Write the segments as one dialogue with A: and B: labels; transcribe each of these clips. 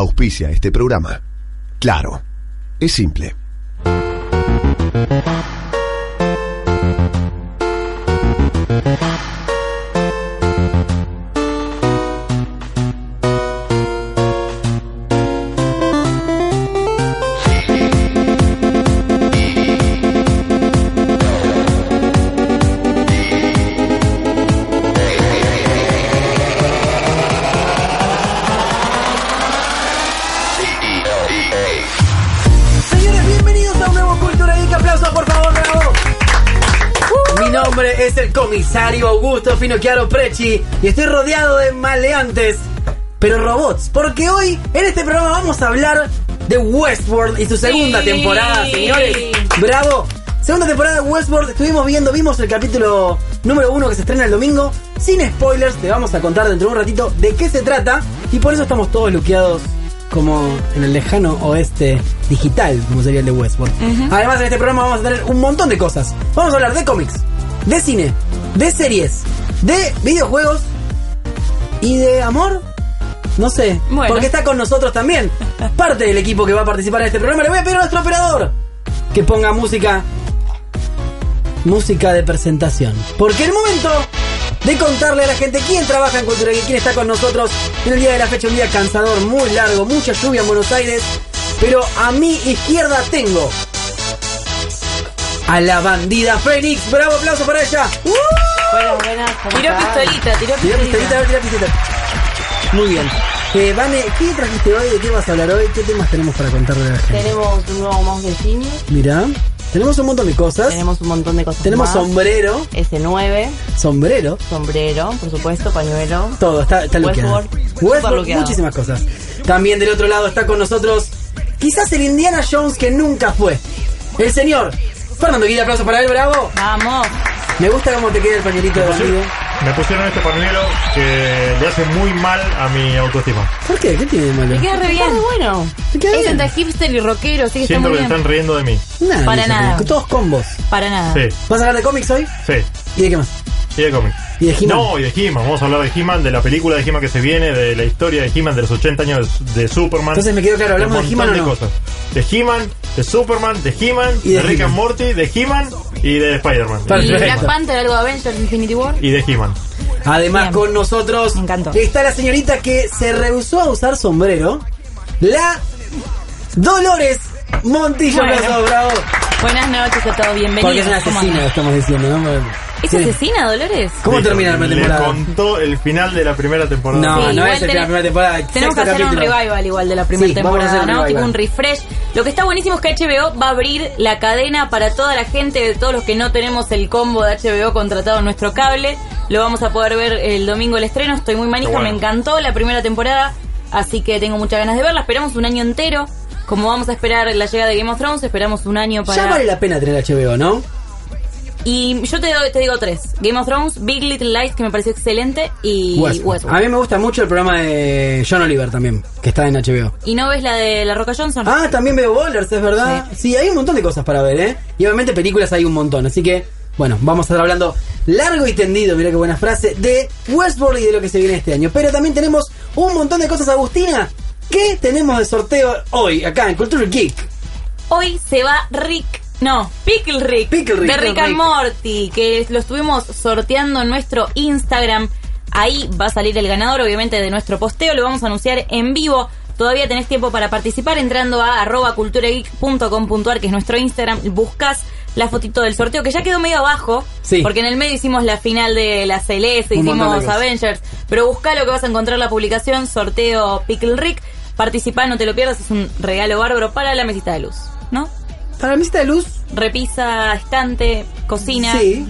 A: auspicia este programa. Claro, es simple.
B: Señores, bienvenidos a un nuevo Cultura Geek. Aplausos, por favor, bravo. Mi nombre es el comisario Augusto Finocchiaro Prechi y estoy rodeado de maleantes, pero robots, porque hoy en este programa vamos a hablar de Westworld y su segunda
C: Sí.
B: temporada, señores. Bravo. Segunda temporada de Westworld, estuvimos viendo, vimos el capítulo número uno que se estrena el domingo. Sin spoilers, te vamos a contar dentro de un ratito de qué se trata y por eso estamos todos luqueados como en el lejano oeste digital, como sería el de Westworld. Además, en este programa vamos a tener un montón de cosas. Vamos a hablar de cómics, de cine, de series, de videojuegos y de amor. No sé,
C: Bueno.
B: porque está con nosotros también parte del equipo que va a participar en este programa. Le voy a pedir a nuestro operador que ponga música música de presentación. Porque el momento de contarle a la gente quién trabaja en Cultura Geek, quién está con nosotros en el día de la fecha, un día cansador, muy largo, mucha lluvia en Buenos Aires. Pero a mi izquierda tengo a la bandida Fénix. Bravo, aplauso para ella. ¡Uh!
D: Buenas, buenas, ¿cómo
C: Tiró
D: estás?
C: pistolita, tiró
B: Tirá pistolita, a
C: pistolita.
B: ver, tirá pistolita. Muy bien. Eh, Vane, ¿qué trajiste hoy? ¿De qué vas a hablar hoy? ¿Qué temas tenemos para contarle a la gente?
D: Tenemos un nuevo mouse de cine,
B: Mirá, tenemos un montón de cosas. Tenemos,
D: tenemos un montón de cosas más.
B: sombrero,
D: S9,
B: sombrero,
D: sombrero, por supuesto, pañuelo.
B: Todo, está, está bloqueado.
D: Westworld,
B: Westworld,
D: súper bloqueado.
B: muchísimas cosas. También del otro lado está con nosotros, quizás el Indiana Jones que nunca fue. El señor Fernando Guilla, aplauso para él, bravo.
C: Vamos.
B: Me gusta cómo te queda el pañuelito de
E: Sí,
B: bandido.
E: Me pusieron este pañuelo que le hace muy mal a mi autoestima.
B: ¿Por qué? ¿Qué tiene de malo?
C: Queda re
D: Está muy
C: bien.
D: bueno.
B: ¿Te queda
C: Es
B: bien?
C: entre hipster y rockero, así que está
E: Siento
C: muy
E: que
C: bien.
E: están riendo de mí.
B: Nada,
C: Para
B: no sé,
C: nada.
B: con Todos combos.
C: Para
B: Ah.
C: nada.
E: Sí,
B: ¿Vas a hablar de cómics hoy?
E: sí.
B: ¿Y de qué más?
E: Y de cómic.
B: ¿Y de He-Man?
E: No, y de He-Man. Vamos a hablar de He-Man, de la película de He-Man que se viene, de la historia de He-Man, de los 80 años de, de Superman.
B: Entonces me quedó claro, ¿hablamos
E: Un
B: de
E: montón
B: He-Man o no?
E: cosas. De He-Man, de Superman, de He-Man,
B: Y
E: de,
B: de
E: Rick
B: He-Man.
E: and Morty, de He-Man y de Spider-Man.
B: Perfecto.
C: Y
E: Y de
C: Black
E: He-Man.
C: Panther, algo de Avengers, Infinity War.
E: Y de He-Man.
B: Además,
C: Bien.
B: con nosotros
C: Me encantó.
B: está la señorita que se rehusó a usar sombrero, la Dolores Montillo.
C: Bueno.
B: Aplauso, bravo.
C: Buenas noches a todos, bienvenidos.
B: Porque es una
C: ¿Cómo
B: asesina,
C: andan?
B: estamos diciendo, ¿no?
C: ¿Es
B: Sí.
C: asesina, Dolores?
B: ¿Cómo
E: Listo.
B: termina la primera
E: Le
B: temporada?
E: contó el final de la primera temporada.
B: No,
C: Sí,
B: no
C: igual
B: es el
C: tenés-
B: la primera temporada.
C: Tenemos que
B: sexto
C: hacer un
B: capítulo.
C: revival igual de la primera
B: Sí, vamos a hacer
C: temporada,
B: un
C: ¿no?
B: revival.
C: Tipo un refresh. Lo que está buenísimo es que HBO va a abrir la cadena para toda la gente, de todos los que no tenemos el combo de HBO contratado en nuestro cable. Lo vamos a poder ver el domingo el estreno. Estoy muy manija,
E: Qué bueno.
C: me encantó la primera temporada, así que tengo muchas ganas de verla. Esperamos un año entero. Como vamos a esperar la llegada de Game of Thrones, esperamos un año para...
B: Ya vale la pena tener HBO, ¿no?
C: Y yo te, doy- te digo tres. Game of Thrones, Big Little Lies, que me pareció excelente, y
B: Westworld.
C: Westworld.
B: A mí me gusta mucho el programa de John Oliver también, que está en HBO.
C: ¿Y no ves la de La Roca Johnson?
B: Ah, también veo Bowlers, es verdad. Sí. hay un montón de cosas para ver, ¿eh? Y obviamente películas hay un montón. Así que, bueno, vamos a estar hablando largo y tendido, mirá qué buena frase, de Westworld y de lo que se viene este año. Pero también tenemos un montón de cosas, Agustina. ¿Qué tenemos de sorteo hoy acá en Culture Geek?
C: Hoy se va Rick. No, Pickle Rick.
B: Pickle Rick.
C: De Rick
B: Pickle
C: and
B: Rick.
C: Morty, que lo estuvimos sorteando en nuestro Instagram. Ahí va a salir el ganador, obviamente, de nuestro posteo. Lo vamos a anunciar en vivo. Todavía tenés tiempo para participar entrando a arroba culturageek.com.ar, que es nuestro Instagram. Buscas la fotito del sorteo, que ya quedó medio abajo.
B: Sí.
C: Porque en el medio hicimos la final de la Celeste,
B: Un montón de
C: hicimos
B: cosas.
C: Avengers. Pero busca lo que vas a encontrar la publicación, sorteo Pickle Rick. Participá, no te lo pierdas, es un regalo bárbaro para la mesita de luz, ¿no?
B: Para la mesita de luz,
C: Repisa, estante, cocina.
B: Sí.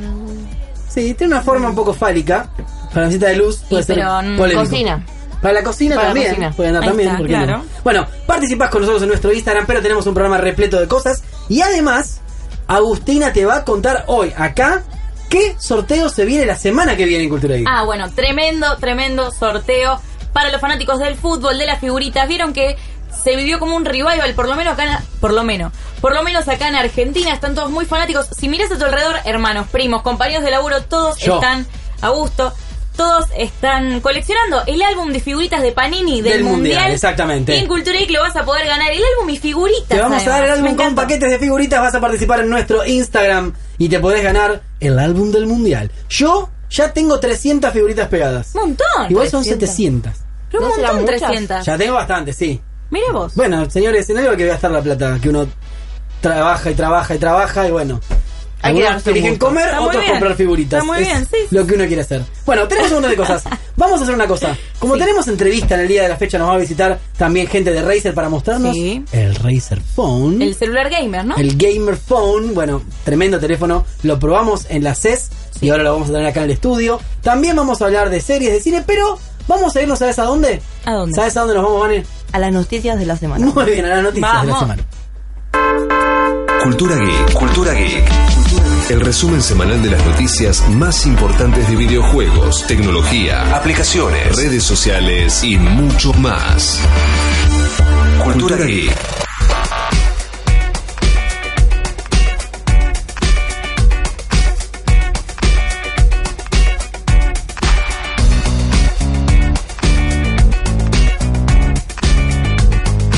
B: Sí, tiene una forma un poco fálica. Para la mesita de luz puede ser
C: pero, mm,
B: polémico.
D: Cocina.
B: Para la cocina
D: Para la
B: también.
D: cocina.
B: Puede andar
C: Ahí
B: también,
C: está,
B: ¿por qué no?
C: claro.
B: Bueno, participás con nosotros en nuestro Instagram, pero tenemos un programa repleto de cosas. Y además, Agustina te va a contar hoy acá qué sorteo se viene la semana que viene en Cultura Geek.
C: Ah, bueno, tremendo, tremendo sorteo para los fanáticos del fútbol, de las figuritas. Vieron que se vivió como un revival, por lo menos acá, en- por lo menos, por lo menos acá en Argentina están todos muy fanáticos. Si miras a tu alrededor, hermanos, primos, compañeros de laburo, todos
B: Yo.
C: están a gusto. todos están coleccionando el álbum de figuritas de Panini del,
B: Del Mundial,
C: mundial,
B: exactamente.
C: Y en Cultura Geek lo vas a poder ganar el álbum y figuritas.
B: Te vamos a dar el
C: además. Me
B: álbum con
C: encanta.
B: paquetes de figuritas, vas a participar en nuestro Instagram y te podés ganar el álbum del mundial. Yo ya tengo 300 figuritas pegadas.
C: Un montón.
B: Igual son
D: 300.
B: 700.
C: Pero un
D: ¿No serán
C: montón,
D: muchas?
C: 300.
B: Ya tengo bastante, sí.
C: Mira vos.
B: Bueno, señores, en algo hay que gastar la plata, que uno trabaja y trabaja y trabaja y bueno.
D: Hay que
B: Algunos
D: darse un
B: eligen
D: gusto.
B: comer,
C: Está muy
B: otros
C: bien.
B: comprar figuritas.
C: Está muy
B: Es
C: bien, sí, sí.
B: Lo que uno quiere hacer. Bueno, tenemos un montón de cosas. Vamos a hacer una cosa. Como tenemos entrevista en el día de la fecha, nos va a visitar también gente de Razer para mostrarnos
C: Sí.
B: el Razer Phone.
C: El celular gamer, ¿no?
B: El Gamer Phone, bueno, tremendo teléfono. Lo probamos en la CES y ahora lo vamos a tener acá en el estudio. También vamos a hablar de series de cine, pero vamos a irnos, ¿sabes a dónde?
C: ¿A dónde?
B: ¿Sabes a dónde nos vamos, Vane?
D: A las noticias de la semana.
B: Muy bien, a las noticias de la
C: Vamos.
B: semana.
F: Cultura Geek. Cultura Geek. El resumen semanal de las noticias más importantes de videojuegos, tecnología, aplicaciones, redes sociales y mucho más. Cultura Geek.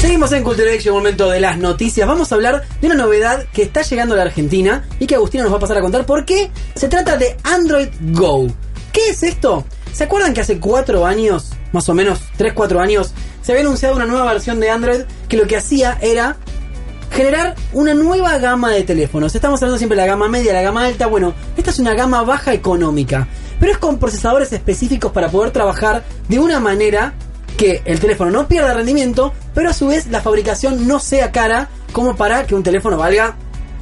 B: Seguimos en Cultura Geek, llegó el momento de las noticias. Vamos a hablar de una novedad que está llegando a la Argentina y que Agustina nos va a pasar a contar por qué. Se trata de Android Go. ¿Qué es esto? ¿Se acuerdan que hace cuatro años, más o menos 3-4 años, se había anunciado una nueva versión de Android que lo que hacía era generar una nueva gama de teléfonos. Estamos hablando siempre de la gama media, la gama alta. Bueno, esta es una gama baja económica, pero es con procesadores específicos para poder trabajar de una manera que el teléfono no pierda rendimiento, pero a su vez la fabricación no sea cara como para que un teléfono valga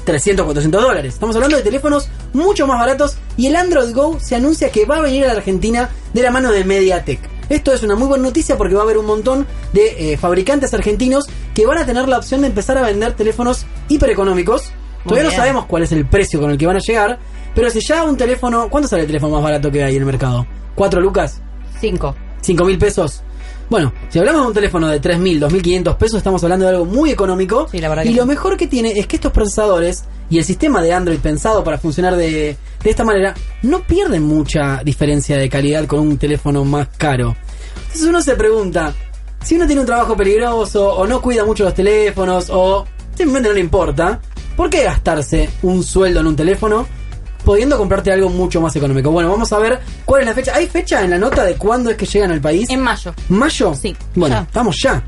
B: 300, 400 dólares. Estamos hablando de teléfonos mucho más baratos y el Android Go se anuncia que va a venir a la Argentina de la mano de MediaTek. Esto es una muy buena noticia porque va a haber un montón de eh, fabricantes argentinos que van a tener la opción de empezar a vender teléfonos hipereconómicos. Todavía no
D: bien.
B: sabemos cuál es el precio con el que van a llegar, pero si ya un teléfono... ¿Cuánto sale el teléfono más barato que hay en el mercado? ¿Cuatro lucas?
D: Cinco.
B: ¿Cinco mil pesos? Bueno, si hablamos de un teléfono de 3.000, 2.500 pesos, estamos hablando de algo muy económico.
D: Sí, la verdad
B: y
D: que
B: lo
D: sí.
B: mejor que tiene es que estos procesadores y el sistema de Android pensado para funcionar de, de esta manera no pierden mucha diferencia de calidad con un teléfono más caro. Entonces uno se pregunta, si uno tiene un trabajo peligroso o no cuida mucho los teléfonos o simplemente no le importa, ¿por qué gastarse un sueldo en un teléfono pudiendo comprarte algo mucho más económico? Bueno, vamos a ver cuál es la fecha. ¿Hay fecha en la nota de cuándo es que llegan al país?
C: En mayo.
B: ¿Mayo?
C: Sí,
B: Bueno,
D: ya.
B: estamos ya.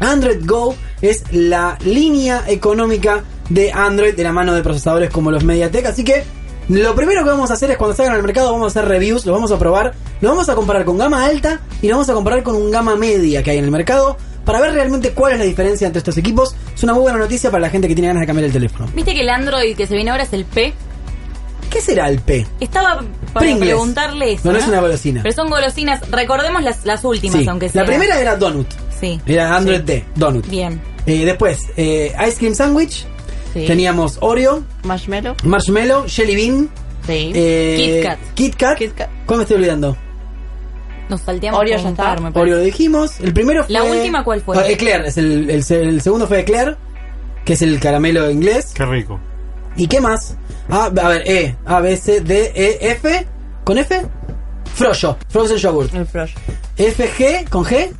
B: Android Go es la línea económica de Android de la mano de procesadores como los MediaTek. Así que lo primero que vamos a hacer es cuando salgan al mercado, vamos a hacer reviews, los vamos a probar, lo vamos a comparar con gama alta y lo vamos a comparar con un gama media que hay en el mercado para ver realmente cuál es la diferencia entre estos equipos. Es una muy buena noticia para la gente que tiene ganas de cambiar el teléfono.
C: Viste que el Android que se viene ahora es el P.
B: ¿Qué será el P?
C: Estaba para
B: Pringles.
C: preguntarle eso.
B: No, no es una golosina.
C: Pero son golosinas. Recordemos las, las últimas,
B: Sí.
C: aunque sea.
B: La primera Eh. era Donut.
C: Sí.
B: Era Android D, Donut.
C: Bien.
B: Eh, después, eh, Ice Cream Sandwich.
D: Sí.
B: Teníamos Oreo,
D: Marshmallow.
B: Marshmallow, Jelly Bean,
D: Sí.
B: eh,
C: Kit Kat.
B: Kit Kat.
D: Kit Kat.
B: ¿Cuál me estoy olvidando?
C: Nos salteamos
D: Oreo
C: con
D: ya
C: un
D: está.
C: par, me parece.
B: Oreo lo dijimos. El primero fue.
C: ¿La última cuál fue?
B: Ah, Eclair. Es el, el se- el segundo fue Eclair, que es el caramelo inglés.
E: Qué rico.
B: ¿Y qué más? Ah, a ver, E, A, B, C, D, E, F. ¿Con F? Froyo, Frozen Yogurt.
D: El Frosh.
B: F, G, ¿con G?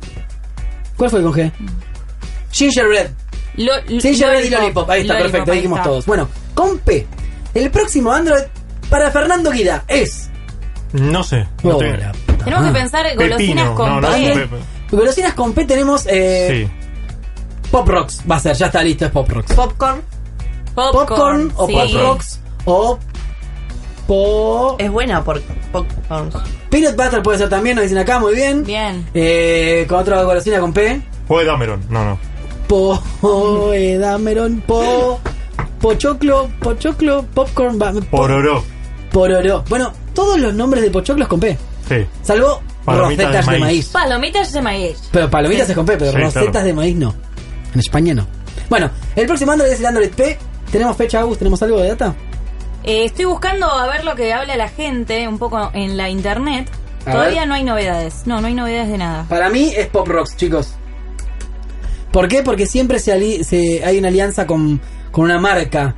B: ¿Cuál fue con G?
C: Mm.
B: Gingerbread.
C: Lo- lo-
B: Sí, ya di Lollipop. Ahí está,
C: Lollipop,
B: perfecto,
C: ahí
B: ahí dijimos
C: está.
B: todos. Bueno, con P. El próximo Android para Fernando Guida es.
E: No sé. No
B: Oh,
E: tengo-
B: la puta
C: Tenemos que
B: madre.
C: pensar golosinas
E: Pepino.
C: con
E: No, no
C: P.
E: es
B: Vale.
E: un pepe.
B: Golosinas con P tenemos eh,
E: Sí.
B: Pop Rocks. Va a ser, ya está listo, es Pop Rocks.
D: Popcorn.
B: Popcorn, o
C: sí.
B: Pop Rocks o. Po.
D: Es buena por popcorn.
B: Peanut Butter puede ser también, nos dicen acá, muy bien.
C: Bien.
B: Eh, con otra golosina con P.
E: Fue Dameron. No, no.
B: Po. Edameron. Po. Pochoclo. Pochoclo. Popcorn. va-
E: Pororó.
B: Pororó. Bueno, todos los nombres de pochoclos con P.
E: Sí.
B: Salvo
E: Palomitas
B: rosetas de
E: de
B: maíz.
E: maíz.
C: Palomitas de maíz.
B: Pero palomitas es con P, pero
E: Sí,
B: rosetas
E: claro.
B: de maíz no. En España no. Bueno, el próximo Android es el Android P. ¿Tenemos fecha, Agus? ¿Tenemos algo de data?
C: Eh, estoy buscando a ver lo que habla la gente un poco en la internet.
B: A
C: Todavía
B: ver.
C: no hay novedades. No, no hay novedades de nada.
B: Para mí es Pop Rocks, chicos. ¿Por qué? Porque siempre se, ali- se- hay una alianza con, con una marca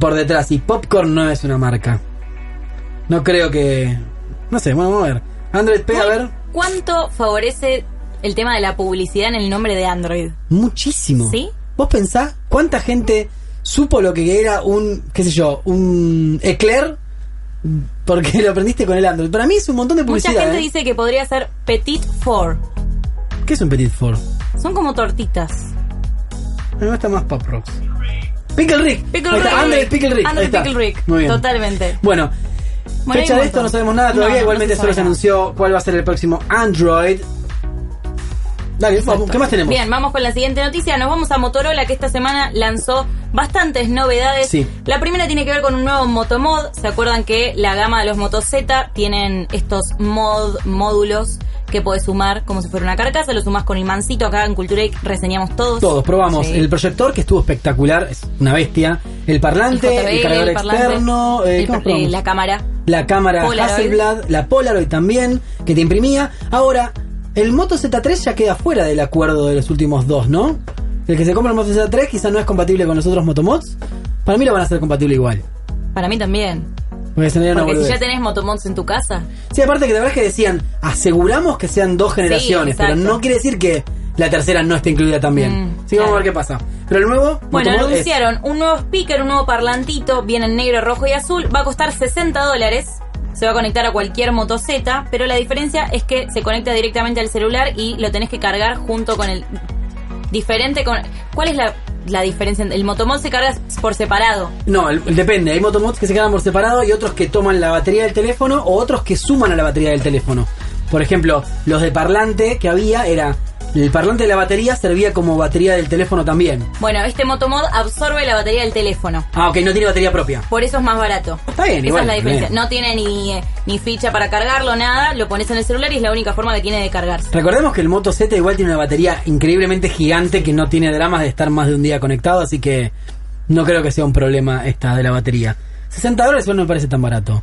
B: por detrás. Y Popcorn no es una marca. No creo que... No sé, bueno, vamos a ver. Android P, a ver.
C: ¿Cuánto favorece el tema de la publicidad en el nombre de Android?
B: Muchísimo.
C: ¿Sí?
B: ¿Vos pensás cuánta gente supo lo que era un, qué sé yo, un eclair? Porque lo aprendiste con el Android. Para mí es un montón de
C: Mucha
B: publicidad.
C: gente
B: ¿eh?
C: dice que podría ser Petit Four.
B: ¿Qué es un Petit Four?
C: Son como tortitas.
B: Me gusta más Pop Rocks. Pickle Rick.
C: Pickle
B: Ahí está,
C: Rick.
B: Android Pickle Rick.
C: Android
B: Ahí está.
C: Pickle Rick.
B: Muy bien.
C: Totalmente.
B: Bueno,
C: Bueno, hay
B: fecha
C: un
B: de esto
C: montón.
B: no sabemos nada todavía.
C: No, no
B: Igualmente
C: se
B: solo se
C: sabe nada.
B: anunció cuál va a ser el próximo Android. Dale, vamos, ¿qué más tenemos?
C: Bien, vamos con la siguiente noticia. Nos vamos a Motorola, que esta semana lanzó bastantes novedades.
B: Sí.
C: La primera tiene que ver con un nuevo motomod. ¿Se acuerdan que la gama de los Moto Z tienen estos mod módulos que podés sumar como si fuera una carcasa? Lo sumás con imancito. Acá en Cultura Geek reseñamos todos.
B: Todos probamos
C: Sí.
B: el proyector que estuvo espectacular, es una bestia. El parlante, el,
C: JBL,
B: cargador
C: el parlante,
B: externo, eh,
C: el
B: ¿qué más
C: per- eh,
B: probamos?
C: la cámara.
B: la cámara
C: Polaroid.
B: Hasselblad, la Polaroid también, que te imprimía. Ahora, el Moto Z3 ya queda fuera del acuerdo de los últimos dos, ¿no? El que se compra el Moto Z3 quizá no es compatible con los otros Motomods. Para mí lo van a hacer compatible igual.
C: Para mí también.
B: Porque se me dio una
C: Porque si
B: boludez.
C: ya tenés motomods en tu casa,
B: Sí, aparte que la verdad es que decían, aseguramos que sean dos generaciones, pero
C: exacto.
B: no quiere decir que la tercera no esté incluida también.
C: Mm,
B: sí, vamos a
C: claro.
B: ver qué pasa. Pero el nuevo...
C: Bueno,
B: Motomod es-
C: anunciaron un nuevo speaker, un nuevo parlantito, viene en negro, rojo y azul, va a costar 60 dólares, se va a conectar a cualquier motoceta, pero la diferencia es que se conecta directamente al celular y lo tenés que cargar junto con el... Diferente con... ¿Cuál es la, la diferencia? El motomod se carga por separado.
B: No, el- el- depende. Hay motomods que se quedan por separado y otros que toman la batería del teléfono o otros que suman a la batería del teléfono. Por ejemplo, los de parlante que había era... El parlante de la batería servía como batería del teléfono también.
C: Bueno, este motomod absorbe la batería del teléfono.
B: Ah, ok, no tiene batería propia.
C: Por eso es más barato.
B: Está bien,
C: Esa
B: igual,
C: es la diferencia.
B: bien.
C: No tiene ni, eh, ni ficha para cargarlo, nada. Lo pones en el celular y es la única forma que tiene de cargarse.
B: Recordemos que el Moto Z igual tiene una batería increíblemente gigante que no tiene dramas de estar más de un día conectado, así que no creo que sea un problema esta de la batería. 60 dólares igual no me parece tan barato.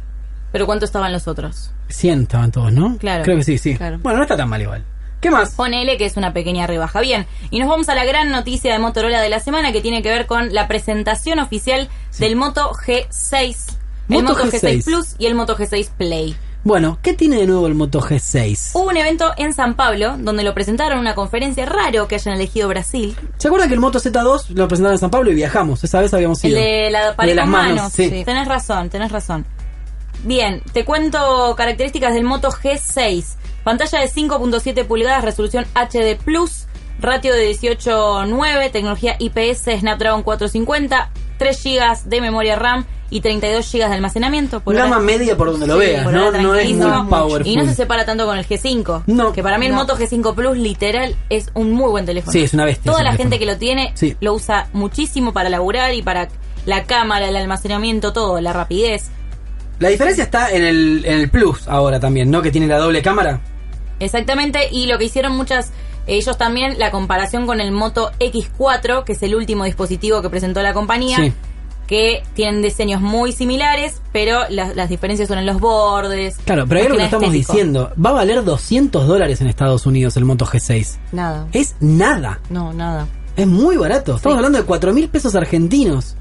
C: Pero ¿cuánto estaban los otros?
B: 100 estaban todos, ¿no?
C: Claro.
B: Creo que sí, sí.
C: Claro.
B: Bueno, no está tan mal igual. ¿Qué más?
C: Ponele que es una pequeña rebaja. Bien, y nos vamos a la gran noticia de Motorola de la semana que tiene que ver con la presentación oficial del Moto G6. el
B: Moto
C: Moto G6.
B: G6
C: Plus y el Moto G6 Play.
B: Bueno, ¿qué tiene de nuevo el Moto G6?
C: Hubo un evento en San Pablo donde lo presentaron en una conferencia. Raro que hayan elegido Brasil.
B: ¿Se acuerdan que el Moto Z2 lo presentaron en San Pablo y viajamos? Esa vez habíamos
C: El
B: ido.
C: de la
B: El
C: pared con manos.
B: sí.
C: Tenés razón, tenés razón. Bien, te cuento características del Moto G6. Pantalla de 5.7 pulgadas, resolución HD+, ratio de 18.9, tecnología IPS Snapdragon 450, 3 GB de memoria RAM y 32 GB de almacenamiento. Por
B: Gama
C: ahora-
B: media por donde lo
C: Sí,
B: veas,
C: por
B: ¿no?
C: ahora
B: No es muy
C: tranquilísimo.
B: powerful.
C: Y no se separa tanto con el G5.
B: No.
C: Que para mí el
B: No.
C: Moto G5 Plus literal es un muy buen teléfono.
B: Sí, es una bestia
C: Toda
B: ese
C: la
B: teléfono.
C: gente que lo tiene
B: Sí.
C: lo usa muchísimo para laburar y para la cámara, el almacenamiento, todo, la rapidez.
B: La diferencia está en el, en el Plus ahora también, ¿no? Que tiene la doble cámara.
C: Exactamente, y lo que hicieron muchas ellos también, la comparación con el Moto X4, que es el último dispositivo que presentó la compañía,
B: Sí.
C: que tienen diseños muy similares, pero las, las diferencias son en los bordes.
B: Claro, pero ahí
C: más
B: lo que
C: nada
B: estamos
C: estético.
B: diciendo, va a valer 200 dólares en Estados Unidos el Moto G6.
D: Nada.
B: Es nada,
D: No, nada.
B: es muy barato. Estamos hablando de 4 mil pesos argentinos.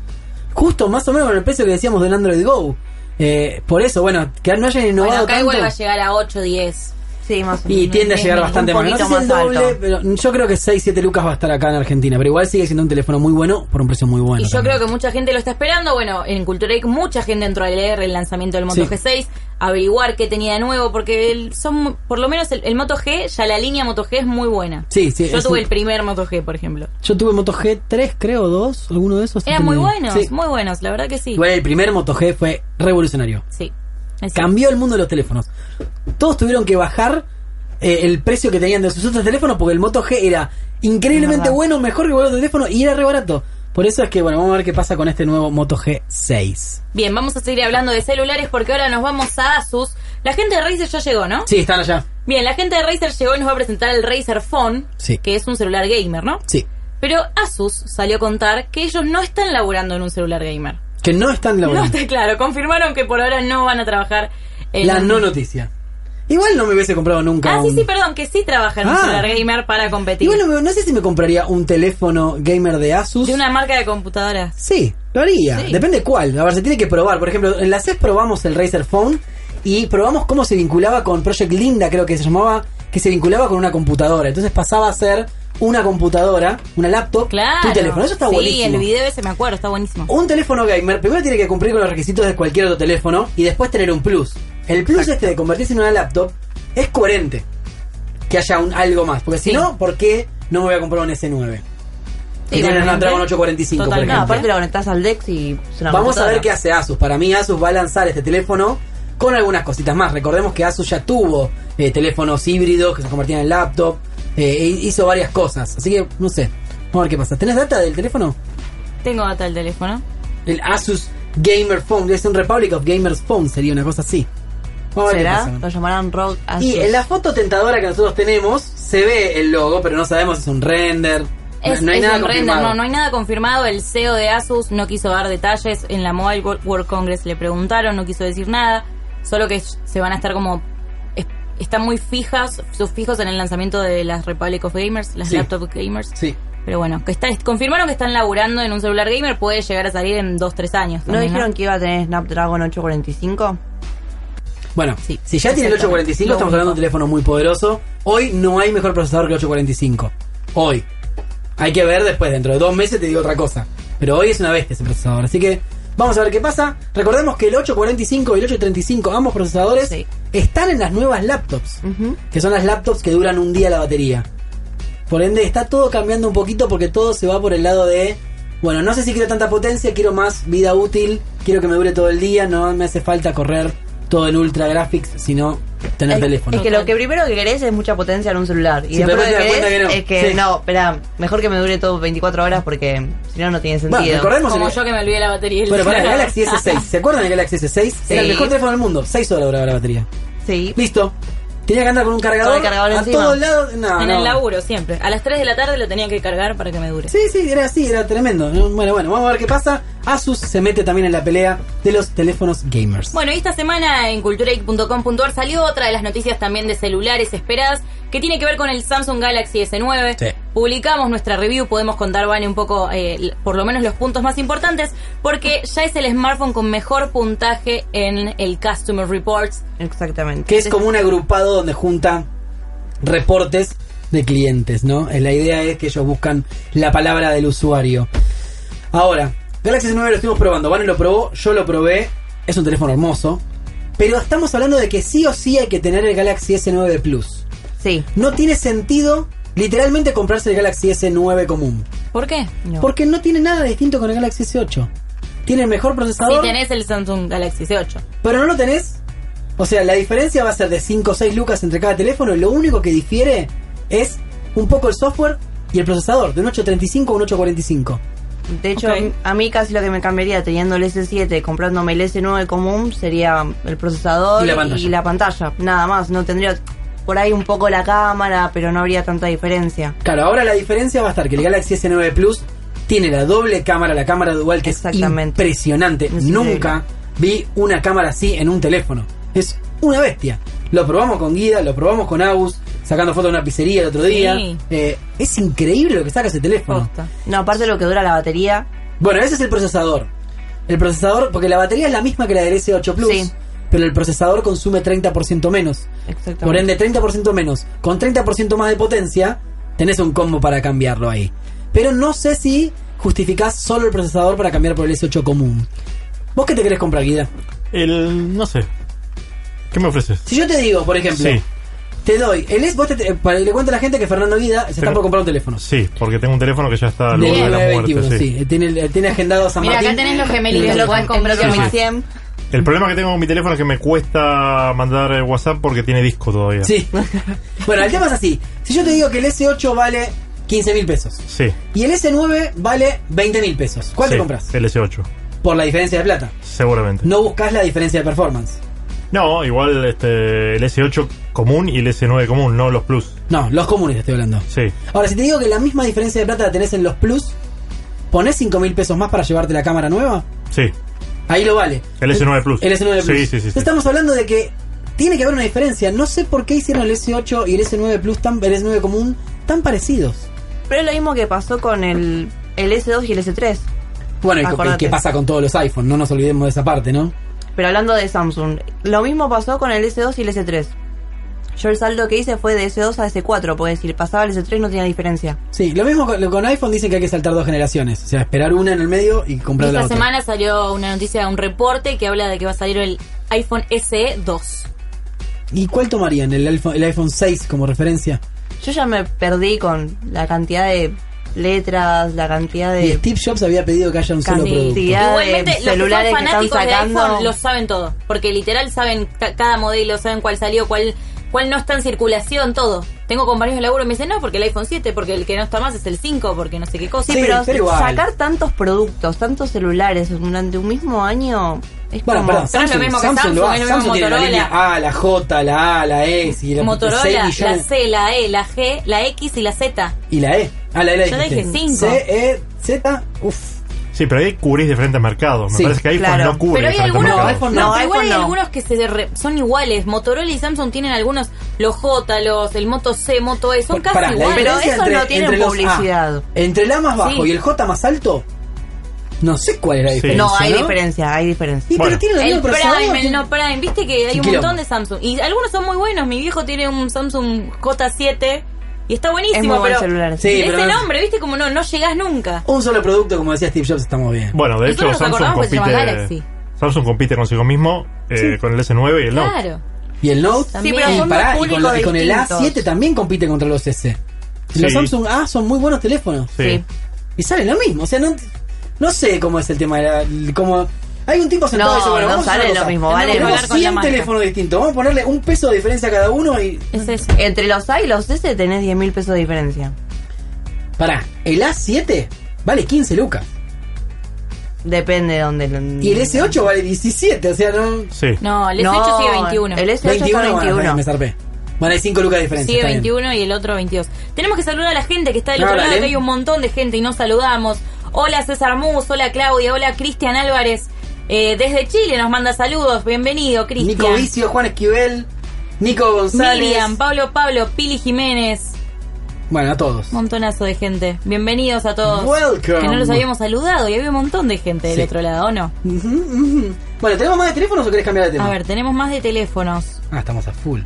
B: Justo más o menos con el precio que decíamos del Android Go. Eh, por eso, bueno, que no hayan
C: Bueno,
B: innovado
C: acá
B: tanto.
C: igual va a llegar a 8, 10.
D: Sí, más o menos.
B: Y tiende a llegar
D: Es
B: bastante
D: un
B: más. No sé
D: poquito
B: si el
D: más
B: doble,
D: alto.
B: pero yo creo que 6, 7 lucas va a estar acá en Argentina. Pero igual sigue siendo un teléfono muy bueno por un precio muy bueno.
C: Y yo
B: también.
C: creo que mucha gente lo está esperando. Bueno, en Cultura Geek mucha gente entró a leer el lanzamiento del Moto
B: Sí.
C: G6, averiguar qué tenía de nuevo, porque el- son por lo menos el, el Moto G, ya la línea Moto G es muy buena.
B: Sí, sí,
C: Yo
B: es un-
C: tuve el primer Moto G, por ejemplo.
B: Yo tuve Moto G3, creo, 2, alguno de esos.
C: Eran
B: que
C: muy
B: me-
C: buenos,
B: Sí.
C: muy buenos, la verdad que sí.
B: Igual el primer Moto G fue revolucionario.
C: Sí. es cierto.
B: Cambió el mundo de los teléfonos. Todos tuvieron que bajar eh, el precio que tenían de sus otros teléfonos porque el Moto G era increíblemente
D: Verdad.
B: bueno, mejor que el otro teléfono y era re barato. Por eso es que, bueno, vamos a ver qué pasa con este nuevo Moto G6.
C: Bien, vamos a seguir hablando de celulares porque ahora nos vamos a Asus. La gente de Razer ya llegó, ¿no?
B: Sí, están allá.
C: Bien, la gente de Razer llegó y nos va a presentar el Razer Phone,
B: Sí.
C: que es un celular gamer, ¿no?
B: Sí.
C: Pero Asus salió a contar que ellos no están laburando en un celular gamer.
B: Que no están
C: No
B: laburando.
C: está claro, confirmaron que por ahora no van a trabajar en...
B: La no noticia. Igual no me hubiese comprado nunca.
C: Ah, sí,
B: un-
C: sí, perdón, que sí trabajan en
B: Ah.
C: un celular gamer para competir.
B: Igual no, me- no sé si me compraría un teléfono gamer de Asus.
C: De una marca de computadoras.
B: E Sí, lo haría. Depende cuál. A ver, se tiene que probar. Por ejemplo, en la CES probamos el Razer Phone y probamos cómo se vinculaba con Project Linda, creo que se llamaba, que se vinculaba con una computadora. Entonces pasaba a ser una computadora, una laptop,
C: Claro.
B: tu teléfono. Eso está
C: sí,
B: buenísimo. Oh,
C: el video ese me acuerdo, está buenísimo.
B: Un teléfono gamer primero tiene que cumplir con los requisitos de cualquier otro teléfono y después tener un plus. El plus este de convertirse en una laptop es coherente que haya un algo más. Porque si
C: Sí.
B: no, ¿por qué no me voy a comprar un S9? Y tiene una
C: Igualmente.
B: Snapdragon 845, por
C: Totalmente.
B: ejemplo.
D: No, aparte la conectás al Dex y es una
B: Vamos a ver
D: computadora.
B: qué hace Asus. Para mí Asus va a lanzar este teléfono con algunas cositas más. Recordemos que Asus ya tuvo eh, teléfonos híbridos que se convertían en laptop. eh, e hizo varias cosas. Así que, no sé. Vamos a ver qué pasa. ¿Tenés data del teléfono?
C: Tengo data el teléfono.
B: El Asus Gamer Phone. Es un Republic of Gamers Phone. Sería una cosa así. Vamos a ver qué
D: ¿Será?
B: pasa.
D: Lo llamarán Rock Asus.
B: Y en la foto tentadora que nosotros tenemos se ve el logo, pero no sabemos si es un render.
C: Es,
B: no, no hay
C: es
B: nada
C: un render,
B: confirmado.
C: no, no hay nada confirmado. El CEO de Asus no quiso dar detalles. En la Mobile World World Congress le preguntaron, no quiso decir nada. Solo que se van a estar como. es- Están muy fijas, sus fijos en el lanzamiento de las Republic of Gamers, las
B: Sí.
C: Laptop Gamers.
B: Sí.
C: Pero bueno, que está, confirmaron que están laburando en un celular gamer, puede llegar a salir en 2-3 años.
D: ¿No
C: también,
D: dijeron que iba a tener Snapdragon 845?
B: Bueno,
D: Sí,
B: si ya tiene el 845,
D: Lo
B: estamos
D: único.
B: hablando de un teléfono muy poderoso. Hoy no hay mejor procesador que el 845. Hoy. Hay que ver después, dentro de dos meses te digo otra cosa. Pero hoy es una bestia ese procesador. Así que vamos a ver qué pasa. Recordemos que el 845 y el 835, ambos procesadores,
D: Sí.
B: están en las nuevas laptops.
D: Ujú.
B: Que son las laptops que duran un día la batería. Por ende, está todo cambiando un poquito porque todo se va por el lado de. Bueno, no sé si quiero tanta potencia, quiero más vida útil, quiero que me dure todo el día, no me hace falta correr todo en ultra graphics, sino tener
D: Es-
B: teléfono.
D: Es que lo que primero que querés es mucha potencia en un celular. Y
B: Sí, pero
D: después lo que
B: después te das
D: querés
B: cuenta
D: es que
B: que no. Sí.
D: no, espera, mejor que me dure todo 24 horas porque si no, no tiene
B: bueno,
D: sentido.
C: ¿no?
B: recordemos.
C: Como
B: el-
C: yo que me olvidé la batería.
B: Bueno, pará, el Galaxy S6. ¿Se acuerdan del Galaxy S6? Era el
D: Sí.
B: mejor teléfono del mundo. 6 horas duraba la batería.
D: sí.
B: Listo. Tenía que andar con un cargador.
D: el cargador
B: a
D: encima.
B: todos lados. No,
C: en
B: Ah, no.
C: el laburo, siempre. A las 3 de la tarde lo tenía que cargar para que me dure.
B: Sí, sí, era así, era tremendo. Bueno, bueno, vamos a ver qué pasa. Asus se mete también en la pelea de los teléfonos gamers.
C: Bueno, y esta semana en culturaic.com.ar salió otra de las noticias también de celulares esperadas que tiene que ver con el Samsung Galaxy S9.
B: Sí.
C: Publicamos nuestra review, podemos contar, Vane, un poco, eh, l- por lo menos los puntos más importantes, porque ya es el smartphone con mejor puntaje en el Customer Reports.
D: Exactamente.
B: Que es como un agrupado donde junta reportes de clientes, ¿no? Eh, La idea es que ellos buscan la palabra del usuario. Ahora, Galaxy S9 lo estuvimos probando. Vane lo probó, yo lo probé. Es un teléfono hermoso. Pero estamos hablando de que sí o sí hay que tener el Galaxy S9 Plus.
D: Sí.
B: No tiene sentido literalmente comprarse el Galaxy S9 común.
C: ¿Por qué?
D: No.
B: Porque no tiene nada de distinto con el Galaxy S8. Tiene el mejor procesador.
C: Si tenés el Samsung Galaxy S8.
B: Pero no lo tenés. O sea, la diferencia va a ser de 5 o 6 lucas entre cada teléfono. Lo único que difiere es un poco el software y el procesador, de un 835 a un 845.
D: De hecho,
C: Ok.
D: a mí- a mí casi lo que me cambiaría teniendo el S7, comprándome el S9 común, sería el procesador
B: Y la pantalla.
D: pantalla. Nada más, no tendría por ahí un poco la cámara, pero no habría tanta diferencia.
B: Claro, ahora la diferencia va a estar que el Galaxy S9 Plus tiene la doble cámara, la cámara dual que es
D: Exactamente.
B: impresionante.
D: Es
B: Nunca vi una cámara así en un teléfono. Es una bestia. Lo probamos con Guida, lo probamos con Agus, sacando fotos de una pizzería el otro día.
C: Sí.
B: Eh, es increíble lo que saca ese teléfono.
C: Posta.
D: No, aparte de lo que dura la batería,
B: Bueno, ese es el procesador. El procesador, porque la batería es la misma que la del S8 Plus,
D: Sí.
B: pero el procesador consume 30% menos.
D: exactamente.
B: Por ende, 30% menos. Con 30% más de potencia, tenés un combo para cambiarlo ahí. Pero no sé si justificás solo el procesador para cambiar por el S8 común. ¿Vos qué te querés comprar, Guida?
E: El. no sé. ¿Qué me ofreces?
B: Si yo te digo, por ejemplo,
E: Sí.
B: te doy el S, vos te- te- para- le cuento a la gente que Fernando Guida se está
E: Pero-
B: por comprar un teléfono.
E: Sí, porque tengo un teléfono que ya está al
B: Del
E: borde de la muerte.
B: 921,
E: sí.
B: sí. Eh, Tiene, tiene agendado San
C: Mira, acá
B: Martín.
C: tenés los gemelitos,
D: El
C: lo
D: Nokia-
C: podés comprar
D: el Nokia
E: sí.
D: 100.
E: El problema que tengo con mi teléfono es que me cuesta mandar eh, WhatsApp porque tiene disco todavía.
B: Sí. bueno, el tema es así. Si yo te digo que el S8 vale 15 mil pesos
E: Sí.
B: y el S9 vale 20 mil pesos, ¿cuál
E: Sí,
B: te compras?
E: El S8,
B: Por la diferencia de plata.
E: seguramente.
B: No buscas la diferencia de performance.
E: No, igual este, el S8 común y el S9 común, no los Plus.
B: No, los comunes te estoy hablando.
E: Sí.
B: Ahora, si te digo que la misma diferencia de plata la tenés en los Plus, ¿ponés 5 mil pesos más para llevarte la cámara nueva?
E: Sí.
B: Ahí lo vale.
E: El S9 Plus.
B: El S9 Plus.
E: Sí, sí, sí. sí.
B: Estamos hablando de que tiene que haber una diferencia. No sé por qué hicieron el S8 y el S9 Plus, tan, el S9 común, tan parecidos.
D: Pero es lo mismo que pasó con el, el S2 y el S3.
B: Bueno, y co- y
D: Acordate.
B: qué pasa con todos los iPhones, no nos olvidemos de esa parte, ¿no?
D: Pero hablando de Samsung, lo mismo pasó con el S2 y el S3. Yo el saldo que hice fue de S2 a S4, porque si pasaba el S3 no tenía diferencia.
B: Sí, lo mismo con, lo- con iPhone dicen que hay que saltar dos generaciones. O sea, esperar una en el medio y comprar la
C: Esta
B: otra.
C: semana salió una noticia, un reporte que habla de que va a salir el iPhone E SE 2.
B: ¿Y cuál tomarían? ¿El iPhone, el iPhone 6 como referencia?
D: Yo ya me perdí con la cantidad de letras, la cantidad
B: Y
D: de...
B: Steve Jobs había pedido que haya un solo
D: Casi,
B: producto.
D: sí. Ya de
C: Igualmente, los que
D: celulares
C: son
D: que están
C: fanáticos de
D: sacando.
C: iPhone lo saben todo. Porque literal saben ca- cada modelo, saben cuál salió, cuál, cuál no está en circulación, todo. Tengo compañeros de laburo que me dicen, no, porque el iPhone 7, porque el que no está más es el 5, porque no sé qué cosa.
D: Sí,
B: Sí,
D: pero,
B: pero igual.
D: sacar tantos productos, tantos celulares durante un mismo año es
B: Bueno, perdón,
D: como...
C: Pero es lo
B: Samsung,
C: mismo que
B: Samsung, lo
C: Samsung,
B: hace.
C: es lo mismo
B: Samsung tiene la
C: Motorola.
B: línea A, la J, la A, la E, sí, la
C: Motorola,
B: seis
C: la
B: millones-
C: C, la E, la G, la X y la Z.
B: Y la E. Ah, la E la
C: Yo dije
B: dijiste.
C: cinco.
B: C, E, Z, uff.
E: Sí, pero ahí cubrís diferentes mercados. Me
B: Sí,
E: parece que iPhone
D: claro.
E: no cubre
C: Pero hay
E: diferentes
C: algunos,
B: No,
E: mercados.
B: iPhone
C: no,
D: no.
C: pero igual hay
D: iPhone no.
C: algunos que se re- son iguales. Motorola y Samsung tienen algunos, los J, los, el Moto C, Moto E, son
B: Por- pará,
C: casi
B: la
C: iguales.
D: Pero
B: diferencia
D: esos no tienen
B: los A.
D: publicidad.
B: entre el A más bajo
C: Sí.
B: y el J más alto, no sé cuál era la
E: Sí.
B: diferencia.
D: No, hay diferencia, hay diferencia.
B: Y pero
E: Bueno.
B: tiene la
C: El
B: misma procesador.
C: Prime, el no Prime, viste que hay un
B: Quilombo.
C: montón de Samsung. Y algunos son muy buenos. Mi viejo tiene un Samsung J7 y está buenísimo,
D: Es muy buen
C: pero
D: celular.
B: Sí,
C: ese
B: pero-
C: nombre, viste como no, no llegás nunca.
B: Un solo producto, como decía Steve Jobs, estamos bien.
E: Bueno, de hecho,
C: Nosotros nos
E: Samsung
C: acordamos que se llama
E: compite,
C: Galaxy.
E: Samsung compite consigo mismo eh, con el S9 y el Note.
C: Claro.
B: Y el Note,
C: Sí, pero
B: y,
D: son
B: pará,
D: dos
B: y con,
D: públicos
B: y con el
D: distintos.
B: A7 también compite contra los S. Y Los
E: Sí.
B: Samsung A son muy buenos teléfonos.
E: Sí.
B: Y salen lo mismo. O sea, no, no sé cómo es el tema. de la- Como, hay un tipo sentado
D: No,
B: y dice, bueno,
D: no
B: vamos a hacer
D: sale
B: una
D: lo
B: cosa.
D: mismo, vale
C: hablar
B: Tenemos
C: con la
B: 100
C: marca.
B: teléfonos distintos. Vamos a ponerle un peso de diferencia a cada uno y...
C: Es
D: Mm.
C: eso.
D: Entre los A y los S tenés 10 mil pesos de diferencia.
B: Pará, el A7 vale 15 lucas.
D: Depende de dónde.
B: Y el S8 vale 17, o sea, no...
E: Sí.
C: No, el
D: No,
C: S8 sigue 21.
D: El S8
B: 21,
D: está
B: bueno,
D: 21.
B: me zarpé. Bueno, hay 5 lucas de diferencia.
C: Sigue
B: está bien.
C: 21 y el otro 22. Tenemos que saludar a la gente que está del
B: Claro,
C: otro lado,
B: dale.
C: que hay un montón de gente y no saludamos. Hola César Mus, hola Claudia, hola Cristian Álvarez. Eh, desde Chile nos manda saludos, bienvenido
B: Nico
C: Cristian.
B: Vicio, Juan Esquivel, Nico González.
C: Miriam, Pablo Pablo, Pili Jiménez,
B: Bueno, a todos.
C: montonazo de gente. Bienvenidos a todos.
B: Welcome.
C: Que no los habíamos saludado y había un montón de gente del
B: Sí.
C: otro lado, ¿o no?
B: Ujú, ujú. Bueno, ¿tenemos más de teléfonos o querés cambiar de tema?
C: A ver, tenemos más de teléfonos.
B: Ah, estamos a full.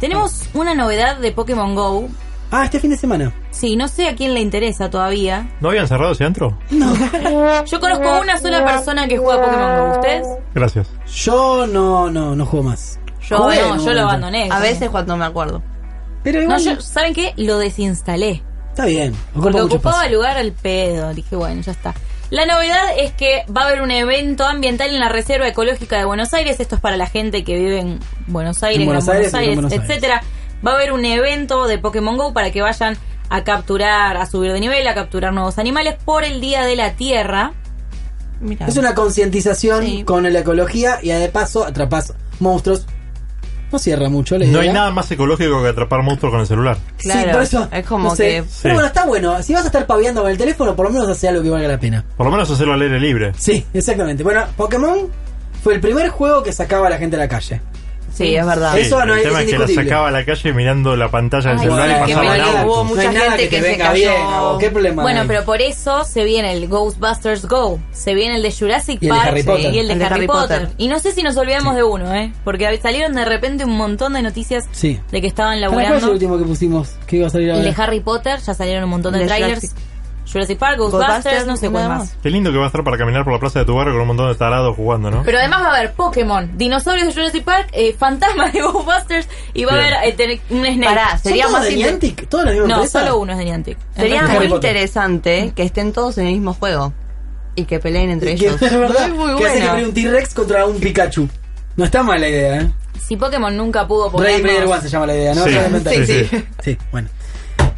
C: Tenemos una novedad de Pokémon Go.
B: Ah, este fin de semana.
C: Sí, no sé a quién le interesa todavía.
E: ¿No habían cerrado ese antro?
C: Yo conozco a una sola persona que juega a Pokémon Go. ¿Ustedes?
E: Gracias.
B: Yo no, no, no juego más.
C: Yo,
B: Jugué en
C: no,
B: un
C: yo lo
B: momento.
C: abandoné.
D: A veces cuando me acuerdo.
B: Pero
C: No,
B: igual,
C: yo, ¿saben qué? Lo desinstalé.
B: está bien.
C: Porque
B: Ocupa mucho
C: ocupaba
B: espacio.
C: lugar al pedo. Dije, bueno, ya está. La novedad es que va a haber un evento ambiental en la Reserva Ecológica de Buenos Aires. Esto es para la gente que vive en Buenos Aires,
B: En Buenos
C: Gran
B: Aires, en Buenos Aires.
C: etcétera. Va a haber un evento de Pokémon GO para que vayan a capturar, a subir de nivel, a capturar nuevos animales por el Día de la Tierra.
D: Mira.
B: Es una concientización
D: Sí.
B: con la ecología y de paso atrapas monstruos. No cierra mucho, la
E: No hay
B: idea.
E: nada más ecológico que atrapar monstruos con el celular.
D: Claro, es como
B: no sé.
D: que-
B: Pero
E: Sí.
B: bueno, está bueno. Si vas a estar paviando con el teléfono, por lo menos hace algo que valga la pena.
E: Por lo menos hacerlo al aire libre.
B: Sí, exactamente. Bueno, Pokémon fue el primer juego que sacaba a la gente a la calle.
D: Sí, es verdad.
E: Sí,
B: Eso no
E: el
B: es
E: tema es que la
B: indiscutible.
E: sacaba a la calle mirando la pantalla del
C: Ay,
E: celular
C: sí,
E: y
C: que
E: pasaba
D: me
E: en
D: digo,
E: auto.
D: hubo
B: No
D: mucha
B: hay nada
D: gente
B: que te
D: que se
B: venga
D: cayó.
B: bien, o ¿Qué problema
C: Bueno,
B: hay?
C: pero por eso se viene el Ghostbusters Go, se viene el de Jurassic
B: Y el de
C: Park
B: Harry Potter.
C: y el de Harry, Potter. Y no sé si nos olvidamos de uno, ¿eh? Porque salieron de repente un montón de noticias
B: Sí.
C: de que estaban
B: Pará, ¿Cuál es el
C: laburando.
B: último que pusimos? Que iba a salir
C: El de
B: ahora.
C: Harry Potter, ya salieron un montón de,
D: El de
C: trailers. Jurassic,
D: Jurassic-
C: Park, Ghostbusters,
D: Ghostbusters,
C: no sé cuál
D: nada
C: más.
D: más.
E: Qué lindo que va a estar para caminar por la plaza de tu barrio con un montón de tarados jugando, ¿no?
C: Pero además va a haber Pokémon, dinosaurios de Jurassic Park, eh, fantasmas de Ghostbusters y va
E: Bien.
C: a haber eh, tener un Snake.
D: Pará,
B: ¿Son
D: sería
B: todos
D: más
B: de
D: inte-
B: Niantic? ¿Todos la misma
C: no,
B: empresa?
C: solo uno es de Niantic. El
D: Sería
C: resto-
B: Harry
D: muy
B: Potter.
D: interesante que estén todos en el mismo juego y que peleen entre
B: Que
D: ellos.
B: es verdad.
D: Es muy
B: que hace que
D: bueno.
B: abrir un T-Rex contra un Pikachu. No está mal la idea, ¿eh?
C: Si Pokémon nunca pudo
B: Ready Player
C: ponernos-
B: One se llama la idea, ¿no?
E: Sí,
B: Ya la inventaron.
E: sí,
B: sí. Sí, bueno.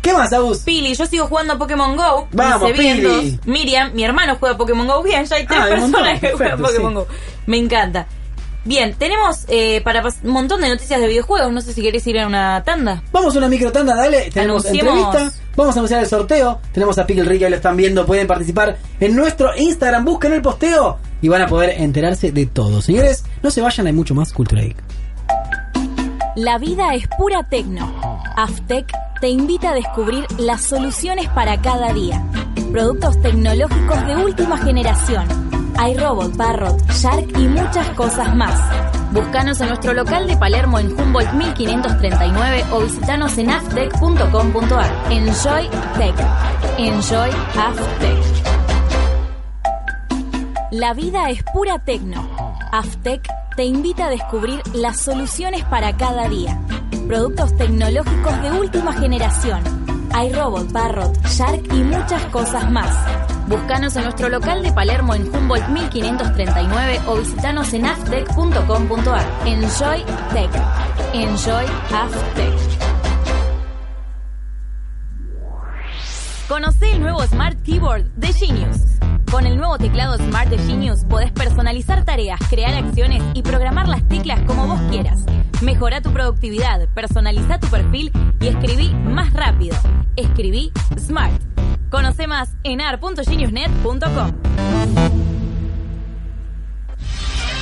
B: ¿Qué más, Agus?
C: Pili, yo sigo jugando a Pokémon Go.
B: Vamos,
C: Dice bien
B: Pili.
C: dos. Miriam, mi hermano juega a Pokémon Go. Bien, ya hay tres
B: Ah, hay un
C: personas
B: montón,
C: que juegan a
B: perfecto,
C: Pokémon
B: sí.
C: Go. Me encanta. Bien, tenemos eh, para pas- un montón de noticias de videojuegos. No sé si querés ir a una tanda.
B: Vamos a una micro tanda, dale. Tenemos
C: Anunciemos.
B: entrevista. Vamos a anunciar el sorteo. Tenemos a Pickle Rick, ahí lo están viendo. Pueden participar en nuestro Instagram. Busquen el posteo y van a poder enterarse de todo. Señores, no se vayan, hay mucho más Cultura Geek.
G: La vida es pura tecno. Aftec te invita a descubrir las soluciones para cada día. Productos tecnológicos de última generación. Hay robot, parrot, shark y muchas cosas más. Buscanos en nuestro local de Palermo en Humboldt 1539 o visitanos en aftec.com.ar. Enjoy Tech. Enjoy Aftec. La vida es pura tecno. Aftec te invita a descubrir las soluciones para cada día. Productos tecnológicos de última generación. Hay robot, parrot, shark y muchas cosas más. Búscanos en nuestro local de Palermo en Humboldt 1539 o visitanos en aftec.com.ar. Enjoy Tech. Enjoy Aftec. Conoce el nuevo Smart Keyboard de Genius. Con el nuevo teclado Smart de Genius podés personalizar tareas, crear acciones y programar las teclas como vos quieras. Mejora tu productividad, personaliza tu perfil y escribí más rápido. Escribí Smart. Conoce más en ar.geniusnet.com.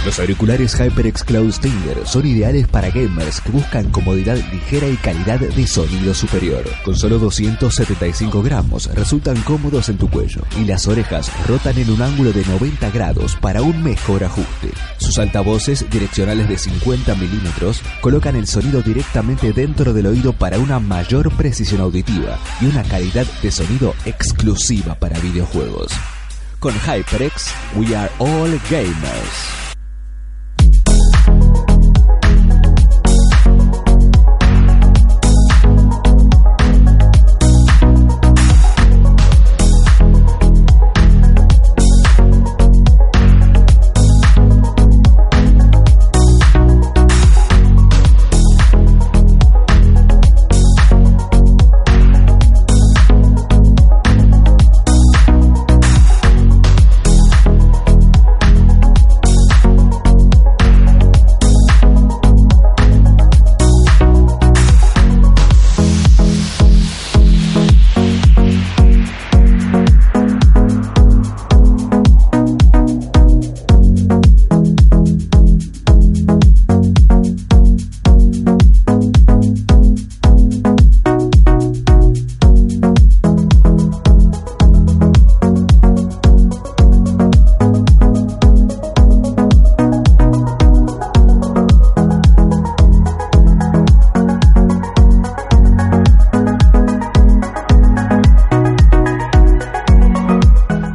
F: Los auriculares HyperX Cloud Stinger son ideales para gamers que buscan comodidad ligera y calidad de sonido superior. Con solo 275 gramos resultan cómodos en tu cuello y las orejas rotan en un ángulo de 90 grados para un mejor ajuste. Sus altavoces direccionales de 50 milímetros colocan el sonido directamente dentro del oído para una mayor precisión auditiva y una calidad de sonido exclusiva para videojuegos. Con HyperX, we are all gamers.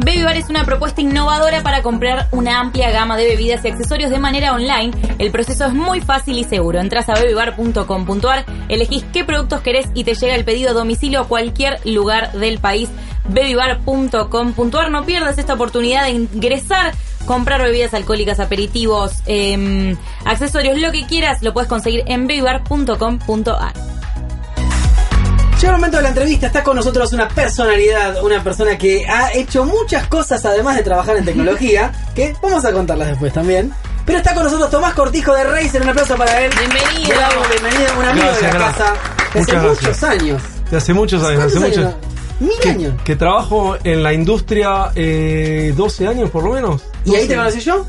C: Baby Bar es una propuesta innovadora para comprar una amplia gama de bebidas y accesorios de manera online. El proceso es muy fácil y seguro. Entras a babybar.com.ar, elegís qué productos querés y te llega el pedido a domicilio a cualquier lugar del país. babybar.com.ar. No pierdas esta oportunidad de ingresar, comprar bebidas alcohólicas, aperitivos, em, accesorios, lo que quieras, lo puedes conseguir en babybar.com.ar.
B: Llega el momento de la entrevista, está con nosotros una personalidad, una persona que ha hecho muchas cosas además de trabajar en tecnología, que vamos a contarlas después también. Pero está con nosotros Tomás Cortijo de Razer, un aplauso para él.
C: Bienvenido.
B: Bravo, bienvenido, un amigo
H: Gracias,
B: de la
H: gracias.
B: casa. de Hace
H: Muchas
B: muchos
H: gracias.
B: años.
H: De hace muchos años, hace
B: ¿Cuántos
H: muchos.
B: años? Mil
H: Que,
B: años.
H: que trabajo en la industria eh, 12 años por lo menos.
B: ¿Y ahí te
H: 12.
B: conocí yo?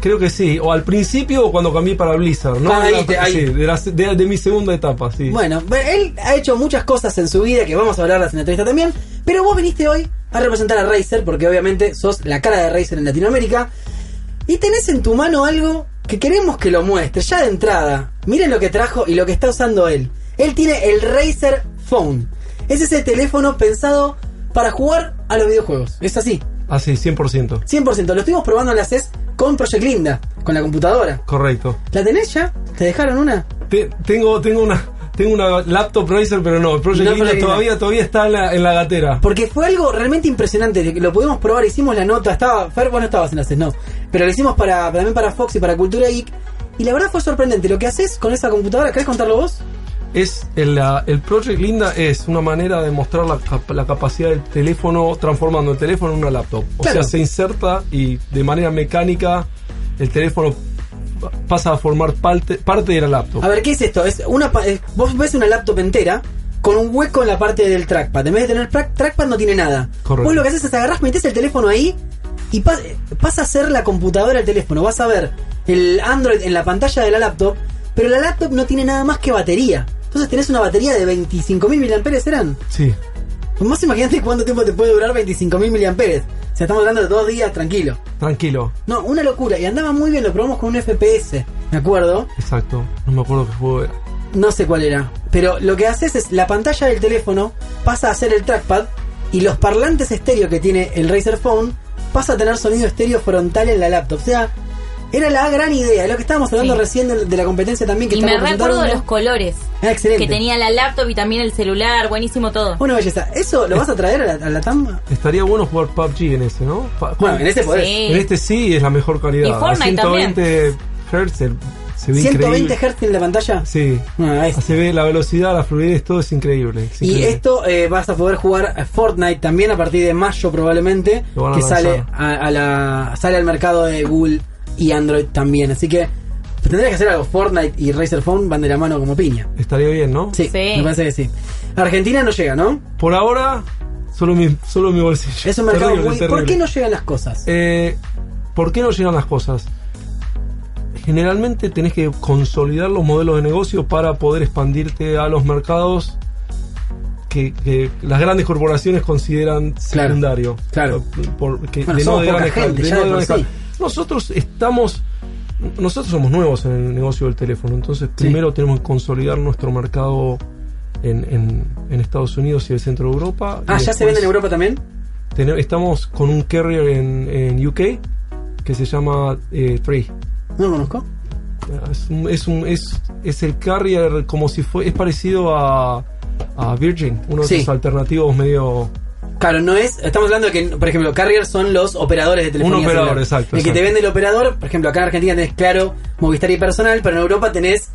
H: Creo que sí, o al principio o cuando cambié para Blizzard, ¿no?
B: Ah, ahí
H: De la-
B: te- ahí.
H: sí, de, la- de- de mi segunda etapa, sí.
B: Bueno, ve- él ha hecho muchas cosas en su vida que vamos a hablarlas en la entrevista también, pero vos viniste hoy a representar a Razer porque obviamente sos la cara de Razer en Latinoamérica y tenés en tu mano algo que queremos que lo muestres ya de entrada. Miren lo que trajo y lo que está usando él. Él tiene el Razer Phone. Es ese teléfono pensado para jugar a los videojuegos. Es así,
H: Así, 100%.
B: 100%. Lo estuvimos probando en la CES con Project Linda, con la computadora.
H: Correcto.
B: ¿La tenés ya? ¿Te dejaron una?
H: Te- tengo, tengo una. Tengo una laptop Razer, pero no, el Project
B: No,
H: Linux
B: Project
H: todavía, todavía está en la, en la gatera.
B: Porque fue algo realmente impresionante, de que lo pudimos probar, hicimos la nota, estaba, Fer, vos no estabas en la CES, no, pero lo hicimos para, también para Fox y para Cultura Geek, y la verdad fue sorprendente, lo que haces con esa computadora, ¿querés contarlo vos?
H: Es el, la- el Project Linda es una manera de mostrar la, cap- la capacidad del teléfono, transformando el teléfono en una laptop. O
B: Claro.
H: sea, se inserta y de manera mecánica el teléfono pa- pasa a formar parte, parte de la laptop.
B: A ver, ¿qué es esto? Es una, pa- eh, vos ves una laptop entera con un hueco en la parte del trackpad, en vez de tener pra- trackpad no tiene nada.
H: Correcto.
B: Vos lo que haces es agarrás, metés el teléfono ahí y pa- eh, pasa a ser la computadora el teléfono, vas a ver el Android en la pantalla de la laptop, pero la laptop no tiene nada más que batería. Entonces tenés una batería de 25.000 miliamperes, ¿eran?
H: Sí.
B: Más imagínate cuánto tiempo te puede durar 25.000 miliamperes. O sea, estamos hablando de dos días tranquilo.
H: Tranquilo.
B: No, una locura. Y andaba muy bien, lo probamos con un FPS, ¿me acuerdo?
H: Exacto. No me acuerdo qué juego era.
B: No sé cuál era. Pero lo que haces es la pantalla del teléfono pasa a ser el trackpad y los parlantes estéreo que tiene el Razer Phone pasa a tener sonido estéreo frontal en la laptop. O sea, era la gran idea. Es lo que estábamos hablando
C: Sí.
B: recién de, de la competencia también que
C: Y me
B: estamos
C: recuerdo de
B: presentando.
C: los colores
B: Ah, excelente.
C: que tenía la laptop y también el celular, buenísimo todo.
B: Una belleza. ¿Eso lo vas a traer a la, a la TAM?
H: Estaría bueno jugar PUBG en ese, ¿no? Pa-
B: Bueno, en ese podés.
C: Sí.
H: En este sí es la mejor calidad.
C: Y Fortnite
H: a 120 Hz el- se ve
B: 120
H: increíble.
B: Hz tiene la pantalla.
H: Sí.
B: Ah, ahí está.
H: Se ve la velocidad, la fluidez, todo es increíble. es
B: Y
H: increíble.
B: esto eh, vas a poder jugar a Fortnite también a partir de mayo probablemente,
H: Lo van a
B: que
H: lanzar.
B: sale a, a la sale al mercado de Google y Android también. Así que tendrías que hacer algo. Fortnite y Razer Phone van de la mano como piña.
H: Estaría bien, ¿no?
B: Sí,
C: Sí.
B: me parece que sí. Argentina no llega, ¿no?
H: Por ahora, solo mi, solo mi bolsillo.
B: Es un mercado
H: Terrible,
B: muy.
H: terrible.
B: ¿Por qué no llegan las cosas?
H: Eh, ¿Por qué no llegan las cosas? Generalmente tenés que consolidar los modelos de negocio para poder expandirte a los mercados que, que las grandes corporaciones consideran
B: Claro,
H: secundario.
B: claro.
H: Por- que
B: Bueno,
H: de no
B: somos
H: de
B: poca
H: gran escala,
B: gente,
H: de
B: ya
H: no
B: de
H: de
B: por
H: gran
B: sí.
H: escala. Nosotros estamos. Nosotros somos nuevos en el negocio del teléfono, entonces
B: Sí.
H: primero tenemos que consolidar nuestro mercado en, en- en Estados Unidos y el centro de Europa.
B: ah,
H: y
B: ¿ya se
H: después-
B: vende en Europa también?
H: Tene- estamos con un carrier en, en UK que se llama eh, Tree.
B: No lo conozco.
H: Es, un- es, un- es, es el carrier como si fue es parecido a, a Virgin, uno de
B: Sí.
H: esos alternativos medio...
B: Claro, no es. Estamos hablando de que, por ejemplo, carriers son los operadores de telefonía.
H: Un operador,
B: celular.
H: exacto,
B: El que te
H: exacto.
B: vende el operador, por ejemplo, acá en Argentina tenés claro Movistar y personal, pero en Europa tenés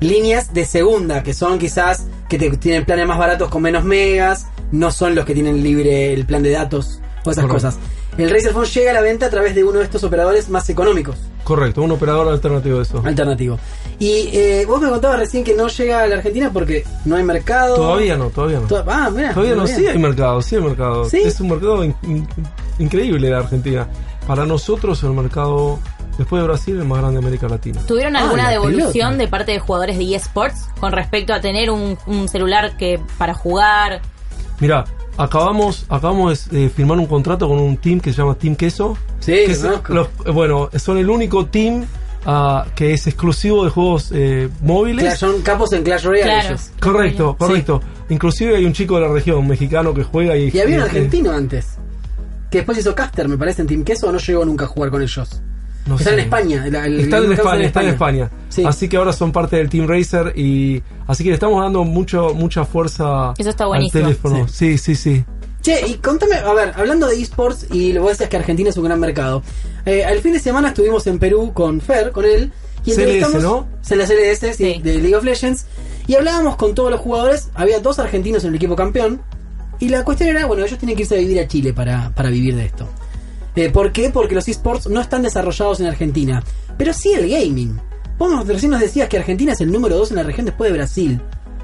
B: líneas de segunda, que son quizás que te, tienen planes más baratos con menos megas, no son los que tienen libre el plan de datos o esas
H: Correcto.
B: cosas. El Razer Phone llega a la venta a través de uno de estos operadores más económicos,
H: Correcto, un operador alternativo de eso.
B: alternativo. Y eh, vos me contabas recién que no llega a la Argentina porque no hay mercado.
H: Todavía no, todavía no.
B: To- ah, mirá,
H: Todavía no,
B: muy
H: sí
B: bien.
H: hay mercado, sí hay mercado.
B: ¿Sí?
H: Es un mercado in- in- increíble de Argentina. Para nosotros el mercado, después de Brasil, el más grande de América Latina.
C: ¿Tuvieron
B: Ah,
C: alguna
B: la
C: devolución
B: pelota.
C: de parte de jugadores de eSports con respecto a tener un, un celular que para jugar?
H: Mira, acabamos, acabamos de eh, firmar un contrato con un team que se llama Team Queso.
B: Sí,
H: que
B: lo
H: es-
B: conozco.
H: los- eh, bueno, son el único team ah, que es exclusivo de juegos eh, móviles.
B: Claro, son capos en Clash Royale
C: Claro.
B: ellos.
H: Correcto, correcto. Inclusive hay un chico de la región, un mexicano que juega y...
B: Y había un
H: y-
B: argentino antes. Que después hizo Caster, me parece, en Team Queso. No llegó nunca a jugar con ellos.
H: no
B: Está
H: sé.
B: en España. el- el-
H: Están en
B: el-
H: España, están en España.
B: Sí.
H: Así que ahora son parte del Team Racer y así que le estamos dando mucho, mucha fuerza
C: Eso está buenísimo.
H: al teléfono. Sí, sí, sí.
B: Che, y contame, a ver, hablando de esports, y lo que decías que Argentina es un gran mercado. Eh, el fin de semana estuvimos en Perú con Fer, con él. Y
H: CLS,
B: entrevistamos-
H: ¿no?
B: En la CLS, sí,
C: Sí.
B: de League of Legends. Y hablábamos con todos los jugadores. Había dos argentinos en el equipo campeón. Y la cuestión era, bueno, ellos tienen que irse a vivir a Chile para, para vivir de esto. Eh, ¿Por qué? Porque los esports no están desarrollados en Argentina. Pero sí el gaming. Vos nos- recién nos decías que Argentina es el número 2 en la región después de Brasil.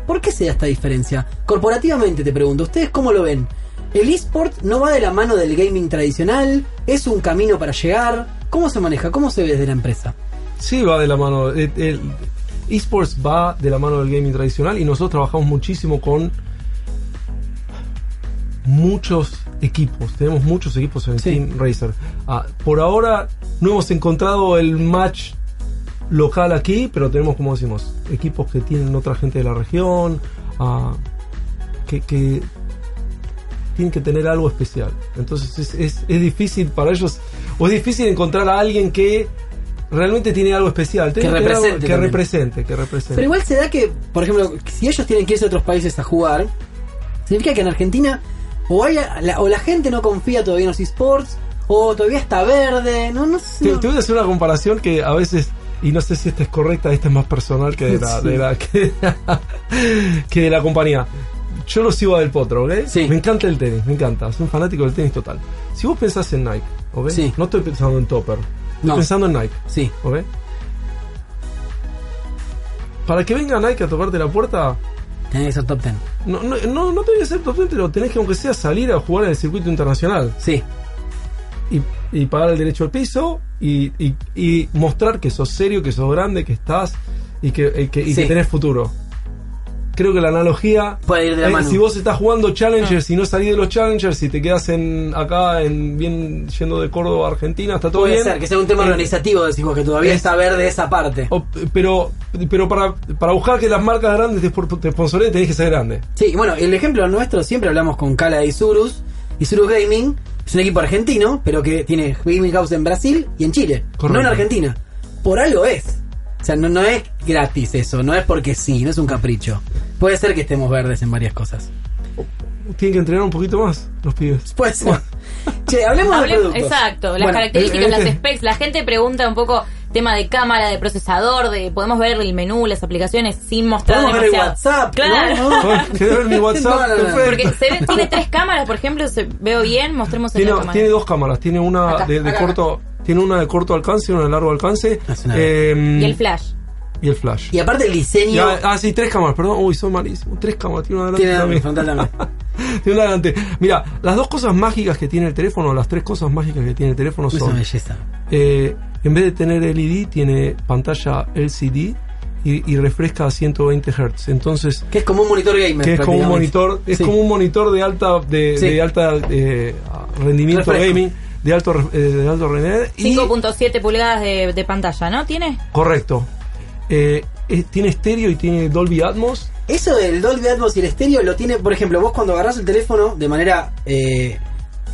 B: ¿Por qué se da esta diferencia? Corporativamente te pregunto, ¿ustedes cómo lo ven? ¿El esport no va de la mano del gaming tradicional? ¿Es un camino para llegar? ¿Cómo se maneja? ¿Cómo se ve desde la empresa?
H: Sí, va de la mano. Eh, el esports va de la mano del gaming tradicional y nosotros trabajamos muchísimo con muchos equipos. Tenemos muchos equipos en el
B: Sí.
H: Team Racer. Ah, por ahora no hemos encontrado el match local aquí, pero tenemos, como decimos, equipos que tienen otra gente de la región, ah, que, que tienen que tener algo especial. Entonces es, es- es difícil para ellos, o es difícil encontrar a alguien que realmente tiene algo especial. Tiene tener algo
B: represente
H: que
B: también.
H: represente, que represente.
B: Pero igual se da que, por ejemplo, si ellos tienen que irse a otros países a jugar, significa que en Argentina o, hay a- la, o la gente no confía todavía en los esports, o todavía está verde, no, no sé.
H: Te, te voy a hacer una comparación que a veces, y no sé si esta es correcta, esta es más personal que de la,
B: Sí.
H: de la- que, de la- que de la compañía. Yo lo sigo a Del Potro, ¿ok?
B: Sí.
H: Me encanta el tenis, me encanta. Soy un fanático del tenis total. Si vos pensás en Nike, ¿ok?
B: Sí.
H: No estoy pensando en Topper, estoy
B: No.
H: pensando en Nike,
B: Sí,
H: ¿ok? Para que venga Nike a tocarte la puerta,
B: tenés que ser top 10.
H: no, no, no, no tenés que ser top 10, pero tenés que, aunque sea, salir a jugar en el circuito internacional
B: Sí,
H: y, y pagar el derecho al piso y, y- y mostrar que sos serio, que sos grande, que estás y que, y que, y que
B: Sí.
H: tenés futuro. creo que la analogía
B: Puede ir de la
H: eh,
B: mano.
H: si vos estás jugando challengers y no salís de los challengers y te quedas en acá en bien yendo de Córdoba a Argentina está todo
B: Puede
H: bien
B: ser que sea un tema
H: Eh,
B: organizativo, decimos, que todavía
H: es-
B: está verde esa parte.
H: o- Oh, pero pero para, para buscar que las marcas grandes te, spor- te sponsoren tenés que ser grande
B: Sí, bueno, el ejemplo nuestro siempre hablamos con Cala de Isurus. Isurus Gaming es un equipo argentino, pero que tiene Gaming House en Brasil y en Chile,
H: Correcto.
B: no en Argentina. Por algo es. O sea, no, no es gratis eso, no es porque sí, no es un capricho. Puede ser que estemos verdes en varias cosas.
H: tienen que entrenar un poquito más los pibes
B: Puede ser. che, hablemos
C: Hable-
B: de productos.
C: exacto, las
B: Bueno,
C: características,
H: eh,
C: las
H: eh,
C: specs. La gente pregunta un poco tema de cámara, de procesador, de podemos ver el menú, las aplicaciones sin mostrar
B: Podemos ver el
C: demasiado.
B: WhatsApp.
C: Claro.
B: ¿no? ¿No?
H: Quiero ver mi WhatsApp,
B: No, no, no.
H: perfecto.
C: Porque se ve- tiene tres cámaras, por ejemplo, se, veo bien, mostremos en
H: tiene,
C: la cámara.
H: tiene dos cámaras tiene una
C: Acá,
H: de, de
C: acá,
H: corto tiene una de corto alcance y una de largo alcance
B: Es una-
H: Eh,
C: Y el flash.
B: Mm.
H: y el flash
B: Y aparte el diseño...
H: Y a- ah, sí, tres cámaras, perdón. Uy, son malísimos. Tres cámaras, tiene una delante.
B: Tiene
H: también.
B: frontal también.
H: Tiene una delante. Mira, las dos cosas mágicas que tiene el teléfono, las tres cosas mágicas que tiene el teléfono
B: Es una
H: son.
B: belleza.
H: eh, en vez de tener LED, tiene pantalla LCD y, y refresca a 120 Hz. Entonces,
B: Que es como un monitor gamer.
H: que es como un
B: prácticamente.
H: monitor, es
B: Sí.
H: como un monitor de alta, de,
B: Sí.
H: de alta eh, rendimiento
B: Refresco.
H: gaming, de alto, re- eh, de alto rendimiento. y-
C: 5.7 pulgadas de, de pantalla, ¿no? ¿Tiene?
H: correcto. Eh, eh, tiene estéreo y tiene Dolby Atmos.
B: Eso del Dolby Atmos y el estéreo lo tiene, por ejemplo, vos cuando agarrás el teléfono de manera eh,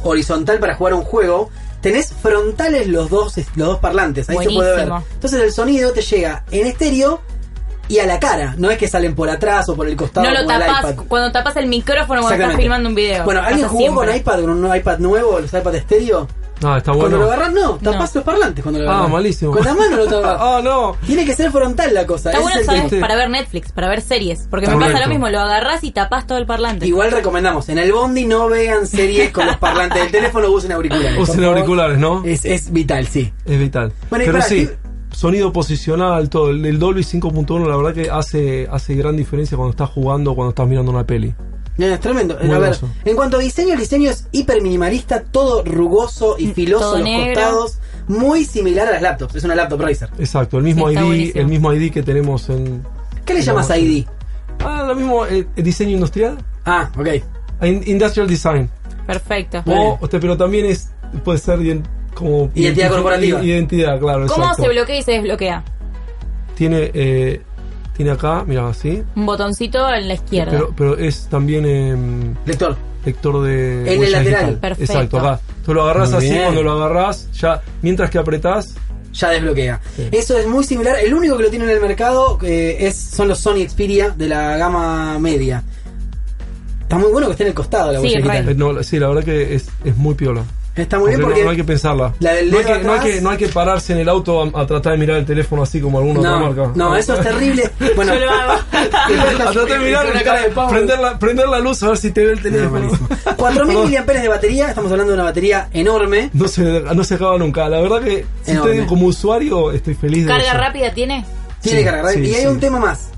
B: horizontal para jugar un juego, tenés frontales los dos, los dos parlantes, ahí se puede ver.
C: Buenísimo.
B: Entonces el sonido te llega en estéreo y a la cara, no es que salen por atrás o por el costado
C: No lo
B: como el
C: tapas
B: iPad.
C: cuando tapas el micrófono cuando estás
B: Exactamente.
C: filmando un video.
B: Bueno, ¿alguien
C: Pasa
B: jugó con
C: siempre.
B: iPad, con un iPad nuevo, los iPad estéreo?
H: Ah, está
B: Cuando lo
H: bueno.
B: agarrás, no, tapás los parlantes cuando lo
H: Ah,
B: agarrás.
H: malísimo.
B: Con la mano lo tapás.
H: Ah, no.
B: Tiene que ser frontal la cosa.
C: Está
B: ese este-
C: bueno,
B: es el tema.
C: ¿sabes?
H: Sí.
C: Para ver Netflix, para ver series. Porque me pasa
H: Correcto.
C: lo mismo, lo agarrás y tapás todo el parlante.
B: Igual recomendamos, en el Bondi no vean series con los parlantes del teléfono, usen auriculares.
H: Usen
B: por favor.
H: auriculares, ¿no?
B: Es, es vital, sí.
H: Es vital.
B: Bueno, y
H: Pero
B: pará,
H: sí,
B: ¿qué-
H: sonido posicional, todo. El, el Dolby 5.1 la verdad que hace, hace gran diferencia cuando estás jugando o cuando estás mirando una peli.
B: No, no, es tremendo.
H: Muy
B: a ver,
H: hermoso.
B: en cuanto a diseño, el diseño es hiper minimalista, todo rugoso y filoso
C: Mm, todo
B: a los
C: negro.
B: costados, muy similar a las laptops. Es una laptop Razer.
H: Exacto, el mismo
C: Sí, está
H: ID,
C: buenísimo.
H: el mismo ID que tenemos en...
B: ¿Qué le
H: No,
B: llamas
H: sí.
B: ID?
H: Ah, lo mismo, eh, eh, diseño industrial.
B: Ah, ok.
H: Ah, in- industrial design.
C: Perfecto.
H: O,
B: Bueno.
H: este, pero también es puede ser bien como...
B: Identidad
H: identifi-
B: corporativa.
H: Identidad, claro.
C: ¿Cómo
H: exacto.
C: se bloquea y se desbloquea?
H: Tiene, eh, tiene acá, mira, así.
C: Un botoncito en la izquierda.
H: Pero, pero es también... em,
B: Lector.
H: lector de
B: el
H: huella
B: lateral.
H: digital.
C: Perfecto.
H: Exacto, acá. Tú lo agarras
B: Muy
H: así,
B: bien.
H: cuando lo agarras, ya mientras que apretás,
B: ya desbloquea. Eso es muy similar. El único que lo tiene en el mercado eh, es, son los Sony Xperia de la gama media. Está muy bueno que esté en el costado la
C: Sí,
B: huella
C: es
B: digital.
H: eh, no, sí, la verdad que es, es muy piola.
B: Está muy bien
H: Porque
B: porque
H: no- no, hay que pensarla.
B: la del
H: no, hay
B: dedo
H: que, no hay
B: atrás-
H: que- no hay que pararse en el auto a, a tratar de mirar el teléfono así como alguna
B: No,
H: otra marca.
B: no, eso es terrible. Bueno,
C: Yo lo hago.
H: A tratar de mirar,
B: Una cara de pavo.
H: prender la, prender la luz a ver si te ve el
B: No,
H: teléfono.
B: buenísimo. 4.000 miliamperes de batería, estamos hablando de una batería enorme.
H: No se, no se acaba nunca. La verdad que si te
B: Enorme.
H: digo como usuario, estoy feliz de
C: ¿Carga
H: eso.
C: rápida tiene?
B: Tiene
H: Sí,
B: carga, ¿verdad?
H: sí,
B: y hay
H: sí.
B: un tema más.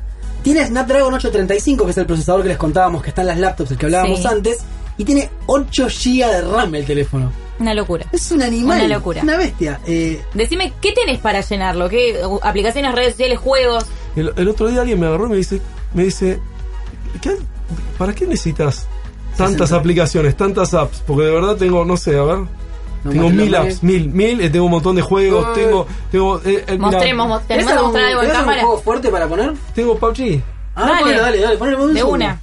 B: Tiene Snapdragon 835, que es el procesador que les contábamos que está en las laptops, el que hablábamos
C: Sí.
B: antes. Y tiene 8 GB de RAM el teléfono.
C: Una locura.
B: Es un animal.
C: Una locura.
B: Una bestia. Eh,
C: Decime, ¿qué tenés para llenarlo? ¿Qué uh, aplicaciones, redes sociales, juegos?
H: El, el otro día alguien me agarró y me dice, me dice "¿Qué- ¿para qué necesitas tantas aplicaciones, tantas apps? Porque de verdad tengo, no sé, a ver.
B: No,
H: tengo
B: mate,
H: mil
B: lo
H: apps, mil, mil, eh, tengo un montón de juegos,
B: Ay.
H: tengo, tengo, eh, eh, mira,
C: Mostremos, mo- ¿tenemos
B: ¿tenés
C: que mostrar
B: algún-
C: algo en
B: tenés algún
C: cámara?
B: juego fuerte para poner?
H: tengo PUBG,
B: Ah,
C: Dale.
B: ponelo, dale, dale, ponelo, ponelo un
C: De
B: segundo.
C: una.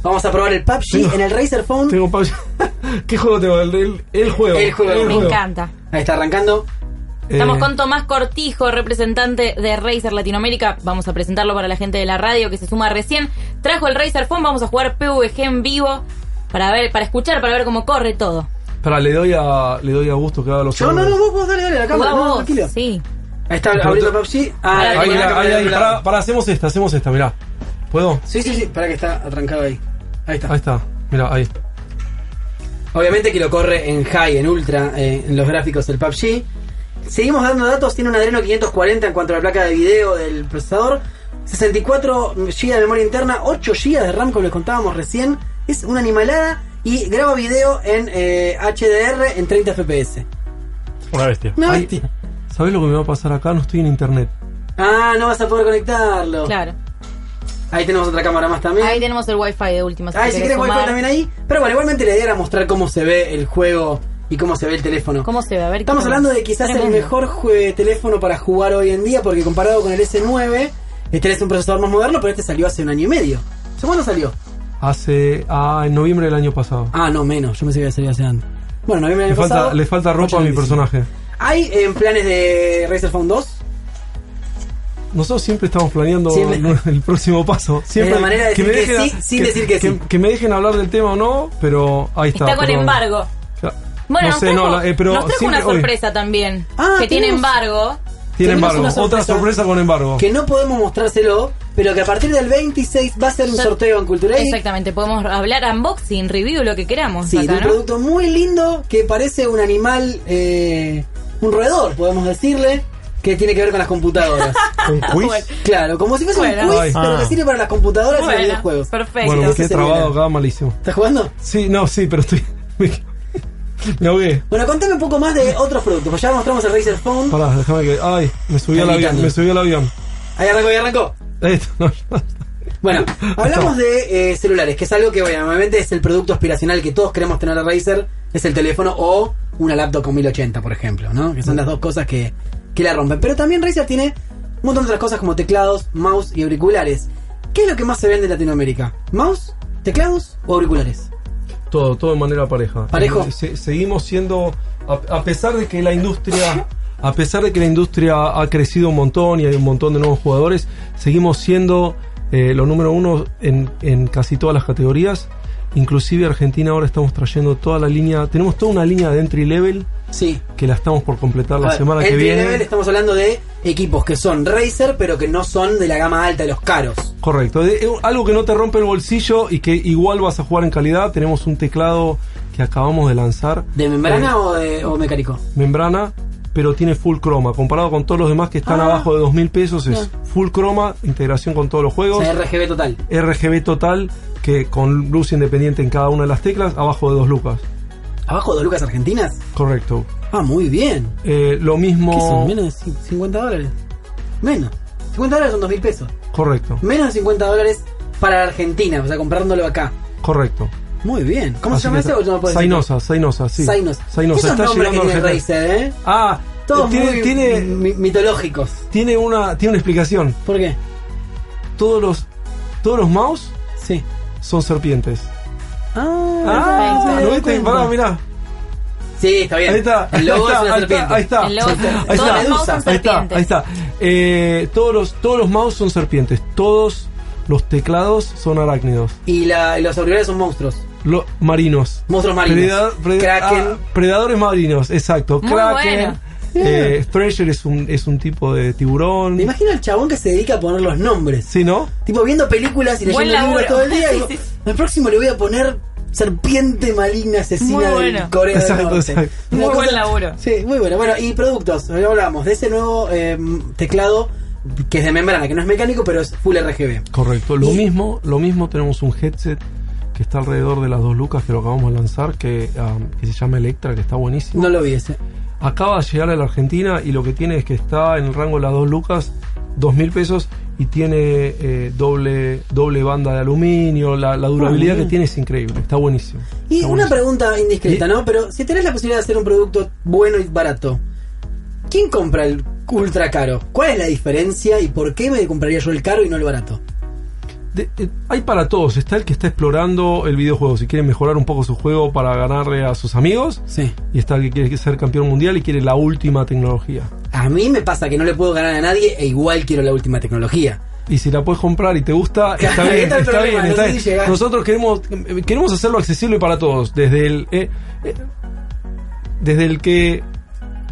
B: Vamos a probar el PUBG
H: Tengo-
B: en el Razer Phone.
H: tengo PUBG. ¿Qué juego tengo? El, el- el juego.
B: El juego.
C: Me
B: Juego.
C: encanta.
B: Ahí está arrancando.
C: Estamos
H: Eh,
C: con Tomás Cortijo, representante de Razer Latinoamérica. Vamos a presentarlo para la gente de la radio que se suma recién. Trajo el Razer Phone, vamos a jugar PvG en vivo para ver, para escuchar, para ver cómo corre todo.
H: Pará, le doy a, le doy a Gusto que haga los
B: Yo, no,
H: honores.
B: no, vos, vos, dale, dale, la cámara.
C: Jugá
B: No,
C: vos,
B: tranquilo.
C: sí.
B: Ahí está
H: Pero
B: abriendo
H: tú-
B: PUBG.
C: Ahí,
B: Ah,
H: Ahí,
B: ahí,
H: ahí, ahí,
B: ahí,
H: pará, pará, hacemos esta, hacemos esta, mirá. ¿Puedo?
B: Sí, sí, sí, para que está arrancado ahí. Ahí está.
H: Ahí está, mirá, ahí.
B: Obviamente que lo corre en high, en ultra, eh, en los gráficos del PUBG. Seguimos dando datos, tiene un Adreno 540 en cuanto a la placa de video del procesador, 64 GB de memoria interna, 8 GB de RAM como les contábamos recién, es una animalada y graba video en eh, HDR en 30 FPS.
E: Una bestia.
B: Una
H: Ahí.
B: bestia.
H: ¿Sabés lo que me va a pasar acá? No estoy en internet.
B: Ah, no vas a poder conectarlo.
C: Claro.
B: Ahí tenemos otra cámara más también.
C: Ahí tenemos el wifi de última.
B: Ah, y si querés wifi
C: sumar.
B: también ahí. Pero bueno, igualmente la idea era mostrar cómo se ve el juego y cómo se ve el teléfono.
C: ¿Cómo se ve? A ver.
B: Estamos
C: ¿qué
B: hablando
C: tenemos?
B: de quizás el
C: Tremendo.
B: mejor jue- teléfono para jugar hoy en día, porque comparado con el S9, este es un procesador más moderno, pero este salió hace un año y medio. ¿Hace cuándo salió?
H: Hace. Ah, en noviembre del año pasado.
B: Ah, no, menos. Yo me que había salido hace antes. Bueno, noviembre del
H: le,
B: año
H: falta,
B: pasado,
H: le falta ropa a mi
B: 8.25.
H: personaje.
B: ¿Hay en planes de Razer Phone 2?
H: Nosotros siempre estamos planeando
B: Siempre.
H: el próximo paso. Siempre
B: la manera de decir que sí,
H: a-
B: sin decir que sí.
H: que me dejen hablar del tema o no, pero ahí está.
C: Está con
H: pero-
C: embargo.
H: Ya.
C: Bueno,
H: no
C: nos
H: sé,
C: trajo,
H: no, la- eh, pero
C: nos trajo
H: siempre-
C: una
H: hoy,
C: sorpresa también.
B: Ah,
C: que tiene
B: tenemos-
C: embargo.
H: tiene
B: Tenemos
H: embargo,
B: una sorpresa.
H: otra sorpresa con embargo.
B: Que no podemos mostrárselo, pero que a partir del 26 va a ser un
C: Ya-
B: sorteo en Cultura Geek.
C: Exactamente, podemos hablar unboxing, review, lo que queramos.
B: Sí, de
C: acá,
B: un
C: ¿no?
B: producto muy lindo que parece un animal, eh, un roedor, podemos decirle, que tiene que ver con las computadoras.
H: ¿Un quiz?
B: claro, como si fuese
C: Bueno.
B: un quiz,
H: Ay.
B: pero
E: Ah.
B: que sirve para las computadoras y los
C: Bueno,
B: videojuegos.
C: perfecto.
H: bueno, me
B: Entonces
H: quedé
B: se
H: trabado
B: viene.
H: acá, malísimo.
B: ¿Estás jugando?
H: Sí, no, sí, pero estoy. Me, me ahogué.
B: Bueno, contame un poco más de otros productos, pues ya mostramos el Razer Phone.
H: Pará, déjame que. Ay, me subí al
B: Ahí
H: avión,
B: está.
H: me subí al avión.
B: Ahí arrancó, ahí arrancó.
H: Esto, no, no.
B: Bueno, hablamos de eh, celulares, que es algo que bueno, obviamente es el producto aspiracional que todos queremos tener de Razer, es el teléfono o una laptop con 1080, por ejemplo, ¿no? Que son las dos cosas que, que la rompen. Pero también Razer tiene un montón de otras cosas como teclados, mouse y auriculares. ¿Qué es lo que más se vende en Latinoamérica? ¿Mouse, teclados o auriculares?
H: Todo, todo de manera pareja.
B: Parejo.
H: Eh, se- seguimos siendo, a, a pesar de que la industria, a pesar de que la industria ha crecido un montón y hay un montón de nuevos jugadores, seguimos siendo eh, lo número uno en, en casi todas las categorías. Inclusive Argentina ahora estamos trayendo toda la línea, tenemos toda una línea de entry level
B: Sí.
H: que la estamos por completar
B: A
H: la
B: ver,
H: semana que
B: entry
H: viene.
B: level estamos hablando de equipos que son Razer, pero que no son de la gama alta, de los caros.
H: Correcto, De- eh, algo que no te rompe el bolsillo y que igual vas a jugar en calidad. Tenemos un teclado que acabamos de lanzar.
B: ¿De membrana o, de, o mecánico?
H: membrana, pero tiene full croma. Comparado con todos los demás que están
B: Ah.
H: abajo de 2.000 pesos, es full croma, integración con todos los
B: O
H: juegos,
B: sea, RGB total.
H: RGB total, que con luz independiente en cada una de las teclas, abajo de 2 lucas.
B: ¿Abajo de lucas argentinas?
H: Correcto.
B: Ah, muy bien.
H: Eh,
B: ¿Qué
H: lo
B: son?
H: mismo.
B: Menos de cin- 50 dólares. Menos. 50 dólares son 2.000 pesos.
H: Correcto,
B: Menos de 50 dólares para Argentina, o sea, comprándolo acá.
H: correcto.
B: Muy bien. ¿Cómo
H: Así
B: se llama
H: que
B: ese?
H: está-
B: o no puedes
H: Sainosa, Sainosa, sí.
B: decir? Zainos.
H: Sainosa,
B: Esos
H: está
B: nombres que
H: llegando a
B: tiene
H: Argentina.
B: Razer, ¿eh?
H: Ah,
B: Todos
H: tiene,
B: muy
H: tiene-
B: mi- mitológicos.
H: tiene una, tiene una explicación.
B: ¿Por qué?
H: Todos los, todos los mouse
B: Sí.
H: son serpientes.
B: Ah, me
H: ¿lo
B: doy
H: viste?
B: cuenta.
H: Pará, mirá.
B: Sí, está bien.
H: Ahí está,
B: El logo
H: ahí está,
B: es una
H: ahí
B: serpiente.
H: está, ahí está.
C: El logo es una-
H: Ahí
C: todos
H: está.
C: los mouse son
H: Ahí está,
C: serpientes.
H: ahí está. Eh, todos, los, todos los mouse son serpientes. Todos los teclados son arácnidos.
B: Y, la, y los auriculares son monstruos.
H: Los marinos.
B: Monstruos marinos.
H: Predador- pred-
B: Kraken.
H: ah, predadores marinos, exacto.
C: Muy
H: Kraken.
C: bueno.
H: Eh, Thresher es un, es un tipo de tiburón.
B: Me imagino al chabón que se dedica a poner los nombres.
H: ¿Sí, no?
B: Tipo viendo películas y
C: Buen
B: leyendo libros todo
C: laburo.
B: el día.
C: Sí,
B: digo,
C: sí, sí.
B: Al próximo le voy a poner serpiente maligna
C: Muy
B: asesina de
C: bueno.
B: Corea del
H: Exacto,
B: Norte.
H: exacto.
B: Una
C: Muy buen laburo.
B: Sí, muy bueno. Bueno, y productos. Ahora hablamos de ese nuevo eh, teclado que es de membrana, que no es mecánico, pero es full RGB.
H: Correcto. Lo mismo, lo mismo tenemos un headset que está alrededor de las dos lucas que lo acabamos de lanzar, que, ah, que se llama Electra, que está buenísimo.
B: No lo vi ese.
H: acaba de llegar a la Argentina y lo que tiene es que está en el rango de las dos lucas, dos mil pesos y tiene eh, doble, doble banda de aluminio, la, la durabilidad que tiene es increíble, está buenísimo.
B: Ah, Y
H: está
B: una
H: buenísimo.
B: pregunta indiscreta,
H: Y-
B: ¿no? Pero si tenés la posibilidad de hacer un producto bueno y barato, ¿quién compra el ultra caro? ¿Cuál es la diferencia y por qué me compraría yo el caro y no el barato?
H: De- eh, hay para todos, está el que está explorando el videojuego, si quiere mejorar un poco su juego para ganarle a sus amigos,
B: Sí.
H: y está el que quiere ser campeón mundial y quiere la última tecnología.
B: A mí me pasa que no le puedo ganar a nadie e igual quiero la última tecnología.
H: Y si la puedes comprar y te gusta, está
B: Claro, ahí
H: bien,
B: está el
H: está
B: problema,
H: bien,
B: no
H: está
B: sé
H: bien.
B: si llegás.
H: Nosotros queremos, queremos hacerlo accesible para todos, desde el eh, eh, desde el que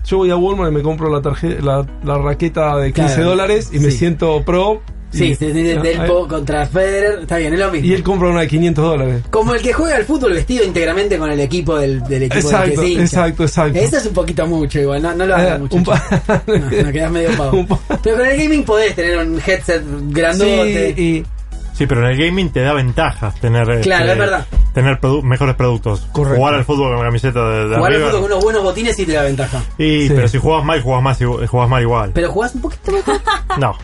H: yo voy a Walmart y me compro la tarjeta la, la raqueta de 15
B: Claro,
H: dólares y me
B: sí.
H: siento pro.
B: Sí,
H: y,
B: sí, sí,
H: ah,
B: del
H: eh,
B: Po contra Federer, está bien, es lo mismo.
H: y él compra una de 500 dólares.
B: Como el que juega al fútbol vestido íntegramente con el equipo del, del equipo del que
H: Exacto,
B: se hincha.
H: exacto, exacto.
B: Eso es un poquito mucho igual, no, no lo hagas
H: Eh,
B: mucho.
H: un pa-
B: no, no, quedás medio pavo.
H: Un pa-
B: Pero con el gaming podés tener un headset grandote.
H: Sí, y-
E: Sí, pero en el gaming te da ventajas tener. este,
B: Claro, es verdad.
E: Tener produ- mejores productos.
H: Correcto.
E: Jugar al fútbol con la camiseta de, de
B: Jugar al
E: River.
B: fútbol con unos buenos botines y te da ventaja.
E: Y,
H: Sí.
E: Pero si jugás mal, jugás, más, igu- jugás mal igual.
B: Pero jugás un poquito mejor.
E: No.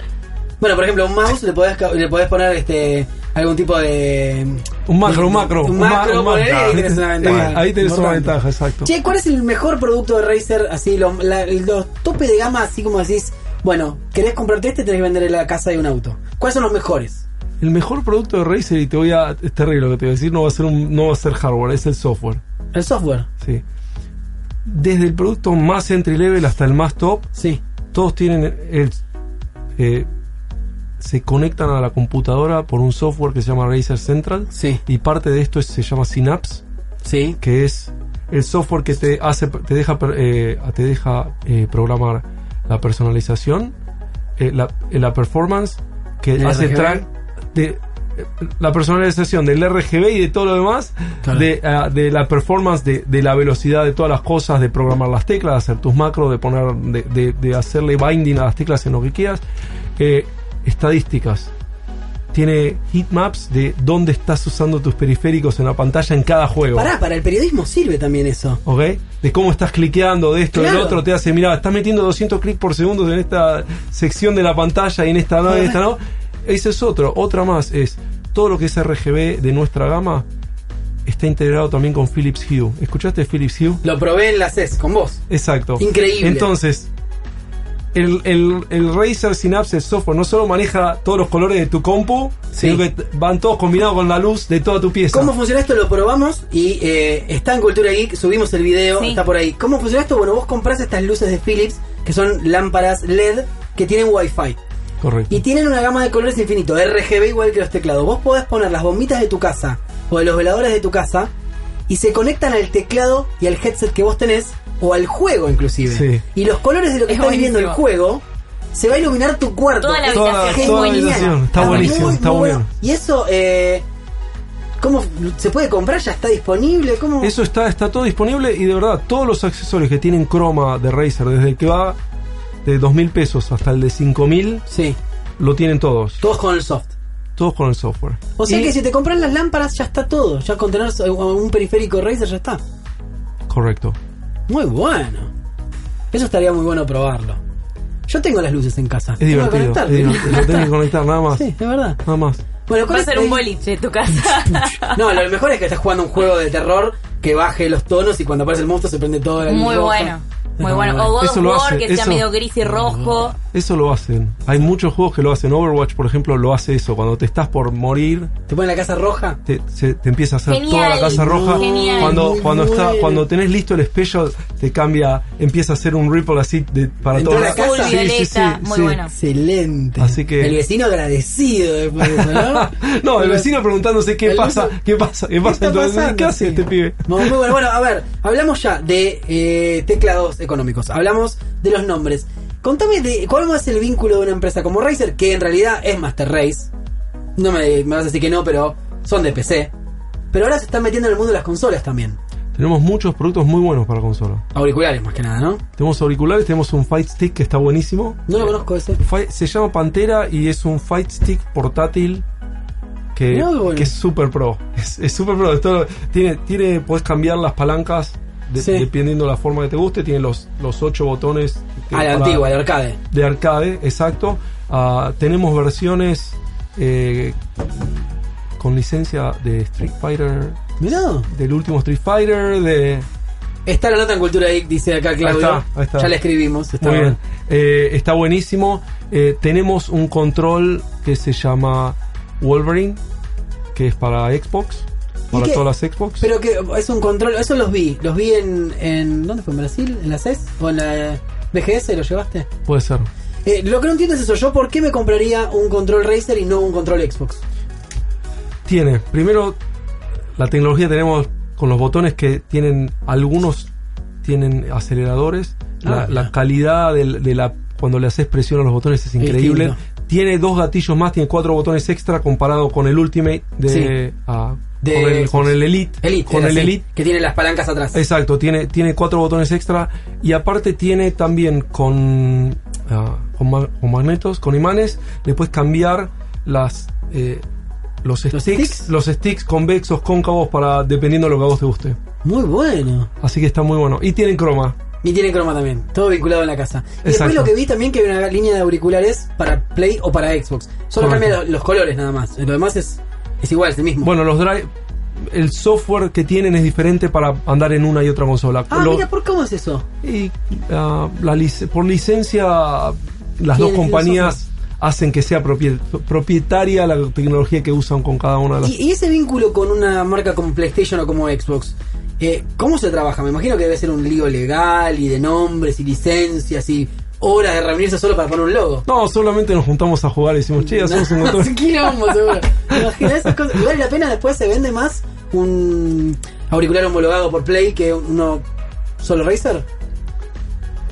B: Bueno, por ejemplo, un mouse le podés, ca- le podés poner este algún tipo de. mm,
H: Un macro, un macro.
B: Un
H: ma-
B: macro,
H: un
B: poner, y ahí
H: macro.
B: tenés una
H: Eh,
B: ventaja.
H: Ahí tenés una
B: Importante.
H: ventaja, exacto.
B: Che, ¿cuál es el mejor producto de Razer? Así, los, la- los tope de gama, así como decís, bueno, querés comprarte este, tenés que vender la casa y un auto. ¿Cuáles son los mejores?
H: El mejor producto de Razer, y te voy a. Es terrible lo que te voy a decir, no va a ser, un, no va a ser hardware, es el software.
B: El software.
H: Sí. Desde el producto más entry level hasta el más top,
B: Sí.
H: todos tienen el. eh, se conectan a la computadora por un software que se llama Razer Central.
B: Sí.
H: Y parte de esto es- se llama Synapse,
B: Sí.
H: que es el software que te hace te deja per- eh, te deja eh, programar la personalización, eh, la, eh, la performance que
B: ¿El
H: hace
B: RGB?
H: track de eh, la personalización del RGB y de todo lo demás,
B: Claro.
H: de, ah, de la performance, de, de la velocidad de todas las cosas, de programar las teclas, de hacer tus macros, de poner, de, de- de hacerle binding a las teclas en lo que quieras, Eh, estadísticas, tiene heatmaps de dónde estás usando tus periféricos en la pantalla en cada juego.
B: Pará, para el periodismo sirve también eso.
H: ¿Ok? De cómo estás cliqueando, de esto,
B: Claro.
H: del otro, te hace, mira, estás metiendo 200 clics por segundo en esta sección de la pantalla y en esta no, y en esta no. Ese es otro. Otra más es, todo lo que es RGB de nuestra gama está integrado también con Philips Hue. ¿Escuchaste Philips Hue?
B: Lo probé en la CES con vos.
H: Exacto.
B: Increíble.
H: Entonces, el, el, el Razer Synapse, el software, no solo maneja todos los colores de tu compu,
B: Sí.
H: sino que t- van todos combinados con la luz de toda tu pieza.
B: ¿Cómo funciona esto? Lo probamos y eh, está en Cultura Geek, subimos el video,
C: Sí.
B: está por ahí. ¿Cómo funciona esto? Bueno, vos compras estas luces de Philips, que son lámparas LED, que tienen Wi-Fi.
H: Correcto.
B: Y tienen una gama de colores infinito, RGB igual que los teclados. Vos podés poner las bombitas de tu casa o de los veladores de tu casa y se conectan al teclado y al headset que vos tenés o al juego inclusive.
H: Sí.
B: Y los colores de lo que
C: Es
B: está viviendo el
C: buenísimo.
B: juego se va a iluminar tu cuarto.
C: Toda la
B: Es Ah,
C: habitación.
H: Toda,
C: Es
H: toda la
C: genial.
H: habitación. Está buenísimo,
B: muy,
H: está
B: muy
H: muy
B: bueno.
H: bien.
B: Y eso, eh, ¿cómo se puede comprar? ¿Ya está disponible? ¿Cómo?
H: Eso está, está todo disponible y de verdad, todos los accesorios que tienen croma de Razer, desde el que va de 2.000 pesos hasta el de 5.000,
B: Sí,
H: lo tienen todos.
B: todos con el soft.
H: Todos con el software.
B: O sea
H: Y-
B: que si te compras las lámparas ya está todo. Ya con tener un periférico Razer ya está.
H: Correcto.
B: Muy bueno. Eso estaría muy bueno probarlo. Yo tengo las luces en casa.
H: Es
B: Tengo que
H: divertido. Es
B: conectar.
H: divertido. Lo tenés que conectar, nada más.
B: Sí, es verdad.
H: Nada más.
B: Bueno,
C: Va
B: ¿cuál
C: a
B: es
C: ser
B: el-
C: un boliche tu casa.
B: No, lo mejor es que estás jugando un juego de terror que baje los tonos y cuando aparece el monstruo se prende todo la luz
C: Muy
B: roja.
C: bueno. Muy
B: Está
C: bueno. O God of
H: Eso lo
C: War,
H: hace,
C: que sea
H: eso.
C: medio gris y rojo.
H: Eso lo hacen. Hay muchos juegos que lo hacen. Overwatch, por ejemplo, lo hace eso. Cuando te estás por morir,
B: Te ponen la casa roja.
H: te, se- te empieza a hacer
C: Genial.
H: toda la casa roja.
C: Genial.
H: Cuando,
B: Muy
H: cuando, está,
B: bueno.
H: cuando tenés listo el espejo, te cambia, empieza a hacer un ripple así de, para
B: En
H: toda
B: toda la
C: Azul,
B: casa. Sí,
C: violeta. Muy bueno.
B: Excelente.
H: Así que-
B: El vecino agradecido después de eso, ¿no?
H: No, el vecino preguntándose qué
B: El
H: pasa,
B: vecino-
H: qué pasa, qué pasa.
B: está
H: Entonces,
B: pasando?
H: ¿Qué hace
B: Sí.
H: este pibe?
B: No, muy bueno, bueno, a ver, hablamos ya de eh, teclados económicos, hablamos de los nombres. Contame de cuál es el vínculo de una empresa como Razer, que en realidad es Master Race. No me, me vas a decir que no, pero son de PC. Pero ahora se están metiendo en el mundo de las consolas también.
H: Tenemos muchos productos muy buenos para consola.
B: Auriculares más que nada, ¿no?
H: Tenemos auriculares, tenemos un Fight Stick que está buenísimo.
B: No lo conozco ese.
H: Fi- Se llama Pantera y es un Fight Stick portátil que,
B: Mirá, bueno.
H: que es super pro. Es, es super pro. Esto tiene, tiene, puedes cambiar las palancas de-
B: Sí.
H: dependiendo la forma que te guste. Tiene los, los ocho botones. que
B: A Ah, la
H: para-
B: antigua, al arcade.
H: de arcade, exacto. Ah, tenemos versiones eh, con licencia de Street Fighter,
B: Mirá.
H: del último Street Fighter, de...
B: Está la nota en Cultura Geek, dice acá Claudio.
H: Ahí está, ahí está.
B: Ya la escribimos. Está
H: Muy bien.
B: bueno.
H: Eh, está buenísimo. Eh, tenemos un control que se llama Wolverine, que es para Xbox,
B: ¿Y
H: para
B: qué?
H: todas las Xbox.
B: Pero que es un control, eso los vi, los vi en, en ¿dónde fue? ¿En Brasil? ¿En la CES? ¿O en la BGS? ¿Lo llevaste?
H: Puede ser.
B: Eh, lo que no entiendo es eso, yo por qué me compraría un control Razer y no un control Xbox.
H: Tiene, primero, la tecnología tenemos con los botones que tienen, algunos tienen aceleradores. La,
B: Ah,
H: la
B: mira.
H: calidad del- de, la, cuando le haces presión a los botones es increíble.
B: Distinto.
H: Tiene dos gatillos más, tiene cuatro botones extra comparado con el Ultimate de,
B: Sí.
H: ah,
B: De
H: con, el,
B: Xbox.
H: con el Elite.
B: Elite,
H: con
B: era
H: el
B: así,
H: Elite.
B: Que tiene las palancas atrás.
H: Exacto, tiene, tiene cuatro botones extra y aparte tiene también con, ah, con, ma- con magnetos, con imanes, le puedes cambiar las, eh, los, sticks,
B: sticks?
H: los sticks convexos, cóncavos, para dependiendo de lo que a vos te guste.
B: Muy bueno.
H: Así que está muy bueno. Y tienen croma.
B: Ni tiene croma también. Todo vinculado en la casa. Y después
H: Exacto.
B: lo que vi también que hay una línea de auriculares para Play o para Xbox. Solo
H: Correcto.
B: cambia lo- los colores nada más. Lo demás es, es igual, es el mismo.
H: Bueno, los drive. El software que tienen es diferente para andar en una y otra consola.
B: ah,
H: Lo-
B: mira, ¿por cómo es eso?
H: y, ah, la lic- por licencia, las
B: Sí,
H: dos
B: el-
H: compañías hacen que sea propie- propietaria la tecnología que usan con cada una de las.
B: Y, y ese vínculo con una marca como PlayStation o como Xbox, eh, ¿cómo se trabaja? Me imagino que debe ser un lío legal y de nombres y licencias y horas de reunirse solo para poner un logo.
H: No, solamente nos juntamos a jugar y decimos, che, hacemos un montón.
B: Un quilombo, seguro. ¿Te imaginas esas cosas? Igual la pena después se vende más un auricular homologado por Play que uno solo Razer.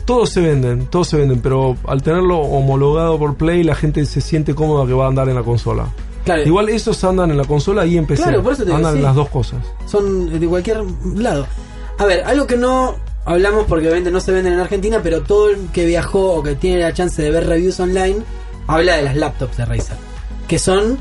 H: Todos se venden, todos se venden, pero al tenerlo homologado por Play, la gente se siente cómoda que va a andar en la consola.
B: Claro,
H: Igual esos andan en la consola y en PC.
B: Claro, por eso te digo,
H: andan
B: sí.
H: las dos cosas.
B: son de cualquier lado. A ver, algo que no hablamos porque obviamente no se venden en Argentina, pero todo el que viajó o que tiene la chance de ver reviews online habla de las laptops de Razer, que son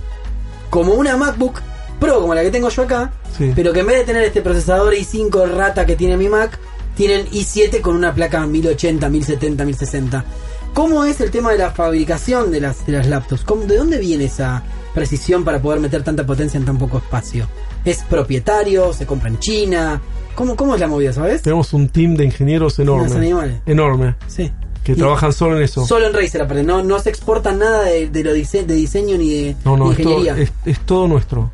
B: como una MacBook Pro, como la que tengo yo acá,
H: Sí.
B: pero que en vez de tener este procesador i5 rata que tiene mi Mac, tienen i7 con una placa 1080, 1070, 1060. ¿Cómo es el tema de la fabricación de las, de las laptops? ¿Cómo- ¿De dónde viene esa precisión para poder meter tanta potencia en tan poco espacio? ¿Es propietario? ¿Se compra en China? ¿Cómo, cómo es la movida, sabes?
H: Tenemos un team de ingenieros
B: Los
H: enorme.
B: animales.
H: Enorme.
B: Sí.
H: Que
B: Y-
H: trabajan solo en eso.
B: Solo en Razer, aparte. No, no se exporta nada de, de lo dise- de diseño ni de
H: no,
B: ni
H: no, es todo,
B: ingeniería.
H: es, es todo nuestro.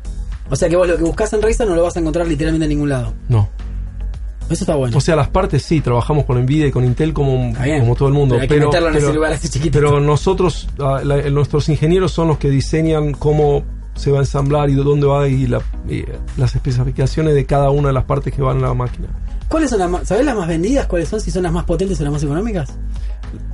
B: O sea que vos lo que buscas en Razer no lo vas a encontrar literalmente en ningún lado.
H: No.
B: Eso está bueno.
H: O sea, las partes sí, trabajamos con Nvidia y con Intel como,
B: Está bien.
H: como todo el mundo.
B: Pero hay que
H: pero,
B: meterlo en ese
H: pero-
B: lugar así chiquitito.
H: pero nosotros, ah, la- nuestros ingenieros son los que diseñan cómo se va a ensamblar y dónde va y, la- y eh, las especificaciones de cada una de las partes que van a la máquina.
B: ¿Cuáles son las más, ¿Sabés las más vendidas? ¿Cuáles son? Si son las más potentes o las más económicas.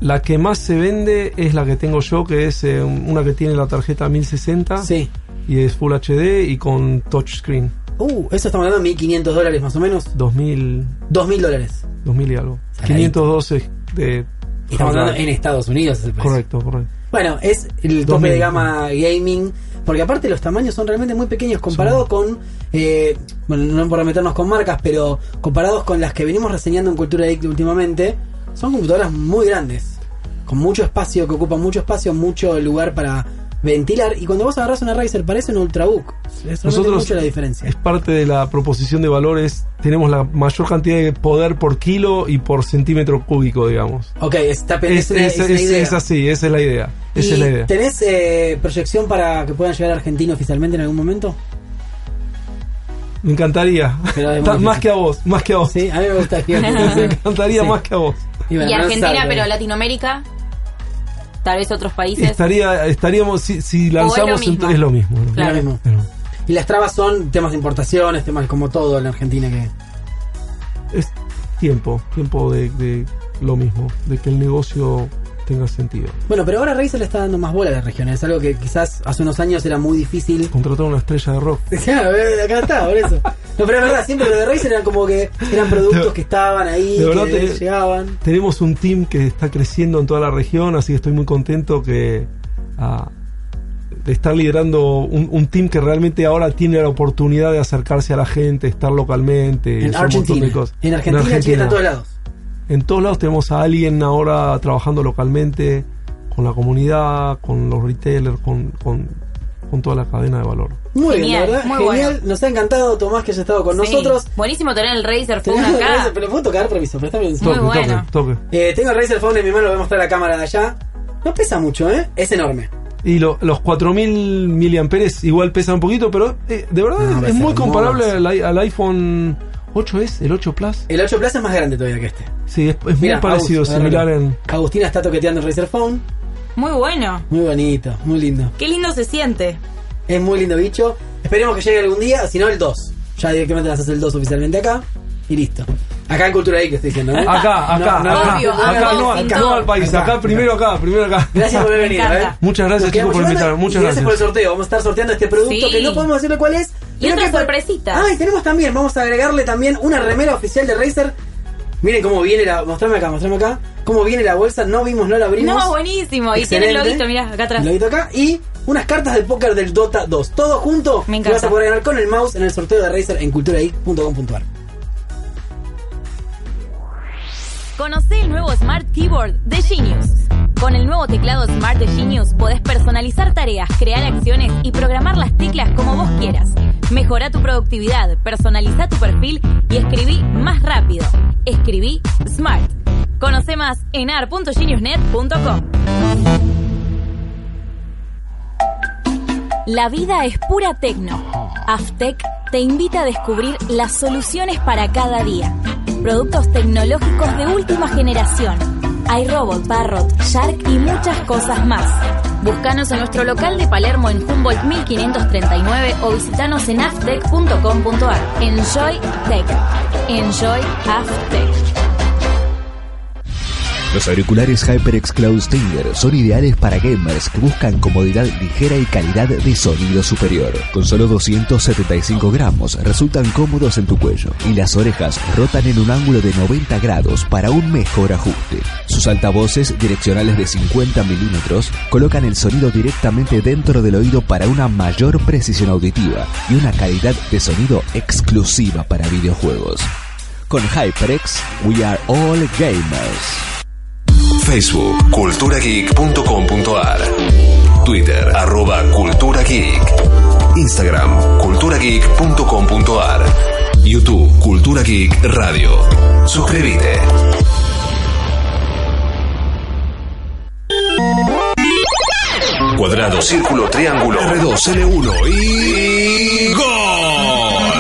H: La que más se vende es la que tengo yo, que es eh, una que tiene la tarjeta 1060
B: Sí.
H: y es Full HD y con touchscreen.
B: Uh, eso estamos hablando de 1.500 dólares más o menos.
H: 2000,
B: 2.000 dólares.
H: 2000 y algo.
B: Saladito.
H: 512 de...
B: Y Estamos hablando en Estados Unidos. es el precio.
H: Correcto, correcto.
B: Bueno, es el tope
H: 2000.
B: de gama gaming. Porque aparte los tamaños son realmente muy pequeños comparado con... eh, bueno, no por meternos con marcas, pero comparados con las que venimos reseñando en Cultura Geek últimamente, son computadoras muy grandes. Con mucho espacio, que ocupan mucho espacio, mucho lugar para ventilar. Y cuando vos agarrás una Razer parece un Ultrabook. Es realmente
H: Nosotros-
B: mucho la diferencia.
H: Es parte de la proposición de valores. Tenemos la mayor cantidad de poder por kilo y por centímetro cúbico, digamos.
B: Ok, está
H: Es,
B: pendiente.
H: es- es- es así, esa es la idea. Esa es la idea.
B: ¿Tenés eh, proyección para que puedan llegar a Argentina oficialmente en algún momento?
H: Me encantaría.
B: Pero es muy
H: Ta- más
B: difícil.
H: que a vos, más que a vos.
B: Sí, a mí me gusta. que-
H: Me encantaría
B: Sí.
H: más que a vos.
B: bueno,
C: y
B: no
C: Argentina,
B: sabe.
C: pero Latinoamérica, tal vez otros países.
H: Estaría, estaríamos, si, si lanzamos,
C: mismo.
H: ento- es lo mismo. ¿no?
C: Claro.
B: Lo mismo.
H: Pero
B: Y las trabas son temas de importaciones, temas como todo en Argentina que...
H: es tiempo, tiempo de, de lo mismo, de que el negocio tenga sentido.
B: Bueno, pero ahora Razer le está dando más bola a las regiones. Es algo que quizás hace unos años era muy difícil.
H: Contratar una estrella de rock.
B: Claro, eh, acá está, por eso. No, pero es verdad, siempre lo de Razer eran como que eran productos que estaban ahí,
H: de verdad
B: que
H: te-
B: llegaban.
H: Tenemos un team que está creciendo en toda la región, así que estoy muy contento que ah, de estar liderando un, un team que realmente ahora tiene la oportunidad de acercarse a la gente, estar localmente. y
B: En
H: hacer un montón
B: Argentina.
H: de cosas.
B: En Argentina, Chile, en todos lados.
H: En todos lados tenemos a alguien ahora trabajando localmente con la comunidad, con los retailers, con, con- con toda la cadena de valor.
B: Muy bien, la
C: Genial,
B: verdad,
C: muy
B: genial.
C: bueno.
B: Nos ha encantado Tomás que haya estado con
C: Sí.
B: nosotros.
C: Buenísimo tener el Razer Phone
B: Tenemos el
C: acá.
B: Razer, pero puedo tocar permiso, préstame un segundo.
H: Toque,
C: bueno.
H: toque, toque.
B: Eh, tengo el Razer Phone en mi mano, lo voy a mostrar a la cámara de allá. No pesa mucho, ¿eh? Es enorme.
H: Y lo- los 4000 miliamperes igual pesan un poquito, pero eh, de verdad
B: No,
H: es-
B: va a
H: es,
B: ser
H: muy
B: hermoso.
H: comparable al, i- al iPhone 8S, el 8 Plus.
B: El 8 Plus es más grande todavía que este.
H: Sí, es, es
B: Mirá,
H: muy parecido,
B: Agus,
H: similar
B: agárralo.
H: en...
B: Agustina está toqueteando el Razer Phone.
C: Muy bueno.
B: Muy bonito, muy lindo.
C: Qué lindo se siente.
B: Es muy lindo bicho. Esperemos que llegue algún día, si no el 2. Ya directamente lanzas el 2 oficialmente acá. Y listo. Acá en Cultura Geek estoy diciendo, ¿eh?
H: Acá, acá,
B: No, no,
H: acá,
C: obvio,
H: acá,
C: obvio,
H: no,
C: sin
H: acá
C: todo.
H: no al país, acá,
B: Acá,
H: primero acá, primero acá.
B: Gracias por haber
C: Me
B: venido, ¿eh?
C: encanta.
H: Muchas
B: Nos
H: gracias chicos
B: quedamos
H: por
B: llevando
H: invitarme,
B: y
H: muchas
B: gracias.
H: gracias.
B: por el sorteo. Vamos a estar sorteando este producto
C: Sí.
B: que no podemos decirle cuál es. pero
C: otras
B: que-
C: sorpresitas.
B: Ah, y tenemos también, vamos a agregarle también una remera oficial de Razer. Miren cómo viene la. Mostrame acá, mostrame acá. Cómo viene la bolsa. No vimos, no la abrimos.
C: No, buenísimo. Y tiene el
B: Excelente.
C: loguito, mirá, acá atrás.
B: El loguito acá. Y unas cartas de póker del Dota 2. Todo junto.
C: Me
B: lo
C: encanta.
B: vas a poder ganar con el mouse en el sorteo de Razer en culturageek.com.ar.
G: Conoce el nuevo Smart Keyboard de Genius. Con el nuevo teclado Smart de Genius podés personalizar tareas, crear acciones y programar las teclas como vos quieras. Mejora tu productividad, personaliza tu perfil y escribí más rápido. Escribí Smart. Conoce más en ar.geniusnet.com. La vida es pura tecno. Aftec te invita a descubrir las soluciones para cada día. Productos tecnológicos de última generación. Hay robot, Parrot, Shark y muchas cosas más. Búscanos en nuestro local de Palermo en Humboldt 1539 o visitanos en aftec.com.ar. Enjoy Tech. Enjoy Aftec.
F: Los auriculares HyperX Cloud Stinger son ideales para gamers que buscan comodidad ligera y calidad de sonido superior. Con solo 275 gramos resultan cómodos en tu cuello y las orejas rotan en un ángulo de 90 grados para un mejor ajuste. Sus altavoces direccionales de 50 milímetros colocan el sonido directamente dentro del oído para una mayor precisión auditiva y una calidad de sonido exclusiva para videojuegos. Con HyperX, we are all gamers.
I: Facebook, culturageek.com.ar. Twitter, arroba culturageek. Instagram, culturageek.com.ar. YouTube, Cultura Geek Radio. Suscríbete. Cuadrado, círculo, triángulo, R2, L1 y... ¡Gol!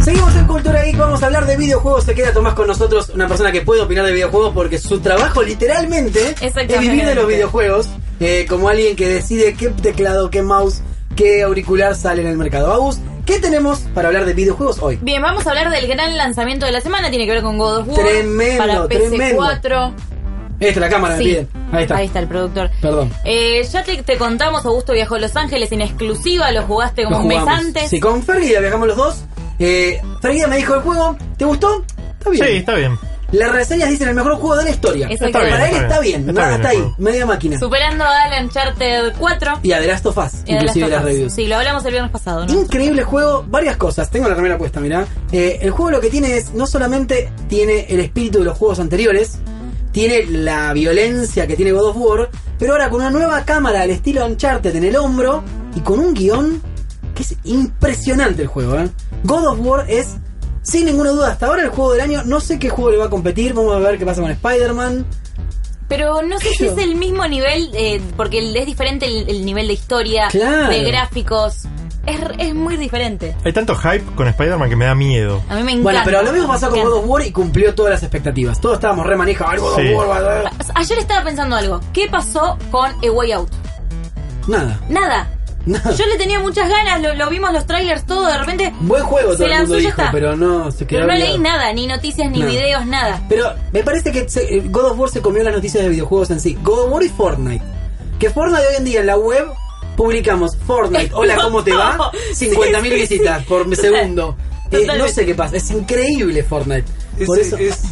B: Seguimos en Cultura Geek, vamos a hablar de videojuegos. Se queda Tomás con nosotros, una persona que puede opinar de videojuegos porque su trabajo literalmente
C: Exactamente.
B: es vivir de los videojuegos, eh, como alguien que decide qué teclado, qué mouse, qué auricular sale en el mercado. Agus, ¿qué tenemos para hablar de videojuegos hoy?
C: Bien, vamos a hablar del gran lanzamiento de la semana. Tiene que ver con God of War.
B: Tremendo,
C: Para PC4.
B: Esta es la cámara, me
C: Sí.
B: piden. Ahí está.
C: el productor.
B: Perdón.
C: Eh, ya te, te contamos, Augusto viajó a Los Ángeles en exclusiva. Lo jugaste como
B: Nos
C: un mes
B: jugamos.
C: antes.
B: Sí, con Ferguida viajamos los dos. Eh, Ferguida me dijo el juego, ¿te gustó? Está bien.
E: Sí, está bien.
B: Las reseñas dicen el mejor juego de la historia.
C: Está bien,
B: Para él
E: está
B: está
E: bien.
B: bien,
E: Está
B: nada,
E: bien el
B: hasta ahí,
E: juego.
B: media máquina.
C: Superando a Alan Eh, Charter 4.
B: Y a The Last of Us,
C: y a The Last
B: inclusive
C: of
B: las
C: Us.
B: reviews.
C: Sí, lo hablamos el viernes pasado, ¿no?
B: Increíble juego, varias cosas. Tengo la primera puesta, mirá. Eh, el juego lo que tiene es, no solamente tiene el espíritu de los juegos anteriores, tiene la violencia que tiene God of War, pero ahora con una nueva cámara al estilo Uncharted en el hombro y con un guión que es impresionante el juego. ¿eh? God of War es, sin ninguna duda, hasta ahora el juego del año. No sé qué juego le va a competir, vamos a ver qué pasa con Spider-Man.
C: Pero no sé si
B: Yo.
C: es el mismo nivel, eh, porque el- es diferente el, el nivel de historia,
B: Claro.
C: de gráficos. Es, es muy diferente.
E: Hay tanto hype con Spider-Man que me da miedo.
C: A mí me encanta.
B: Bueno, pero lo mismo pasó con
C: Me
B: God
C: encanta.
B: of War y cumplió todas las expectativas. Todos estábamos re manija, "Ay, God of
E: Sí.
B: War, va, va, va".
C: Ayer estaba pensando algo. ¿Qué pasó con A Way Out?
B: Nada.
C: Nada.
B: Nada.
C: Yo le tenía muchas ganas, lo, lo vimos los trailers, todo, de repente.
B: Buen juego, todo
C: Se
B: el mundo
C: lanzó y ya
B: dijo,
C: está.
B: pero no, se quedó
C: Pero no
B: olvidado.
C: leí nada, ni noticias, ni
B: No.
C: videos, nada.
B: Pero me parece que se- eh, God of War se comió las noticias de videojuegos en sí. God of War y Fortnite. Que Fortnite hoy en día en la web publicamos Fortnite, hola, ¿cómo te va?
C: Sí,
B: 50.000
C: sí, sí.
B: visitas por
C: Total.
B: segundo. Eh, no
C: Totalmente.
B: sé qué pasa, es increíble Fortnite.
H: Es-
B: Por eso,
H: es-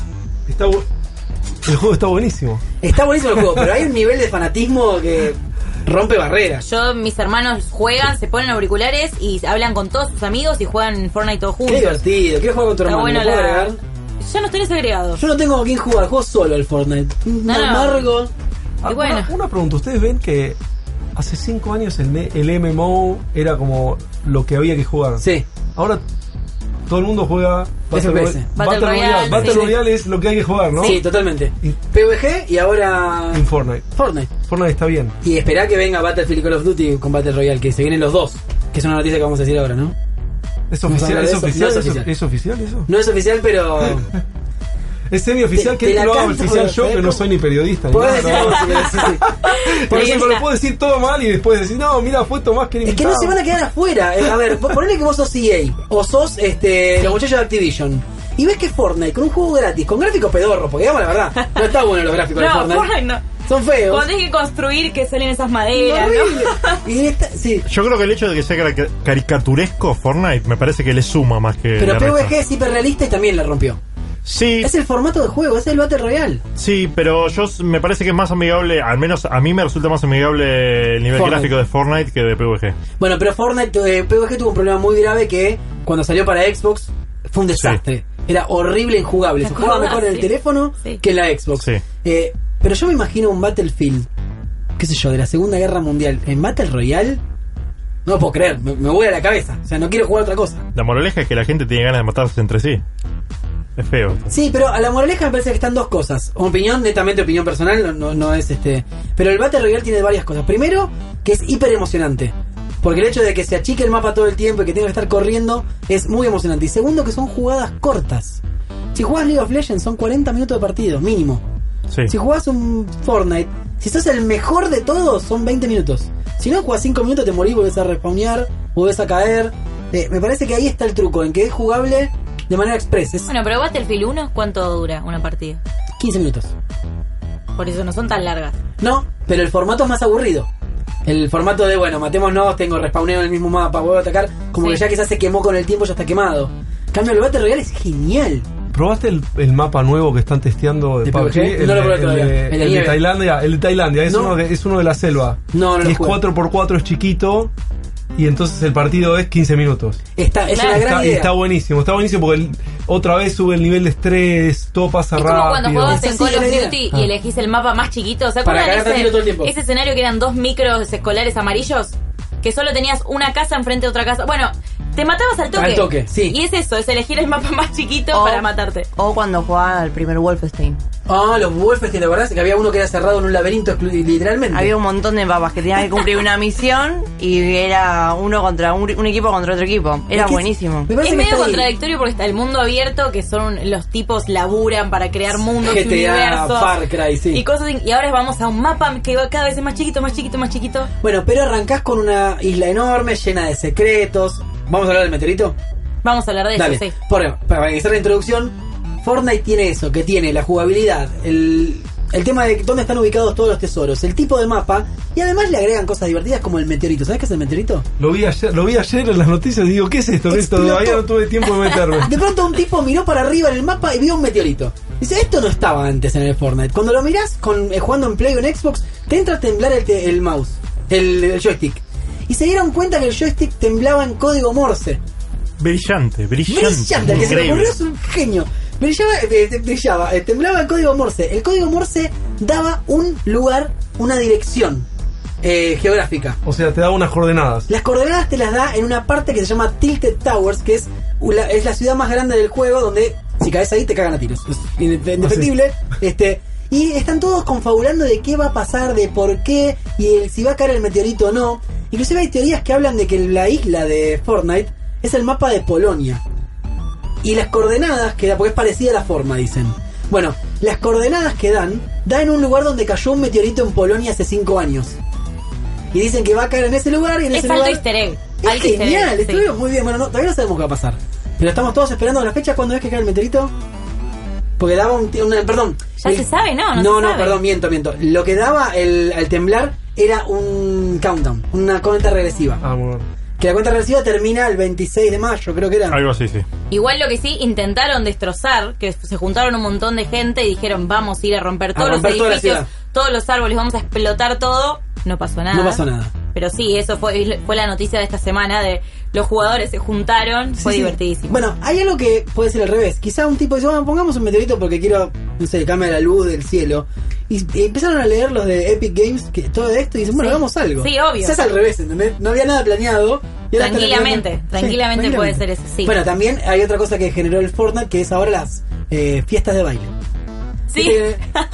H: está bu- el juego está buenísimo.
B: Está buenísimo el juego, pero hay un nivel de fanatismo que rompe barreras.
C: Yo, mis hermanos juegan, se ponen auriculares y hablan con todos sus amigos y juegan Fortnite todos
B: Qué
C: juntos.
B: divertido, quiero jugar con tu
C: Está
B: hermano.
C: bueno
B: ¿lo puedo
C: la-
B: agregar?
C: Yo no estoy desagregado.
B: Yo no tengo con quién jugar, juego solo al Fortnite.
C: No, no.
B: Amargo.
H: Ah,
C: Y bueno.
H: una, una pregunta, ¿ustedes ven que hace 5 años el, me- el MMO era como lo que había que jugar?
B: Sí.
H: Ahora todo el mundo juega
B: FPS.
H: Roy-
C: Battle
H: Battle Royale.
C: Royale,
H: Battle
C: sí.
H: Royale es lo que hay que jugar, ¿no?
B: Sí, totalmente.
H: Y-
B: PvG y ahora
H: En Fortnite.
B: Fortnite.
H: Fortnite está bien.
B: Y esperá que venga Battlefield y Call of Duty con Battle Royale, que se vienen los dos. Que es una noticia que vamos a decir ahora, ¿no?
H: ¿Es
B: Vamos a
H: oficial,
B: hablar de
H: es
B: eso.
H: oficial,
B: No es oficial.
H: es oficial, es oficial eso.
B: No es oficial, pero.
H: Es semi-oficial,
B: Te-
H: que
B: te la
H: lo hago
B: canto,
H: oficial
B: pero-
H: yo, que
B: pero-
H: no soy ni periodista. ni
B: Podés
H: nada,
B: decir
H: ¿no?
B: algo si querés, sí, sí.
H: Por eso
C: Periodista.
H: lo puedo decir todo mal y después decir, no, mira, fue Tomás que era
B: Es que no se
H: invitado.
B: van a quedar afuera. Eh, A ver, po- ponele que vos sos EA o sos este, los muchachos de Activision. Y ves que Fortnite, con un juego gratis, con gráficos pedorros, porque digamos la verdad, no está bueno los gráficos de
C: No,
B: Fortnite.
C: Fortnite no.
B: Son feos.
C: Cuando hay que construir que salen esas maderas,
B: Horrible.
C: ¿no?
B: Y esta- sí.
E: Yo creo que el hecho de que sea cari- caricaturesco Fortnite me parece que le suma más que.
B: Pero
E: le resta.
B: PvG es hiperrealista y también la rompió.
E: Sí,
B: Es el formato de juego, es el Battle Royale.
E: sí, pero yo s- me parece que es más amigable, al menos a mí me resulta más amigable el nivel
B: Fortnite.
E: gráfico de Fortnite que de PvG.
B: Bueno, pero Fortnite, eh, PvG tuvo un problema muy grave que cuando salió para Xbox fue un desastre. Era horrible, injugable.
C: ¿Te
B: Se jugaba
C: acordás?
B: mejor en el
C: Sí.
B: teléfono
C: Sí.
B: que en la Xbox.
E: Sí.
B: Eh, pero yo me imagino un Battlefield, qué sé yo, de la Segunda Guerra Mundial. En Battle Royale, no lo puedo creer, me, me voy a la cabeza. O sea, no quiero jugar otra cosa.
E: La moraleja es que la gente tiene ganas de matarse entre sí. Es feo.
B: Sí, pero a la moraleja me parece que están dos cosas. Opinión, netamente opinión personal, no, no, no es este. Pero el Battle Royale tiene varias cosas. Primero, que es hiper emocionante. Porque el hecho de que se achique el mapa todo el tiempo y que tenga que estar corriendo es muy emocionante. Y segundo, que son jugadas cortas. Si jugás League of Legends, son 40 minutos de partido, mínimo.
E: Sí.
B: Si jugás un Fortnite, si sos el mejor de todos, son 20 minutos. Si no jugás 5 minutos, te morís, volvés a respawnear, volvés a caer. Eh, me parece que ahí está el truco, en que es jugable de manera express. Es
C: Bueno, pero Battlefield 1, ¿cuánto dura una partida?
B: 15 minutos.
C: Por eso no son tan largas.
B: No, pero el formato es más aburrido. El formato de, bueno, matémonos, tengo respawneo en el mismo mapa, vuelvo a atacar. Como
C: Sí.
B: que ya quizás se quemó con el tiempo, ya está quemado. En Cambio, el Battle Royale es genial.
H: ¿Probaste el, el mapa nuevo que están testeando de,
B: ¿De
H: PUBG?
B: PUBG?
H: El,
B: No lo probé
H: el
B: todavía.
H: de,
B: El de
H: el de
B: nieve.
H: Tailandia. El de Tailandia es,
B: No.
H: uno de, es uno de la selva.
B: No, no lo
H: Y es
B: jugué.
H: 4x4, es chiquito. Y entonces el partido es 15 minutos.
B: Está, es
C: Claro.
B: una gran
H: Está,
B: idea.
H: está buenísimo, está buenísimo porque el- otra vez sube el nivel de estrés, todo pasa
C: Es
H: rápido.
C: como cuando jugabas
B: Esa
C: en
B: sí
C: Call
B: es la
C: of
B: idea.
C: Duty
H: Ah.
C: y elegís el mapa más chiquito. ¿Se
B: Para
C: acuerdan
B: cagarte a tiro todo el tiempo.
C: ese, ese escenario que eran dos micros escolares amarillos? Que solo tenías una casa enfrente de otra casa. Bueno, te matabas al toque.
B: Al toque, sí.
C: Y es eso, es elegir el mapa más chiquito
D: O-
C: para matarte.
D: O cuando jugaba al primer Wolfenstein.
B: Ah, los Wolfenstein, la verdad es que había uno que era cerrado en un laberinto exclu- literalmente.
D: Había un montón de papas que tenían que cumplir una misión y era uno contra un, un equipo contra otro equipo.
B: Es
D: Era
B: que es-
D: buenísimo.
B: me parece
C: Es
B: que
C: medio
B: está ahí.
C: contradictorio porque está el mundo abierto, que son los tipos laburan para crear mundos, y
B: GTA,
C: universos
B: Far Cry, sí.
C: y cosas. así. Y ahora vamos a un mapa que va cada vez es más chiquito, más chiquito, más chiquito.
B: Bueno, pero arrancás con una isla enorme, llena de secretos. ¿Vamos a hablar del meteorito?
C: Vamos a hablar de
B: Dale.
C: eso, sí.
B: Por ejemplo, para iniciar la introducción, Fortnite tiene eso, que tiene la jugabilidad, el, el tema de dónde están ubicados todos los tesoros, el tipo de mapa, y además le agregan cosas divertidas como el meteorito. ¿Sabes qué es el meteorito?
H: Lo vi ayer, lo vi ayer en las noticias y digo, ¿qué es esto? ¿Qué es esto?
B: Explotó.
H: Todavía no tuve tiempo de meterme.
B: De pronto un tipo miró para arriba en el mapa y vio un meteorito. Dice, esto no estaba antes en el Fortnite. Cuando lo mirás con, eh, jugando en Play o en Xbox, te entra a temblar el, te- el mouse, el, el joystick. Y se dieron cuenta que el joystick temblaba en código Morse.
E: Brillante, brillante.
B: Brillante, el que se le
E: increíble.
B: ocurrió es un genio. Brillaba, eh, eh, brillaba, eh, temblaba el código Morse. El código Morse daba un lugar, una dirección eh, geográfica.
H: O sea, te da unas coordenadas.
B: Las coordenadas te las da en una parte que se llama Tilted Towers, que es la, es la ciudad más grande del juego, donde si caes ahí te cagan a tiros. Es inde- indefendible. Este, y están todos confabulando de qué va a pasar, de por qué, y el- si va a caer el meteorito o no. Inclusive hay teorías que hablan de que la isla de Fortnite es el mapa de Polonia. Y las coordenadas que da, porque es parecida a la forma, dicen. Bueno, las coordenadas que dan, da en un lugar donde cayó un meteorito en Polonia hace 5 años. Y dicen que va a caer en ese lugar y en
C: Es
B: ese
C: alto
B: lugar.
C: easter egg.
B: Es
C: alto easter
B: genial,
C: egg, sí.
B: estuvieron muy bien. Bueno, no, todavía no sabemos qué va a pasar. Pero estamos todos esperando la fecha cuando es que cae el meteorito. Porque daba un. ti- una- perdón.
C: Ya se sabe, ¿no?
B: No,
C: No se
B: no,
C: sabe.
B: perdón, miento, miento. Lo que daba el, al temblar era un countdown, una cuenta regresiva.
H: Ah, bueno.
B: Que la cuenta regresiva termina el 26 de mayo, creo que era.
E: Algo así, sí.
C: Igual lo que sí, intentaron destrozar, que se juntaron un montón de gente y dijeron, vamos a ir a romper todos
B: romper
C: los
B: toda la
C: edificios,
B: ciudad.
C: todos los árboles, vamos a explotar todo. No pasó nada.
B: No pasó nada.
C: Pero sí, eso fue, fue la noticia de esta semana, de los jugadores se juntaron, fue
B: Sí, sí.
C: divertidísimo.
B: Bueno, hay algo que puede ser al revés. Quizá un tipo dice, bueno, pongamos un meteorito porque quiero, no sé, que cambie la luz del cielo. Y, y empezaron a leer los de Epic Games, que todo esto, y dicen, bueno,
C: Sí.
B: hagamos algo.
C: Sí, obvio.
B: Quizás al revés, ¿entendés? No había nada planeado. y ahora está
C: Tranquilamente,
B: planeando.
C: tranquilamente puede ser eso, sí.
B: Bueno, también hay otra cosa que generó el Fortnite, que es ahora las eh, fiestas de baile.
C: sí.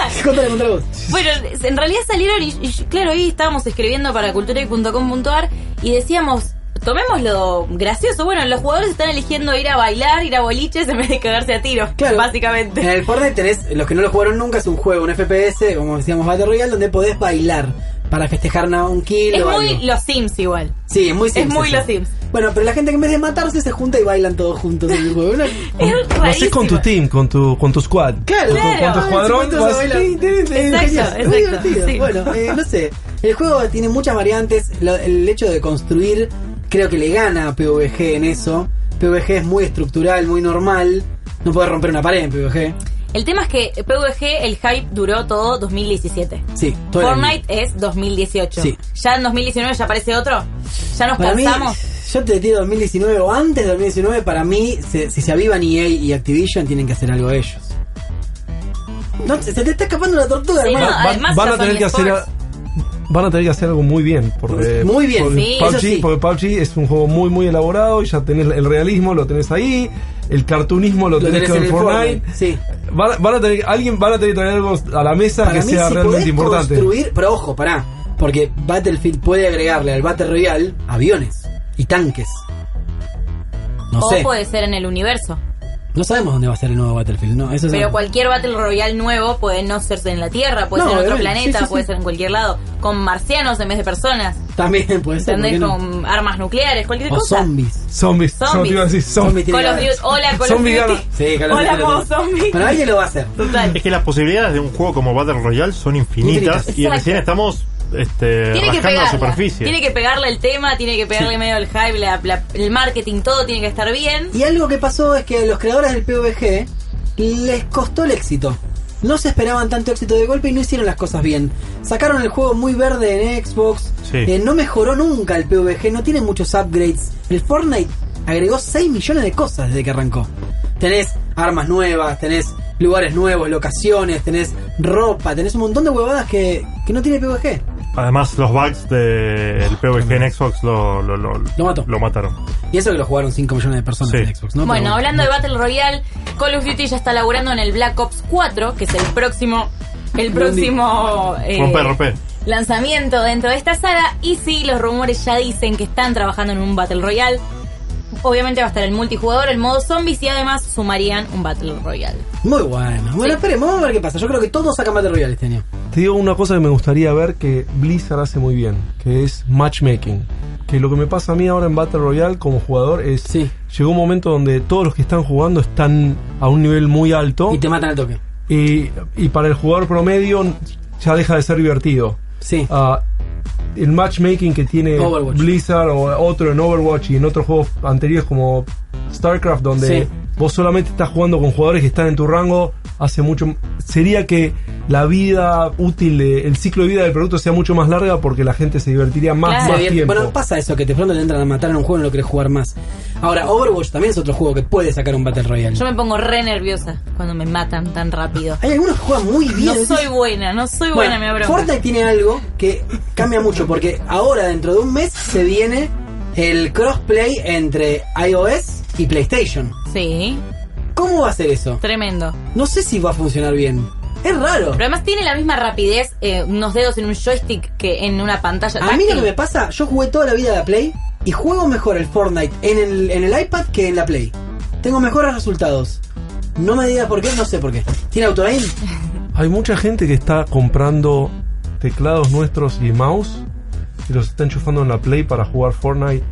B: Eh, Contale, contale vos.
C: Bueno, en realidad salieron y, y claro, ahí estábamos escribiendo para cultura.com.ar y decíamos, tomémoslo gracioso. Bueno, los jugadores están eligiendo ir a bailar, ir a boliches en vez de cagarse a tiros,
B: Claro. Eh, En
C: básicamente.
B: el Fortnite tenés, los que no lo jugaron nunca, es un juego, un FPS, como decíamos Battle Royale, donde podés bailar para festejar una- un kilo.
C: Es
B: o
C: muy
B: algo.
C: los Sims igual.
B: Sí, es muy Sims.
C: muy
B: eso.
C: los Sims.
B: Bueno, pero la gente que en vez de matarse se junta y bailan todos juntos en el juego. Una-
C: Es
H: Lo haces con tu
C: rarísimo.
H: team, con tu, con tu squad.
B: Claro,
H: Con tu- con tu
B: Ah,
H: escuadrón,
B: sí, todos
H: vas-
B: bailan.
C: Exacto,
B: Es muy
C: exacto,
B: divertido.
C: sí.
B: Bueno, eh, no sé. El juego tiene muchas variantes. Lo- el hecho de construir creo que le gana a PvG en eso. PvG es muy estructural, muy normal. No podés romper una pared en PvG.
C: El tema es que PvG, el hype duró todo 2017.
B: Sí, todo el año.
C: Fortnite es 2018.
B: Sí.
C: Ya en 2019 ya aparece otro. Ya nos
B: Para mí,
C: cansamos.
B: yo te digo 2019 o antes de 2019, para mí, se- si se avivan EA y Activision, tienen que hacer algo ellos. No, se te está escapando la tortuga,
C: Sí,
B: hermano.
C: no, además
H: van a
C: esas son
H: tener que hacer
C: eSports.
H: a- van a tener que hacer algo muy bien porque
B: Muy bien,
H: porque
C: sí,
H: PUBG,
B: eso sí.
H: porque PUBG es un juego muy muy elaborado y ya tenés el realismo lo tenés ahí el cartunismo lo,
B: Lo
H: tenés,
B: tenés
H: con
B: en el
H: Fortnite,
B: Fortnite, sí.
H: van, a- van a tener alguien van a tener que traer algo a la mesa
B: Para
H: que
B: mí,
H: sea
B: si podés
H: realmente importante
B: construir, pero ojo, pará, porque Battlefield puede agregarle al Battle Royale aviones y tanques. No
C: o
B: sé,
C: puede ser en el universo.
B: no sabemos dónde va a ser el nuevo Battlefield, no, eso es
C: Pero cualquier Battle Royale nuevo puede no ser en la Tierra, puede
B: No,
C: ser en otro
B: obviamente,
C: planeta,
B: sí, sí,
C: puede
B: sí.
C: ser en cualquier lado. Con marcianos en vez de personas.
B: también puede ser, ¿por qué
C: ¿Entendés?
B: no?
C: Con armas nucleares, cualquier
B: o
C: cosa.
B: zombies.
H: zombies,
C: Zombies.
H: yo te iba a decir,
B: Zombies
H: zombies.
B: tiene
C: Call
B: que
C: of
B: haber.
C: Duty. Hola, Call of
H: Zombie
C: Duty.
H: gana.
B: Sí, Call of
C: Hola,
B: Duty lo
C: como
B: tiene.
C: zombie.
B: Pero alguien lo va a hacer.
C: Total.
E: Es que las posibilidades de un juego como Battle Royale son infinitas
B: Infinitas.
E: y
C: Exacto.
E: recién estamos este,
C: Tiene que
E: rascando la
C: pegarla.
E: superficie.
C: Tiene que pegarle el tema, tiene que pegarle
E: Sí.
C: medio el hype, la- la- el marketing, todo tiene que estar bien.
B: Y algo que pasó es que los creadores del PvG les costó el éxito. No se esperaban tanto éxito de golpe y no hicieron las cosas bien. Sacaron el juego muy verde en Xbox.
E: Sí.
B: eh, no mejoró nunca el PvG, no tiene muchos upgrades. El Fortnite agregó 6 millones de cosas desde que arrancó. Tenés armas nuevas, tenés lugares nuevos, locaciones, tenés ropa, tenés un montón de huevadas que, que no tiene PvG.
E: Además, los bugs del PvG en Xbox lo, lo, lo-
B: Lo mató.
E: lo mataron.
B: Y eso que lo jugaron 5 millones de personas
E: Sí.
B: en Xbox, ¿no?
C: bueno,
B: Pero
C: hablando de Battle Royale, Call of Duty ya está laburando en el Black Ops 4, que es el próximo, el próximo eh,
E: Rompe, rompe.
C: lanzamiento dentro de esta saga. Y sí, los rumores ya dicen que están trabajando en un Battle Royale. Obviamente va a estar el multijugador, el modo zombies y además sumarían un Battle Royale.
B: Muy bueno. Bueno, esperemos, vamos a ver qué pasa. Yo creo que todos sacan Battle Royale este año.
H: Te digo una cosa que me gustaría ver que Blizzard hace muy bien, que es matchmaking. Que lo que me pasa a mí ahora en Battle Royale como jugador es...
B: Sí.
H: Llegó un momento donde todos los que están jugando están a un nivel muy alto
B: Y te matan al toque.
H: y, y para el jugador promedio ya deja de ser divertido.
B: Sí.
H: Ah, el matchmaking que tiene
B: Overwatch.
H: Blizzard o otro en Overwatch y en otros juegos anteriores como StarCraft, donde
B: Sí.
H: vos solamente estás jugando con jugadores que están en tu rango hace mucho. Sería que la vida útil, de- el ciclo de vida del producto sea mucho más larga porque la gente se divertiría más,
C: Claro.
H: más
B: Ah, Bien,
H: tiempo.
B: Bueno, pasa eso, que de pronto te entran a matar en un juego y no lo querés jugar más. Ahora, Overwatch también es otro juego que puede sacar un Battle Royale.
C: Yo me pongo re nerviosa cuando me matan tan rápido.
B: Hay algunos que juegan muy bien.
C: No
B: decís,
C: soy buena, no soy buena,
B: bueno,
C: me abro.
B: Fortnite tiene algo que cambia mucho, porque ahora, dentro de un mes, se viene el crossplay entre iOS y PlayStation.
C: Sí,
B: ¿Cómo va a ser eso?
C: tremendo.
B: No sé si va a funcionar bien. Es raro.
C: Pero además tiene la misma rapidez eh, unos dedos en un joystick que en una pantalla.
B: A mí lo
C: táctil.
B: que me pasa, yo jugué toda la vida la Play y juego mejor el Fortnite en el, en el iPad que en la Play. Tengo mejores resultados. No me digas por qué, no sé por qué. ¿Tiene autoaim?
H: Hay mucha gente que está comprando teclados nuestros y mouse y los está enchufando en la Play para jugar Fortnite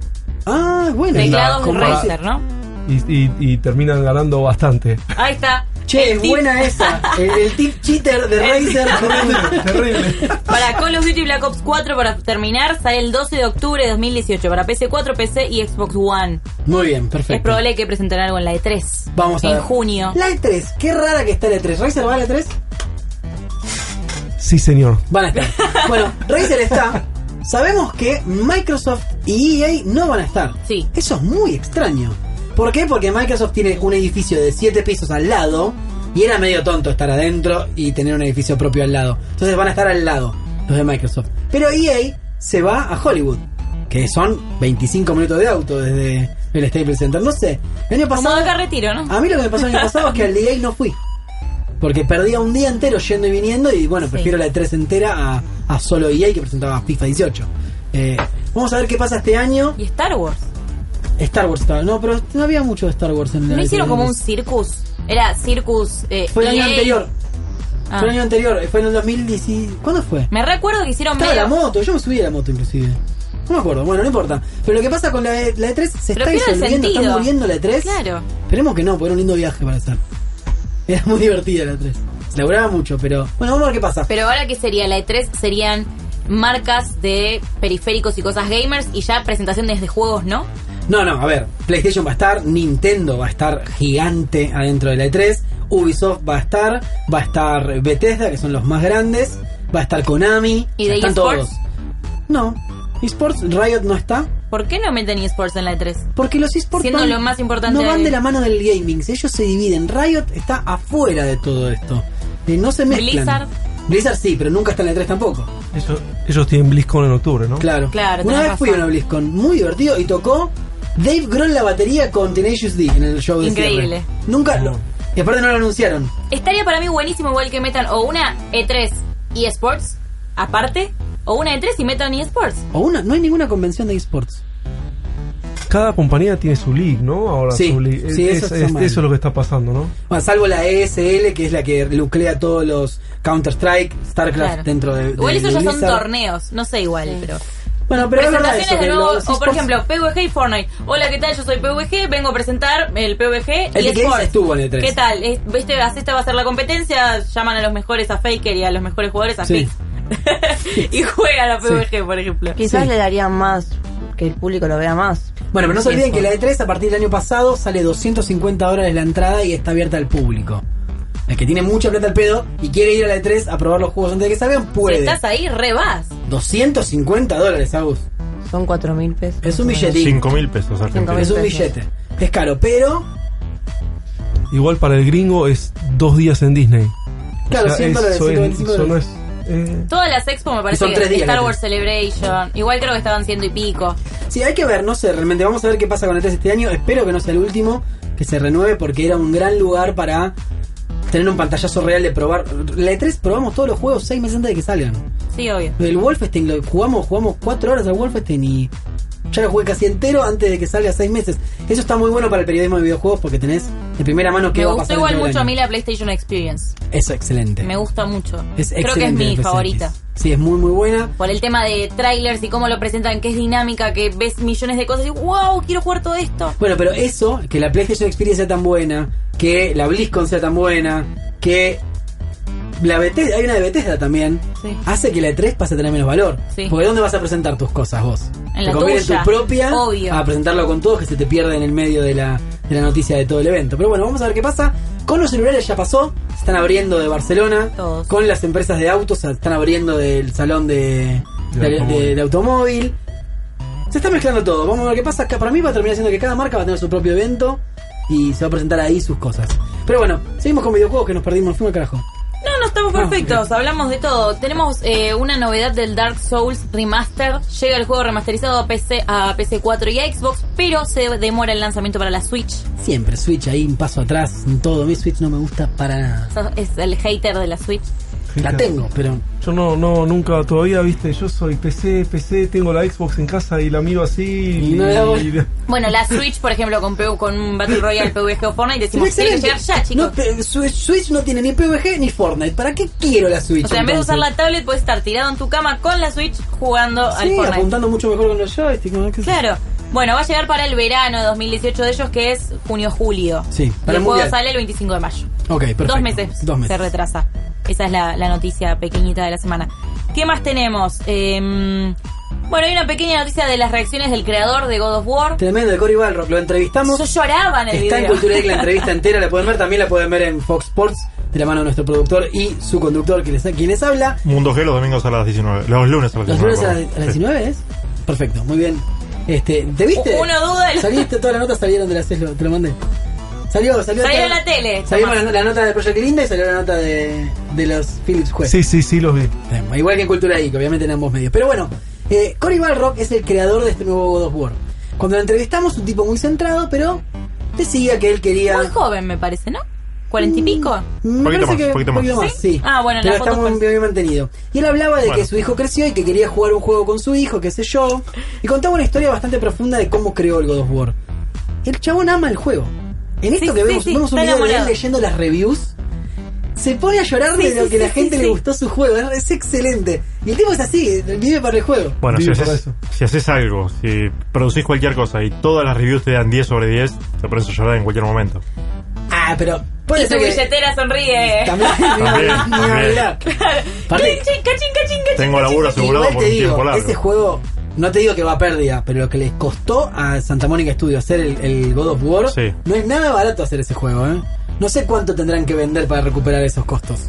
B: Ah, bueno.
C: Teclados de
B: Como-
C: Razer, ¿no?
H: y, y- y terminan ganando bastante.
C: Ahí está.
B: Che,
C: El
B: es
C: tip
B: buena esa. El, el tip cheater de Razer.
H: Terrible.
C: Para Call of Duty Black Ops 4, para terminar, sale el 12 de octubre de 2018 para PC4, PC y Xbox One.
B: Muy bien,
C: Es
B: perfecto.
C: probable que presenten algo en la E3.
B: Vamos a
C: En
B: ver.
C: junio.
B: La E3, qué rara que está la E3. ¿Razer va a la E E3?
H: Sí, señor.
B: Van a estar. Bueno, Razer está. Sabemos que Microsoft y EA no van a estar.
C: Sí.
B: Eso es muy extraño. ¿Por qué? Porque Microsoft tiene un edificio de 7 pisos al lado y era medio tonto estar adentro y tener un edificio propio al lado. Entonces van a estar al lado los de Microsoft. Pero EA se va a Hollywood, que son 25 minutos de auto desde el Staples Center. No sé. El año
C: Como
B: pasado...
C: acá retiro, ¿no?
B: A mí lo que me pasó el año pasado es que al día no fui. Porque perdía un día entero yendo y viniendo y bueno, prefiero la de 3 entera a, a solo EA que presentaba FIFA 18. Eh, vamos a ver qué pasa este año.
C: Y Star Wars.
B: Star Wars estaba- No, pero no había mucho de Star Wars en la
C: ¿No
B: E3.
C: hicieron como un circus? Era circus. eh,
B: Fue el año
C: EA.
B: anterior.
C: Ah.
B: Fue el año anterior. Fue en el 2010. ¿Cuándo fue?
C: Me recuerdo que hicieron
B: Estaba la
C: medio-
B: moto. Yo me subí a la moto inclusive. No me acuerdo. Bueno, no importa. Pero lo que pasa con la, E- la E3 se
C: Pero
B: está
C: pierde el
B: disolviendo. Está
C: sentido.
B: muriendo la E E3.
C: Claro.
B: Esperemos que no, porque era un lindo viaje para hacer. Era muy divertida la E3. Se laburaba mucho, pero... Bueno, vamos a ver qué pasa.
C: Pero ahora que sería la E3 serían marcas de periféricos y cosas gamers y ya presentaciones de juegos, ¿no?
B: No, no, a ver, PlayStation va a estar, Nintendo va a estar gigante adentro de la E3, Ubisoft va a estar, va a estar Bethesda, que son los más grandes, va a estar Konami,
C: ¿Y de
B: están
C: eSports?
B: todos. No, esports, Riot no está,
C: ¿Por qué no meten eSports en la E3?
B: porque los esports
C: Siendo
B: van-
C: lo más importante
B: no van
C: del-
B: de la mano del gaming, si ellos se dividen, Riot está afuera de todo esto, eh, no se mezclan.
C: Blizzard.
B: Blizzard sí, pero nunca está en la E3 tampoco.
H: Eso- ellos tienen BlizzCon en octubre, ¿no?
B: Claro.
C: Claro,
B: una
C: tenés
B: vez fui a
C: razón.
B: una BlizzCon muy divertido y tocó Dave Grohl la batería con Tenacious D en el show de cierre.
C: Increíble.
B: Nunca lo. Y aparte no lo anunciaron.
C: Estaría para mí buenísimo igual que metan o una E3 eSports aparte, o una E3 y metan eSports.
B: O una, no hay ninguna convención de esports.
H: Cada compañía tiene su league, ¿no? Ahora
B: Sí,
H: su league.
B: sí,
H: Es-
B: eso
H: es-
B: está
H: es-
B: mal.
H: eso es lo que está pasando, ¿no?
B: Bueno, salvo la ESL, que es la que lucrea todos los Counter-Strike, StarCraft
C: Claro.
B: dentro de. de-
C: Igual eso
B: de
C: ya son
B: Blizzard.
C: torneos, no sé igual, pero...
B: Bueno, pero es verdad
C: Presentaciones
B: eso,
C: de
B: que
C: nuevo,
B: los
C: o por
B: esports-
C: ejemplo, PvG y Fortnite. Hola, ¿qué tal? Yo soy PvG, vengo a presentar el PvG
B: El
C: y
B: de Clay
C: eSports.
B: estuvo en E el E3.
C: ¿Qué tal? Es- ¿Viste? Esta va a ser la competencia, llaman a los mejores a Faker y a los mejores jugadores a
B: Sí.
C: Fizz. y juegan a PvG, por ejemplo.
D: Quizás
B: Sí.
D: le darían más, que el público lo vea más.
B: Bueno, pero no se olviden
D: Eso.
B: que la E3 a partir del año pasado sale 250 dólares la entrada y está abierta al público. El que tiene mucha plata al pedo y quiere ir a la E3 a probar los juegos antes de que salgan,
C: Si
B: puede.
C: estás ahí, re vas.
B: 250 dólares, Agus.
D: Son cuatro mil pesos.
B: Es un
D: más o menos.
B: billetín.
E: 5 mil pesos
D: Cinco
E: argentinos.
B: Es un
D: pesos.
B: billete. Es caro, pero.
H: Igual para el gringo es dos días en Disney. O
B: Claro,
H: sea,
B: 100 dólares,
H: eso es-
B: 125
H: eso no
B: dólares.
H: es- eh,
C: Todas las expo me parece
B: son tres
C: que
B: días
C: Star
B: la
C: Wars Celebration. Igual creo que estaban ciento y pico.
B: Sí, hay que ver, no sé, realmente vamos a ver qué pasa con el 3 este año. Espero que no sea el último, que se renueve porque era un gran lugar para tener un pantallazo real de probar. La E3 probamos todos los juegos seis meses antes de que salgan.
C: Sí, obvio.
B: El Wolfenstein, lo jugamos, jugamos cuatro horas al Wolfenstein y ya lo jugué casi entero antes de que salga seis meses. Eso está muy bueno para el periodismo de videojuegos porque tenés de primera mano qué
C: Me
B: va a
C: gustó
B: pasar.
C: igual
B: dentro del
C: mucho a
B: año.
C: mí la PlayStation Experience.
B: Eso, excelente.
C: Me gusta mucho.
B: Es
C: creo que es
B: excelente
C: mi
B: la PSX.
C: favorita.
B: Sí, es muy, muy buena.
C: Por el tema de trailers y cómo lo presentan, que es dinámica, que ves millones de cosas y wow, quiero jugar todo esto.
B: Bueno, pero eso, que la PlayStation Experience sea tan buena, que la BlizzCon sea tan buena, que la Bethesda, hay una de Bethesda también,
C: Sí.
B: hace que la E3 pase a tener menos valor.
C: Sí.
B: Porque ¿dónde vas a presentar tus cosas vos? Te
C: En la
B: conviene
C: tuya,
B: tu propia
C: obvio.
B: a presentarlo con todos que se te pierde en el medio de la, de la noticia de todo el evento. Pero bueno, vamos a ver qué pasa. Con los celulares ya pasó, se están abriendo de Barcelona,
C: Todos.
B: con las empresas de autos se están abriendo del salón de,
H: De
B: de- de-
H: automóvil.
B: de automóvil. Se está mezclando todo. Vamos a ver qué pasa. Acá Para mí va a terminar siendo que cada marca va a tener su propio evento y se va a presentar ahí sus cosas. Pero bueno, seguimos con videojuegos que nos perdimos. Fuimos al carajo.
C: No, no estamos perfectos, hablamos de todo. Tenemos eh, una novedad del Dark Souls Remaster. Llega el juego remasterizado a PC, a PC4 y a Xbox, pero se demora el lanzamiento para la Switch.
B: Siempre Switch ahí, un paso atrás en todo. Mi Switch no me gusta para nada.
C: Sos- Es el hater de la Switch.
B: La tengo, pero
H: Yo no, no, nunca, todavía, viste, yo soy PC, PC, tengo la Xbox en casa y la miro así y...
B: Y no la voy-
H: y-
C: Bueno, la Switch, por ejemplo, con, P- con un Battle Royale PvG o Fortnite, decimos, tiene que llegar ya,
B: No,
C: chicos.
B: te- Swi- Switch no tiene ni PvG ni Fortnite. ¿Para qué quiero la Switch?
C: O sea, en vez de usar la
B: entonces?
C: tablet, puedes estar tirado en tu cama con la Switch jugando al
B: Sí,
C: Fortnite.
B: apuntando mucho mejor con los joysticks. ¿no? ¿Qué sé yo?
C: Claro. Bueno, va a llegar para el verano de 2018 de ellos, que es junio-julio.
B: Sí, para
C: el,
B: el
C: juego
B: mundial.
C: sale el 25 de mayo.
B: Ok, perfecto.
C: Dos meses,
B: Dos meses.
C: se retrasa. Esa es la, la noticia pequeñita de la semana. ¿Qué más tenemos? Eh, bueno, hay una pequeña noticia de las reacciones del creador de God of War.
B: Tremendo, de Cory Balrock. Lo entrevistamos.
C: Yo lloraba en el
B: Está en
C: video.
B: Cultura Geek la entrevista entera, la pueden ver, también la pueden ver en Fox Sports, de la mano de nuestro productor y su conductor, que les, quien les habla.
E: Mundo G los domingos a las 19. Los lunes a las
B: Los
E: 19.
B: lunes a, las- a las
E: Sí.
B: 19 es. Perfecto, muy bien. Este, ¿Te viste?
C: Uno duda de la-
B: Saliste, todas las notas salieron de la CES, te lo mandé. Salió, salió. toda-
C: Salió en la tele,
B: Salió
C: Tomás.
B: la, la nota de Project Linda y salió la nota de, de los Philips Juez.
H: Sí, sí, sí, los vi.
B: Tema. Igual que en Cultura Geek, obviamente en ambos medios. Pero bueno, eh, Cory Balrock es el creador de este nuevo God of War. Cuando lo entrevistamos, un tipo muy centrado, pero decía que él quería.
C: Muy joven, me parece, ¿no? ¿Cuarenta y pico?
B: Me
E: Poquito
B: Mm, parece
E: más,
B: que
E: poquito
B: un poquito
E: más.
B: más,
C: ¿Sí?
B: sí.
C: Ah, bueno,
B: Pero
C: la foto
B: está muy
C: fue-
B: bien mantenido. Y él hablaba de que
E: Bueno.
B: su hijo creció y que quería jugar un juego con su hijo, qué sé yo. Y contaba una historia bastante profunda de cómo creó el God of War. El chabón ama el juego. En esto
C: Sí,
B: que
C: sí,
B: vemos,
C: sí,
B: vemos un
C: está
B: video de él
C: enamorado.
B: leyendo las reviews. Se pone a llorar
C: Sí,
B: de lo
C: sí,
B: que la
C: sí,
B: gente
C: sí,
B: le
C: sí.
B: gustó su juego. Es- Es excelente. Y el tipo es así, vive para el juego.
E: Bueno, si
H: Vive para
E: haces,
H: eso.
E: si haces algo, si producís cualquier cosa y todas las reviews te dan 10 sobre 10, te pones a llorar en cualquier momento.
B: Ah, pero puede
C: Y su
B: ser que...
C: billetera sonríe.
B: También,
E: También,
B: ni
E: también.
B: hablar. Aparte-
C: Cachín, cachín, cachín, cachín,
E: Tengo laburo asegurado
B: Igual
E: por
B: te
E: un tiempo
B: digo,
E: largo.
B: ese juego No te digo que va a pérdida, pero lo que les costó a Santa Mónica Studio hacer el, el God of War,
E: Sí.
B: no es nada barato hacer ese juego, ¿eh? No sé cuánto tendrán que vender para recuperar esos costos.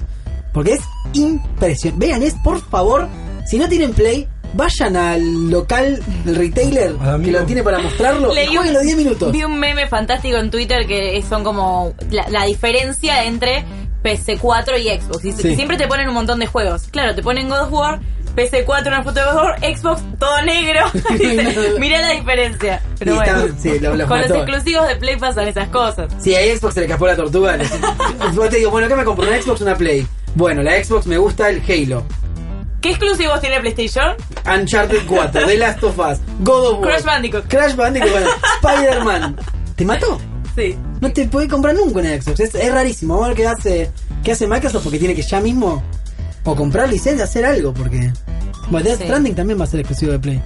B: Porque es impresionante. Vean, es por favor, si no tienen Play, vayan al local del retailer
H: Al
B: que
H: amigo.
B: lo tiene para mostrarlo
C: Leí
B: y
C: un-
B: jueguen los 10 minutos.
C: Vi un meme fantástico en Twitter que es- son como la, la diferencia entre PC4 y Xbox. Y s-
B: Sí.
C: siempre te ponen un montón de juegos. Claro, te ponen God of War, PC4 una foto de God of War, Xbox todo negro. Dice, Mirá la diferencia. Pero
B: Y
C: bueno,
B: está- sí, lo- los
C: con los
B: mató.
C: exclusivos de Play pasan esas cosas.
B: Si a Xbox se le escapó la tortuga, le- vos te digo, bueno, ¿qué me compro? ¿Una Xbox o una Play? Bueno, la Xbox me gusta el Halo,
C: ¿Qué exclusivos tiene PlayStation?
B: Uncharted 4, The Last of Us, God of War,
C: Crash Bandicoot.
B: Crash Bandicoot, bueno, Spider-Man. ¿Te mató?
C: Sí.
B: No te puede comprar nunca una Xbox, es, es rarísimo. Vamos a ver qué hace, qué hace Microsoft porque tiene que ya mismo o comprar licencia, hacer algo porque. Bueno, Death
C: Sí.
B: Stranding también va a ser exclusivo de Play.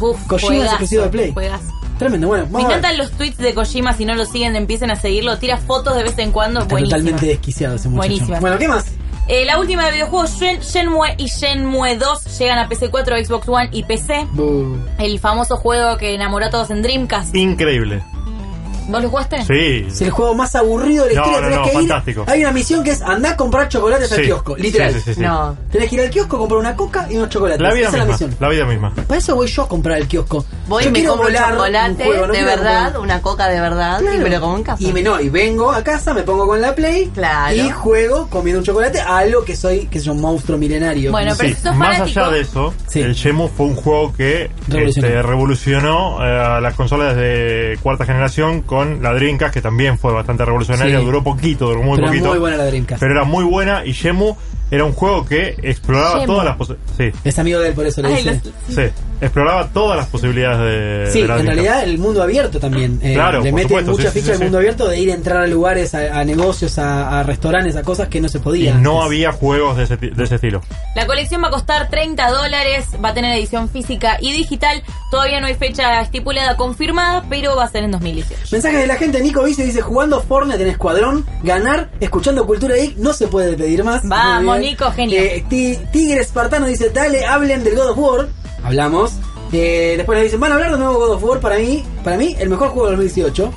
C: Uf,
B: Kojima es
C: juegazo,
B: exclusivo de Play.
C: juegazo.
B: Tremendo, bueno, vamos
C: Me
B: a ver.
C: encantan los tweets de Kojima, si no lo siguen, empiecen a seguirlo. Tira fotos de vez en cuando,
B: Está
C: buenísimo.
B: totalmente desquiciado ese muchacho.
C: Buenísima.
B: Bueno, ¿qué más?
C: Eh, la última de videojuegos, Shen- Shenmue y Shenmue 2 llegan a PC4, Xbox One y PC.
B: Bu.
C: El famoso juego que enamoró a todos en Dreamcast.
E: Increíble.
B: Eh,
C: ¿Vos lo jugaste?
E: Sí.
B: Es el juego más aburrido de la
E: No,
B: historia.
E: no,
B: tenés
E: no,
B: que ir-
E: fantástico.
B: Hay una misión que es andá a comprar chocolates al
E: Sí.
B: kiosco, literal.
E: Sí, sí, sí, sí.
D: No.
B: Tenés que ir al kiosco, comprar una coca y unos chocolates.
E: La vida
B: Esa es la
E: misma.
B: misión.
E: La vida misma.
B: Para eso voy yo a comprar el kiosco.
D: Voy
B: yo
D: y me
B: quiero
D: compro un
B: volar un
D: chocolate
B: juego, no
D: de
B: quiero
D: verdad,
B: comprar-
D: una coca de verdad y
B: Claro.
D: me lo como en casa.
B: Y me no, y vengo a casa, me pongo con la play
D: Claro.
B: y juego comiendo un chocolate a algo que soy, que soy un monstruo milenario.
C: Bueno, pero
E: Sí,
C: si sos
E: más
C: fanático-
E: allá de eso,
B: Sí.
E: el Shenmue fue un juego que
B: Revolucionó.
E: este, revolucionó eh, a las consolas de cuarta generación con la Dreamcast, que también fue bastante revolucionaria,
B: Sí.
E: duró poquito, duró muy
B: Pero era
E: poquito.
B: muy buena la Dreamcast.
E: Pero era muy buena y Shenmue era un juego que exploraba
C: Shenmue.
E: todas las posibilidades. Sí,
B: Es amigo de él, por eso le
C: Ay,
B: dice.
C: los-
E: sí, exploraba todas las posibilidades de,
B: Sí,
E: de la
B: en
E: Dreamcast.
B: realidad el mundo abierto también. Eh,
E: Eh, Claro,
B: le
E: por
B: meten
E: supuesto,
B: mucha
E: sí, sí,
B: ficha
E: sí,
B: al mundo
E: sí.
B: abierto de ir a entrar a lugares, a, a negocios, a, a restaurantes, a cosas que no se
E: Y
B: podía.
E: no
B: antes.
E: había juegos de ese, ti- de ese estilo.
C: La colección va a costar 30 dólares, va a tener edición física y digital. Todavía no hay fecha estipulada confirmada, pero va a ser en 2018.
B: Mensajes de la gente, Nico Vice dice, jugando Fortnite en escuadrón, ganar, escuchando Cultura Geek, no se puede pedir más.
C: Vamos,
B: Muy bien.
C: Nico, genio.
B: Eh, Ti- Tigre Espartano dice, dale, hablen del God of War. Hablamos. Eh, después nos dicen, van a hablar del nuevo God of War para mí, para mí, el mejor juego de 2018.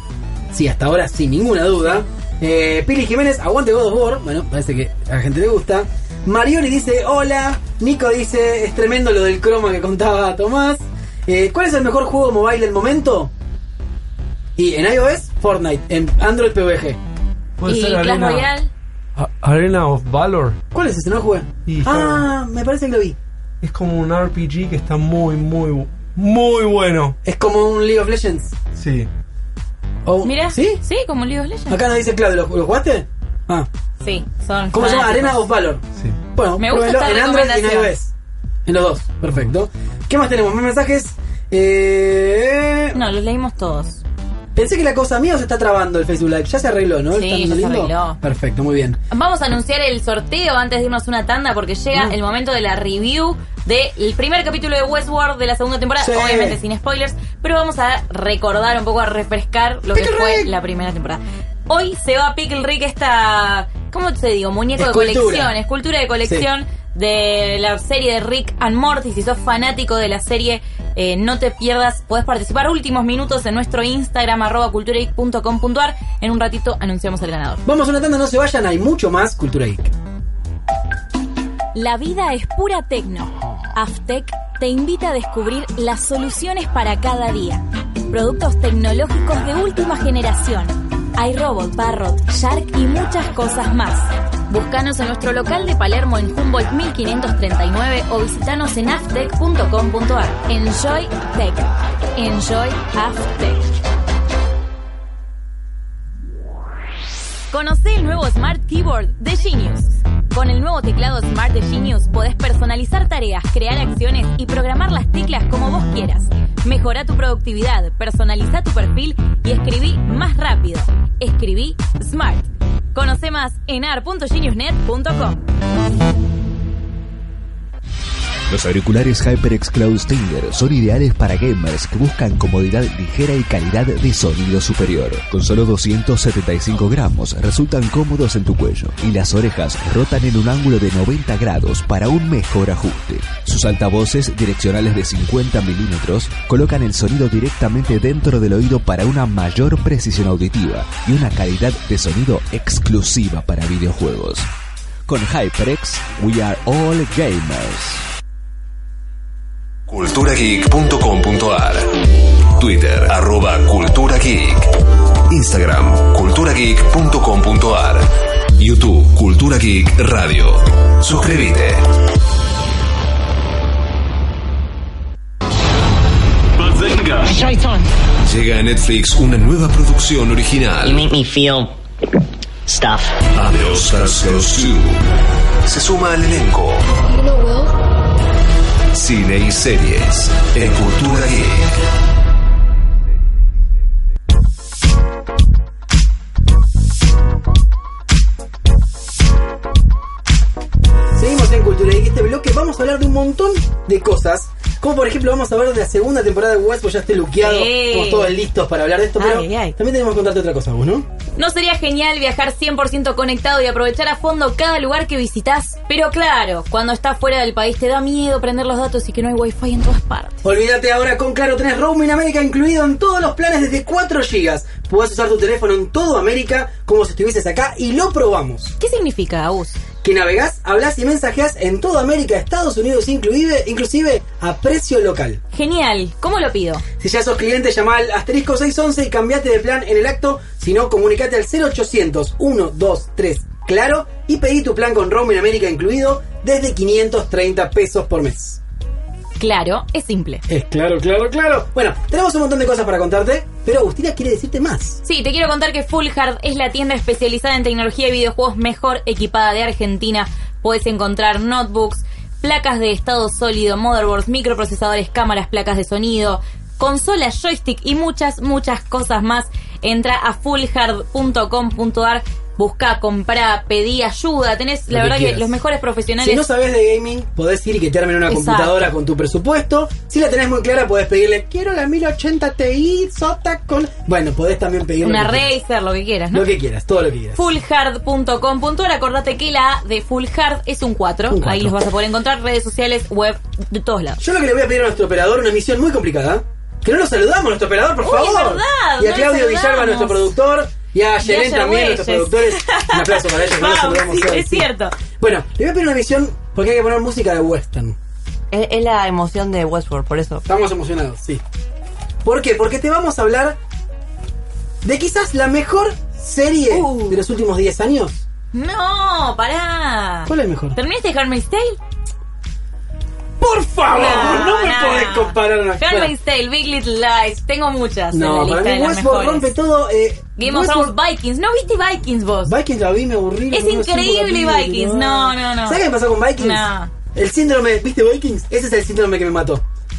B: Sí, hasta ahora, sin ninguna duda. Eh, Pili Jiménez, aguante God of War. Bueno, parece que a la gente le gusta. Marioni dice, hola. Nico dice, es tremendo lo del croma que contaba Tomás. Eh, ¿Cuál es el mejor juego mobile del momento? Y en iOS, Fortnite. En Android, PvG.
H: Puede
C: y
H: ser
C: Clash
H: Arena,
C: Royale,
H: A- Arena of Valor.
B: ¿Cuál es ese? No lo jugué.
H: Hijo.
B: Ah, me parece que lo vi.
H: Es como un RPG que está muy, muy, bu- muy bueno.
B: Es como un League of Legends.
H: Sí.
B: O-
C: mira,
B: ¿Sí?
C: sí, como League of Legends.
B: Acá nos dice Claudio, ¿lo, lo jugaste? Ah.
C: Sí, son.
B: ¿Cómo se llama?
C: fanáticos.
B: Arena of Valor.
H: Sí.
B: Bueno,
C: Ah, Me gusta
B: pruébelo
C: esta
B: en Android y en
C: recomendación.
B: iOS. En los dos, perfecto. ¿Qué más tenemos? ¿Más mensajes? Eh...
C: No, los leímos todos.
B: Pensé que la cosa mía se está trabando el Facebook Live. Ya se arregló, ¿no?
C: Sí,
B: ¿Está
C: ya se
B: lindo?
C: arregló.
B: Perfecto, muy bien.
C: Vamos a anunciar el sorteo antes de irnos a una tanda porque llega
B: Mm.
C: el momento de la review del primer capítulo de Westworld de la segunda temporada,
B: Sí.
C: obviamente sin spoilers, pero vamos a recordar un poco, a refrescar lo que
B: Pickle
C: fue
B: Rick.
C: la primera temporada. Hoy se va Pickle Rick esta, ¿cómo se digo? Muñeco de
B: Escultura.
C: colección, escultura de colección de la serie de Rick and Morty. Si sos fanático de la serie, eh, no te pierdas, podés participar últimos minutos en nuestro Instagram arroba culturaic.com.ar. En un ratito anunciamos el ganador.
B: Vamos a una tanda, no se vayan, hay mucho más Cultura Geek.
G: La vida es pura tecno. Aftec te invita a descubrir las soluciones para cada día. Productos tecnológicos de última generación. Hay robot, Parrot, Shark y muchas cosas más. Búscanos en nuestro local de Palermo en Humboldt 1539 o visitanos en aftec.com.ar. Enjoy Tech. Enjoy Aftec.
C: Conoce el nuevo Smart Keyboard de Genius. Con el nuevo teclado Smart de Genius podés personalizar tareas, crear acciones y programar las teclas como vos quieras. Mejora tu productividad, personaliza tu perfil y escribí más rápido. Escribí Smart. Conoce más en ar.geniusnet.com.
J: Los auriculares HyperX Cloud Stinger son ideales para gamers que buscan comodidad ligera y calidad de sonido superior. Con solo 275 gramos resultan cómodos en tu cuello y las orejas rotan en un ángulo de 90 grados para un mejor ajuste. Sus altavoces direccionales de 50 milímetros colocan el sonido directamente dentro del oído para una mayor precisión auditiva y una calidad de sonido exclusiva para videojuegos. Con HyperX, we are all gamers.
I: culturageek.com.ar Twitter arroba culturageek Instagram culturageek.com.ar YouTube Cultura Geek Radio Suscríbete Llega a Netflix una nueva producción original
K: You make me feel stuff.
I: A The Oscars Goes To. Se suma al elenco. Cine y series en Cultura Geek.
B: Seguimos en Cultura Geek, este bloque vamos a hablar de un montón de cosas. Como por ejemplo vamos a hablar de la segunda temporada de Westworld, ya esté luqueado,
C: Sí.
B: estamos todos listos para hablar de esto, pero
C: Ay, ay.
B: también tenemos que contarte otra cosa, vos, ¿no?
C: ¿No sería genial viajar 100% conectado y aprovechar a fondo cada lugar que visitas? Pero claro, cuando estás fuera del país te da miedo prender los datos y que no hay wifi en todas partes.
B: Olvídate ahora con Claro, tenés roaming América incluido en todos los planes desde 4 GB. Podés usar tu teléfono en todo América como si estuvieses acá y lo probamos.
C: ¿Qué significa, Agus?
B: Que navegás, hablás y mensajeás en toda América, Estados Unidos inclusive, inclusive a precio local.
C: Genial, ¿cómo lo pido?
B: Si ya sos cliente, llama al asterisco 611 y cambiate de plan en el acto. Si no, comunicate al 0800 123 Claro y pedí tu plan con roaming América incluido desde 530 pesos por mes.
C: Claro, es simple.
B: Es claro, claro, claro. Bueno, tenemos un montón de cosas para contarte, pero Agustina quiere decirte más.
C: Sí, te quiero contar que Full Hard es la tienda especializada en tecnología y videojuegos mejor equipada de Argentina. Puedes encontrar notebooks, placas de estado sólido, motherboards, microprocesadores, cámaras, placas de sonido, consolas, joystick y muchas, muchas cosas más. Entra a fullhard.com.ar, busca, compra, pedí ayuda. Tenés,
B: Lo
C: la
B: que
C: verdad, que
B: quieras.
C: los mejores profesionales.
B: Si no sabes de gaming, podés ir y que te armen una
C: Exacto.
B: computadora con tu presupuesto. Si la tenés muy clara, podés pedirle, quiero la 1080 Ti Sota con... Bueno, podés también pedirle...
C: una Razer, lo que quieras, ¿no?
B: Lo que quieras, todo lo que quieras.
C: Fullhard.com.ar, acordate que la A de Fullhard es un 4.
B: Un cuatro.
C: Ahí los vas a poder encontrar, redes sociales, web, de todos lados.
B: Yo lo que le voy a pedir a nuestro operador, una misión muy complicada. Que no lo saludamos, nuestro operador, por
C: Uy,
B: favor.
C: es verdad,
B: y a
C: no lo
B: Claudio Villalba,
C: saludamos.
B: nuestro productor. Y a Yelén
C: ayer
B: también,
C: Bueyes.
B: nuestros productores. Un aplauso para ellos, no los
C: Vamos,
B: saludamos
C: sí,
B: hoy,
C: es
B: sí.
C: cierto.
B: Bueno, le voy a pedir una misión porque hay que poner música de western.
D: Es, es la emoción de Westworld, por eso.
B: Estamos emocionados, sí. ¿Por qué? Porque te vamos a hablar de quizás la mejor serie
C: Uh.
B: de los últimos 10 años.
C: No, pará.
B: ¿Cuál es mejor?
C: ¿Terminaste Handmaid's Tale?
B: ¡Por favor!
C: No,
B: Ah, No, me
C: no.
B: podés comparar una
C: Handmaid's Tale, Big Little Lies. Tengo muchas
B: No,
C: en la
B: para
C: lista de
B: mí
C: las
B: Westworld
C: mejores.
B: rompe todo. Eh,
C: Game of Thrones,
B: Westworld-
C: Vikings. ¿No viste Vikings vos?
B: Vikings la vi, me aburrí.
C: Es
B: no me sigo
C: increíble
B: la vi,
C: Vikings. No, no, no.
B: ¿Sabes qué me pasó con Vikings?
C: No.
B: El síndrome, ¿viste Vikings? Ese es el síndrome que me mató.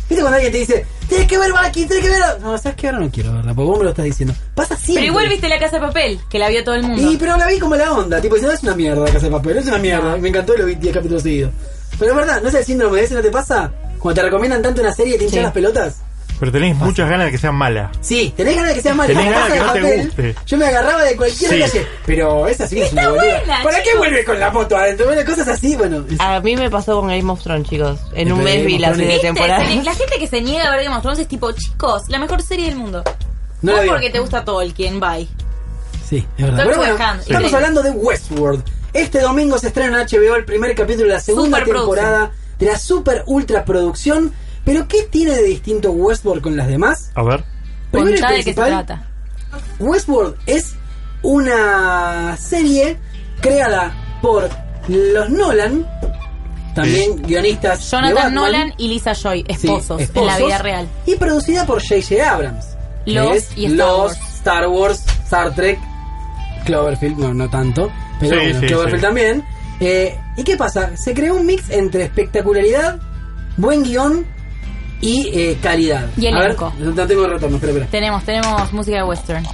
B: ¿Viste cuando alguien te dice, tienes que ver Vikings, tienes que ver... No, ¿sabes qué? Ahora no quiero verla, porque vos me lo estás diciendo. Pasa siempre.
C: Pero igual viste La Casa de Papel, que la vio todo el mundo.
B: Y pero la vi como la onda, tipo, diciendo, es una mierda Casa de Papel, es una mierda. Me encantó y lo vi 10 capítulos seguidos. Pero es verdad, ¿no es el síndrome ese? ¿No te pasa? Cuando te recomiendan tanto una serie y te hinchan las pelotas.
E: Pero tenés muchas ganas de que sea mala.
B: Sí, tenés ganas de que sea mala.
E: Tenés
B: La Casa
E: ganas
B: de
E: de que no te
B: Papel,
E: guste.
B: Yo me agarraba de cualquier
E: Sí.
B: calle. Pero esa sí que es
C: Está
B: una boluda.
C: buena,
B: ¿Para qué
C: chicos. Ah,
B: vuelves con la moto adentro? Bueno, cosas así, bueno. es-
D: A mí me pasó con Game of Thrones, chicos. En
B: Pero
D: un mes
B: Game
D: vi
B: of
D: la
B: Thrones-
D: serie
C: ¿Viste?
D: temporada.
C: Se- La gente que se niega a ver Game of Thrones es tipo, chicos, la mejor serie del mundo.
B: No
C: Vos
B: la vi.
C: porque te gusta Tolkien, bye.
B: Sí, es verdad.
C: Doctor
B: Pero bueno,
C: Who,
B: estamos
C: sí.
B: hablando de Westworld. Este domingo se estrena en HBO el primer capítulo de la segunda
C: Superproducción.
B: temporada de la super ultra producción. Pero ¿qué tiene de distinto Westworld con las demás?
E: A ver.
B: Primero y
C: Contá de qué se
B: principal,
C: trata.
B: Westworld es una serie creada por los Nolan, también guionistas. de
C: Jonathan
B: Batman.
C: Nolan y Lisa Joy,
B: Sí,
C: esposos, en la vida real.
B: Y producida por J.J. Abrams. que
C: Los
B: es
C: y Star
B: Los,
C: Wars.
B: Star Wars, Star Trek, Cloverfield, no, no tanto, pero
E: Sí,
B: bueno,
E: sí,
B: Cloverfield
E: sí.
B: también. Eh, ¿Y qué pasa? Se creó un mix entre espectacularidad, buen guión y eh, calidad.
C: Y
B: A ver,
C: elenco.
B: no no tengo retorno, espera, espera.
C: Tenemos, tenemos música de western.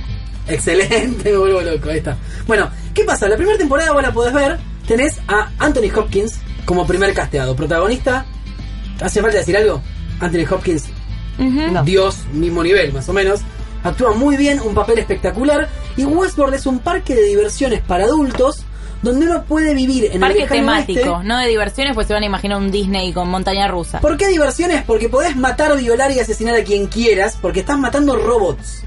B: Excelente, me vuelvo loco, ahí está. Bueno, ¿qué pasa? La primera temporada vos la podés ver, tenés a Anthony Hopkins como primer casteado, protagonista ¿Hace falta decir algo? Anthony Hopkins,
C: Ujú.
B: Dios, mismo nivel, más o menos. Actúa muy bien, un papel espectacular. Y Westworld es un parque de diversiones para adultos donde uno puede vivir en el
C: Parque
B: lejano
C: temático,
B: oeste.
C: no de diversiones, pues se van a imaginar un Disney con montaña rusa.
B: ¿Por qué diversiones? Porque podés matar, violar y asesinar a quien quieras, porque estás matando robots.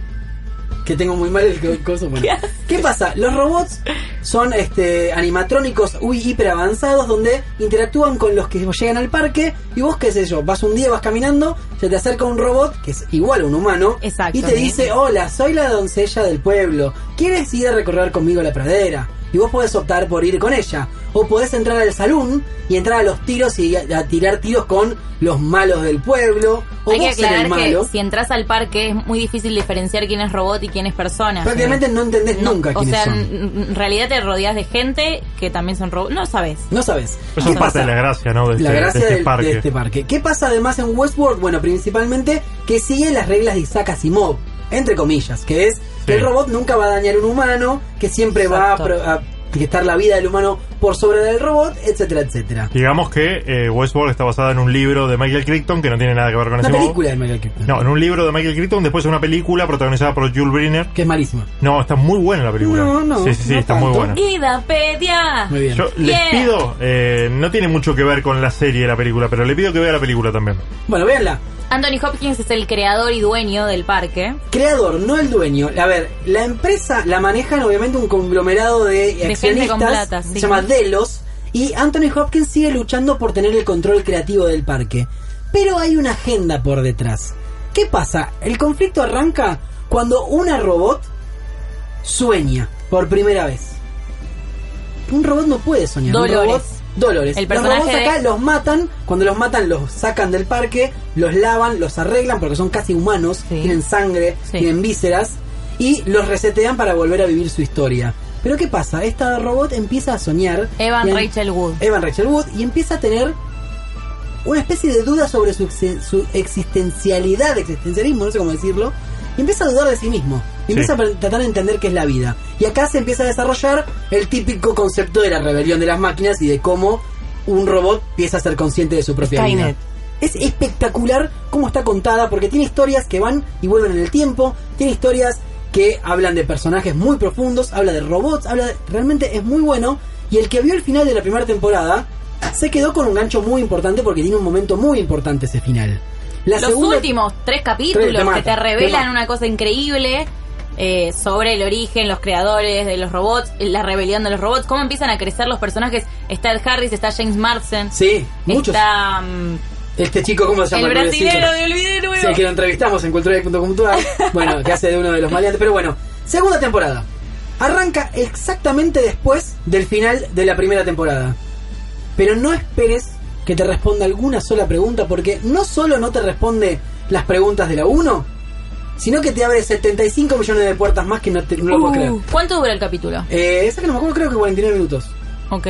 B: Que tengo muy mal el co- coso. bueno. ¿Qué pasa? Los robots son este animatrónicos uy, hiper avanzados donde interactúan con los que llegan al parque y vos, qué sé yo, vas un día, vas caminando, se te acerca un robot que es igual a un humano y te
C: ¿sí?
B: dice, hola, soy la doncella del pueblo, ¿quieres ir a recorrer conmigo la pradera? Y vos podés optar por ir con ella. O podés entrar al salón y entrar a los tiros y a, a tirar tiros con los malos del pueblo. O
C: Hay que
B: vos ser el
C: aclarar que
B: malo.
C: si entras al parque es muy difícil diferenciar quién es robot y quién es persona.
B: Prácticamente no entendés nunca
C: O
B: quiénes
C: sea,
B: son.
C: en en realidad te rodeas de gente que también son robots. No sabes.
B: No sabes.
E: Eso es
B: ¿Qué
E: Pues parte
B: pasa?
E: de la gracia, ¿no? De este,
B: la gracia
E: de este
B: del- de,
E: parque.
B: este parque. ¿Qué pasa además en Westworld? Bueno, principalmente que sigue las reglas de Isaac Asimov, entre comillas, que es que
E: Sí.
B: el robot nunca va a dañar a un humano, que siempre va a pro- a, estar la vida del humano por sobre la del robot, etcétera, etcétera.
E: Digamos que eh, Westworld está basada en un libro de Michael Crichton que no tiene nada que ver con
B: Una
E: ese
B: película de Michael Crichton.
E: No, en un libro de Michael Crichton, después una película protagonizada por Jules Briner.
B: Que es malísima.
E: No, está muy buena la película.
C: No, no,
E: Sí, sí, sí,
C: no
E: está muy
B: Ah.
E: buena.
C: Guidapedia.
E: Yo les
C: Yeah.
E: pido, eh, no tiene mucho que ver con la serie la película, pero le pido que vea la película también.
B: Bueno, véanla.
C: Anthony Hopkins es el creador y dueño del parque.
B: Creador, no el dueño. A ver, la empresa la manejan obviamente un conglomerado de,
C: gente
B: accionistas,
C: con plata, sí.
B: se llama Delos, y Anthony Hopkins sigue luchando por tener el control creativo del parque. Pero hay una agenda por detrás. ¿Qué pasa? El conflicto arranca cuando una robot sueña por primera vez. Un robot no puede soñar. un
C: Dolores.
B: robot- Dolores.
C: El
B: los
C: personaje
B: robots
C: de-
B: acá los matan, cuando los matan los sacan del parque, los lavan, los arreglan porque son casi humanos, tienen sangre, tienen vísceras y los resetean para volver a vivir su historia. Pero ¿qué pasa? Esta robot empieza a soñar.
C: Evan
B: y en-
C: Rachel Wood.
B: Evan Rachel Wood y empieza a tener una especie de duda sobre su, ex- su existencialidad, existencialismo, no sé cómo decirlo, y empieza a dudar de sí mismo, y
L: Sí.
B: empieza a pre- tratar de entender qué es la vida. Y acá se empieza a desarrollar el típico concepto de la rebelión de las máquinas y de cómo un robot empieza a ser consciente de su propia
D: Skynet.
B: vida. Es espectacular cómo está contada, porque tiene historias que van y vuelven en el tiempo, tiene historias que hablan de personajes muy profundos, habla de robots, habla de- realmente es muy bueno. Y el que vio el final de la primera temporada se quedó con un gancho muy importante porque tiene un momento muy importante ese final. La
C: Los
B: segunda-
C: últimos tres capítulos
B: Tres, te mata,
C: que
B: te
C: te revelan
B: mata.
C: una cosa increíble eh, sobre el origen, los creadores de los robots, eh, la rebelión de los robots, cómo empiezan a crecer los personajes. Está el Harris, está James Marsden.
B: Sí, muchos.
C: Está mm,
B: Este chico, ¿cómo se llama?
C: el
B: No le sigo.
C: brasilero de Olvidé Nuevo.
B: Sí, que lo entrevistamos en cultura.com.ar. Bueno, que hace de uno de los maleantes. Pero bueno, segunda temporada. Arranca exactamente después del final de la primera temporada. Pero no esperes que te responda alguna sola pregunta, porque no solo no te responde las preguntas de la 1, sino que te abre 75 millones de puertas más que no, te, no lo puedes creer.
C: Uh, ¿Cuánto dura el capítulo?
B: Eh, esa que no me acuerdo, creo que 49 minutos.
C: Ok.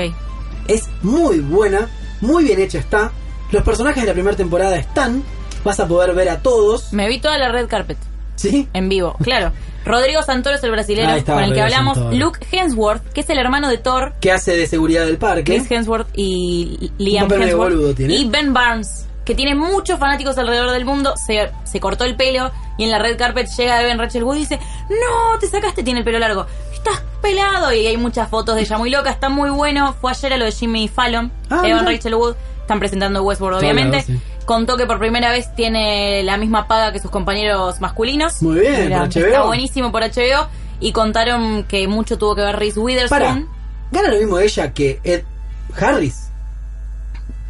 B: Es muy buena, muy bien hecha está. Los personajes de la primera temporada están. Vas a poder ver a todos.
C: Me vi toda la red carpet.
B: ¿Sí?
C: En vivo, claro. Rodrigo Santoro es el brasilero
B: Ahí está,
C: con el que
B: Rodrigo
C: hablamos.
B: Santoro.
C: Luke Hemsworth, que es el hermano de Thor.
B: que hace de seguridad del parque.
C: Chris Hemsworth y Liam
B: Un papel medio
C: Hemsworth.
B: boludo tiene.
C: Y Ben Barnes, que tiene muchos fanáticos alrededor del mundo. Se, se cortó el pelo y en la red carpet llega Ben Rachel Wood y dice: No, te sacaste, tiene el pelo largo. Estás pelado. Y hay muchas fotos de ella muy loca, está muy bueno. Fue ayer a lo de Jimmy Fallon.
G: Ah,
C: Evan
G: mirá.
C: Rachel Wood. Están presentando Westworld,
G: Está
C: obviamente.
G: hablado,
C: Contó que por primera vez tiene la misma paga que sus compañeros masculinos.
B: Muy bien, por HBO.
C: Está buenísimo por HBO. Y contaron que mucho tuvo que ver Reese Witherspoon.
B: Para, gana lo mismo ella que Ed Harris.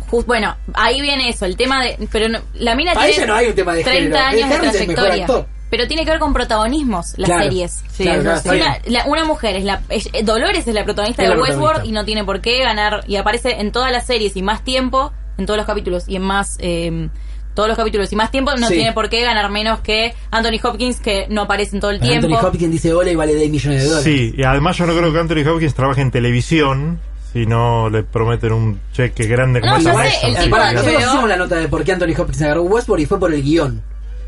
C: Just- bueno, ahí viene eso, el tema de. Pero no- la mina
B: Para
C: tiene.
B: ella no hay un tema de
C: 30
B: género.
C: años
B: Ed
C: de
B: Harris es el mejor
C: trayectoria.
B: actor.
C: Pero tiene que ver con protagonismos las
B: Claro.
C: series.
B: Sí, Claro, eso claro, sí. está
C: una, la- una mujer es la es- Dolores es la protagonista
B: Es
C: de
B: la
C: Westworld
B: protagonista.
C: y no tiene por qué ganar y aparece en todas las series y más tiempo, en todos los capítulos y en más eh, todos los capítulos y más tiempo no
B: Sí.
C: tiene por qué ganar menos que Anthony Hopkins que no aparece en todo el
B: Para
C: tiempo.
B: Anthony Hopkins dice hola y vale 10
C: Eh,
B: millones de dólares.
E: Sí, y además yo no creo que Anthony Hopkins trabaje en televisión, si no le prometen un cheque grande como
B: Bueno,
E: el de
B: pará,
E: Westworld.
B: eh, pará, nosotros hicimos la nota de por qué Anthony Hopkins agarró Westworld y fue por el guión.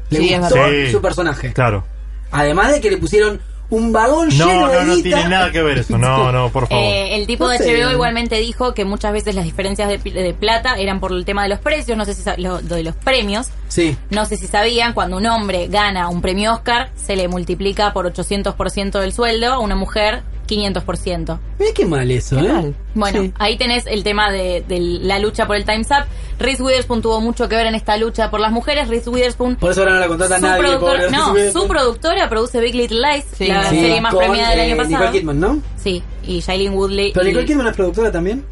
B: Le
E: Sí, es
B: gustó
E: verdad. Sí.
B: su personaje.
E: Claro.
B: Además de que le pusieron un vagón lleno
E: No,
B: de
E: no, no
B: guita.
E: tiene nada que ver eso. No, no, por favor.
C: Eh, el tipo
B: No
C: de
B: sé.
C: HBO igualmente dijo que muchas veces las diferencias de, pi- de plata eran por el tema de los precios, no sé si sa- lo- lo de los premios.
B: Sí.
C: No sé si sabían, cuando un hombre gana un premio Oscar, se le multiplica por 800% del sueldo, a una mujer 500%.
B: Mirá qué mal eso, ¿eh?
C: Bueno,
B: Sí.
C: ahí tenés el tema de, de la lucha por el Time's Up. Reese Witherspoon tuvo mucho que ver en esta lucha por las mujeres. Reese Witherspoon...
B: Por eso ahora no la contrata
C: su
B: nadie,
C: productora-
B: pobre
C: no,
B: Reese
C: su productora produce Big Little Lies,
B: Sí.
C: la
B: Sí,
C: serie más
B: con,
C: premiada del
B: eh,
C: año pasado.
B: Nicole Kidman, ¿no?
C: Sí, y Shailene Woodley.
B: Pero
C: y-
B: Nicole Kidman es productora también.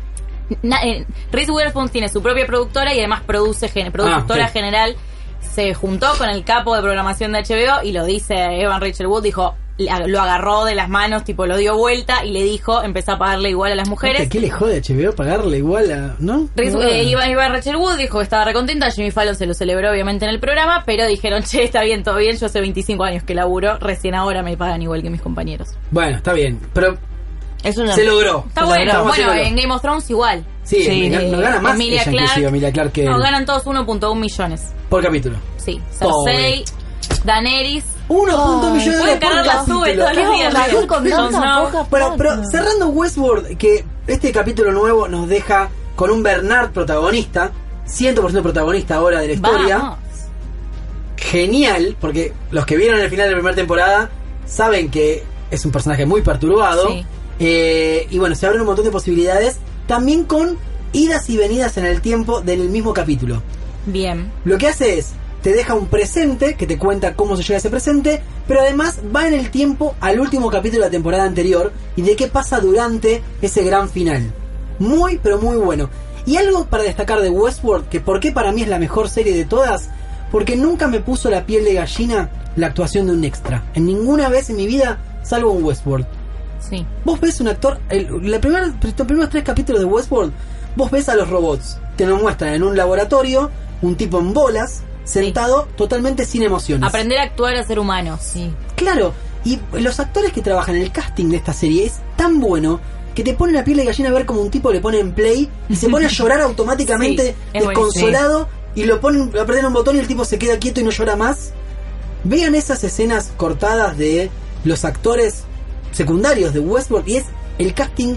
B: Este,
C: Na- eh, Reese Witherspoon tiene su propia productora y además produce gen- productora
B: Ah, ok.
C: general. Se juntó con el capo de programación de HBO y lo dice Evan Rachel Wood, dijo, la- lo agarró de las manos, tipo lo dio vuelta y le dijo, empezó a pagarle igual a las mujeres.
B: Aparte, ¿Qué le jode a HBO pagarle igual a.? ¿No?
C: Reese-
B: No,
C: eh, Evan, Evan Rachel Wood dijo que estaba recontenta, Jimmy Fallon se lo celebró obviamente en el programa, pero dijeron, che, está bien, todo bien, yo hace 25 años que laburo, recién ahora me pagan igual que mis compañeros.
B: Bueno, está bien. Pero
D: Es una-
B: se logró.
C: Está
B: Se
C: bueno,
B: logró.
C: bueno,
B: Se logró.
C: en Game of Thrones igual.
B: Sí, no- no gana más
C: Emilia
B: ella,
C: Clarke-
B: inclusive, Emilia Clarke que
C: No,
B: él.
C: ganan todos 1.1 millones.
B: Por capítulo.
C: Sí, Cersei, Daenerys.
B: Uno punto millón de
C: Pueden cargar la
B: dólares por
C: sube
B: capítulo.
C: todos los días.
G: Mejor con
C: Jon
G: tanta
C: Snow.
G: poca
B: Bueno, pero
G: plata.
B: cerrando Westworld, que este capítulo nuevo nos deja con un Bernard protagonista, 100% protagonista ahora de la historia.
C: Vamos.
B: Genial, porque los que vieron el final de la primera temporada saben que es un personaje muy perturbado.
C: Sí.
B: Eh, y bueno, se abren un montón de posibilidades, también con idas y venidas en el tiempo del mismo capítulo.
C: Bien.
B: Lo que hace es, te deja un presente que te cuenta cómo se llega a ese presente, pero además va en el tiempo al último capítulo de la temporada anterior y de qué pasa durante ese gran final. Muy, pero muy bueno. Y algo para destacar de Westworld, que por qué para mí es la mejor serie de todas, porque nunca me puso la piel de gallina la actuación de un extra. En ninguna vez en mi vida, salvo en Westworld.
C: Sí.
B: Vos ves un actor, el, la primera- los primeros tres capítulos de Westworld, vos ves a los robots. Te lo muestran en un laboratorio, un tipo en bolas, sentado totalmente sin emociones.
C: Aprender a actuar a ser humano. Sí.
B: Claro, y los actores que trabajan en el casting de esta serie es tan bueno que te pone la piel de gallina a ver como un tipo le pone en play y se pone a llorar automáticamente
C: Sí, es
B: desconsolado y lo ponen a perder un botón y el tipo se queda quieto y no llora más. Vean esas escenas cortadas de los actores secundarios de Westworld y es el casting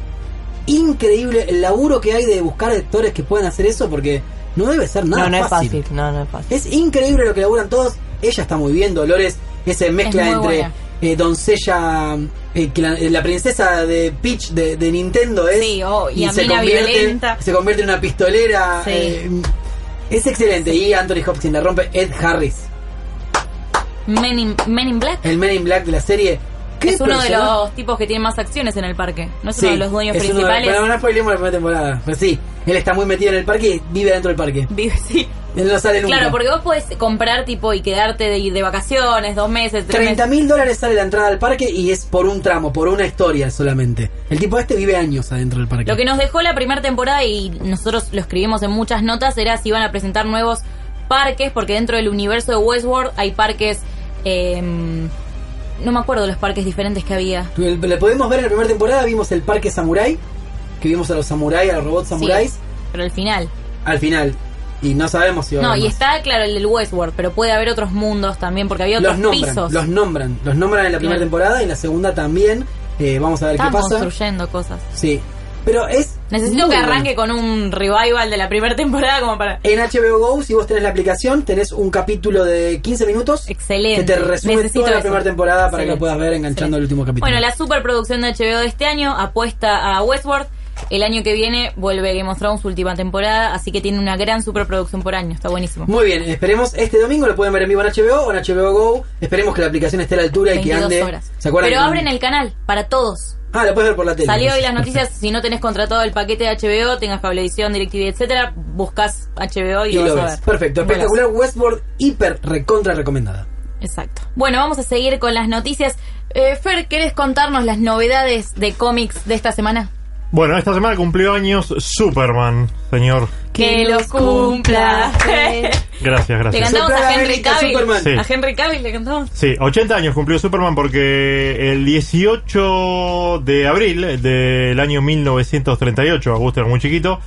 B: increíble, el laburo que hay de buscar actores que puedan hacer eso porque no debe ser nada
D: no, no es
B: fácil.
D: fácil. No, no es fácil.
B: Es increíble lo que laburan todos. Ella está muy bien, Dolores. Esa mezcla
C: muy
B: entre
C: buena.
B: eh, doncella, eh, que la, eh, la princesa de Peach de, de Nintendo es.
C: Sí, oh, y a
B: se
C: mina
B: convierte,
C: violenta.
B: Se convierte en una pistolera.
C: Sí.
B: eh, es excelente. Y Anthony Hopkins la rompe. Ed Harris,
C: Men in, Men in Black
B: el Men in Black de la serie. ¿Qué
C: es uno de
B: personaje?
C: los tipos que tiene más acciones en el parque. No es
B: Sí,
C: uno de los dueños
B: es uno de-
C: principales.
B: bueno, no spoilemos la primera temporada. Pero sí, él está muy metido en el parque y vive dentro del parque.
C: Vive- sí.
B: Él no sale nunca.
C: Claro, porque vos podés comprar tipo y quedarte de, de vacaciones, dos meses, tres
B: 30
C: meses.
B: mil dólares sale la entrada al parque y es por un tramo, por una historia solamente. El tipo este vive años adentro del parque.
C: Lo que nos dejó la primera temporada y nosotros lo escribimos en muchas notas era si iban a presentar nuevos parques, porque dentro del universo de Westworld hay parques... eh, no me acuerdo los parques diferentes que había.
B: El- Le podemos ver en la primera temporada, vimos el parque samurái, que vimos a los samuráis, a los robots samuráis,
C: Sí, pero al final.
B: al final. Y no sabemos si va a
C: No,
B: haber
C: y
B: más.
C: está claro el del Westworld, pero puede haber otros mundos también, porque había otros
B: los nombran,
C: pisos.
B: los nombran, los nombran en la primera
C: Claro.
B: temporada y en la segunda también. Eh, vamos a ver
C: Están
B: qué pasa.
C: construyendo cosas.
B: Sí. Pero es
C: Necesito
B: muy
C: que
B: bueno.
C: arranque con un revival de la primera temporada como para...
B: En HBO Go, si vos tenés la aplicación, tenés un capítulo de 15 minutos
C: Excelente.
B: que te resume
C: Necesito
B: toda la
C: eso.
B: primera temporada para que
C: Excelente.
B: lo puedas ver enganchando el último capítulo.
C: Bueno, la superproducción de HBO de este año apuesta a Westworld. El año que viene vuelve Game of Thrones, su última temporada, así que tiene una gran superproducción por año. Está buenísimo.
B: Muy bien, esperemos este domingo, lo pueden ver en vivo en HBO o en HBO Go. Esperemos que la aplicación esté a la altura y que
C: 22
B: ande.
C: horas.
B: ¿Se acuerdan?
C: Pero abren el canal para todos.
B: Ah, lo puedes ver por la tele.
C: Salió hoy las
B: Perfecto.
C: noticias, si no tenés contratado el paquete de HBO, tengas cablevisión, DirecTV, etcétera, buscas HBO y,
B: Y lo
C: vas a
B: ves.
C: ver.
B: Perfecto,
C: Bueno,
B: espectacular. Westworld, hiper recontra recomendada.
C: Exacto. Bueno, vamos a seguir con las noticias. Eh, Fer, ¿querés contarnos las novedades de cómics de esta semana?
E: Bueno, esta semana cumplió años Superman, señor.
C: Que los cumpla.
E: Gracias,
C: Le
E: gracias.
C: cantamos
B: Sopla
C: a
B: la
C: Henry
B: velita,
C: Cavill.
B: Superman.
E: Sí.
C: A Henry Cavill le cantamos.
E: Sí, 80 años cumplió Superman porque el 18 de abril del año 1938, Augusto era muy chiquito,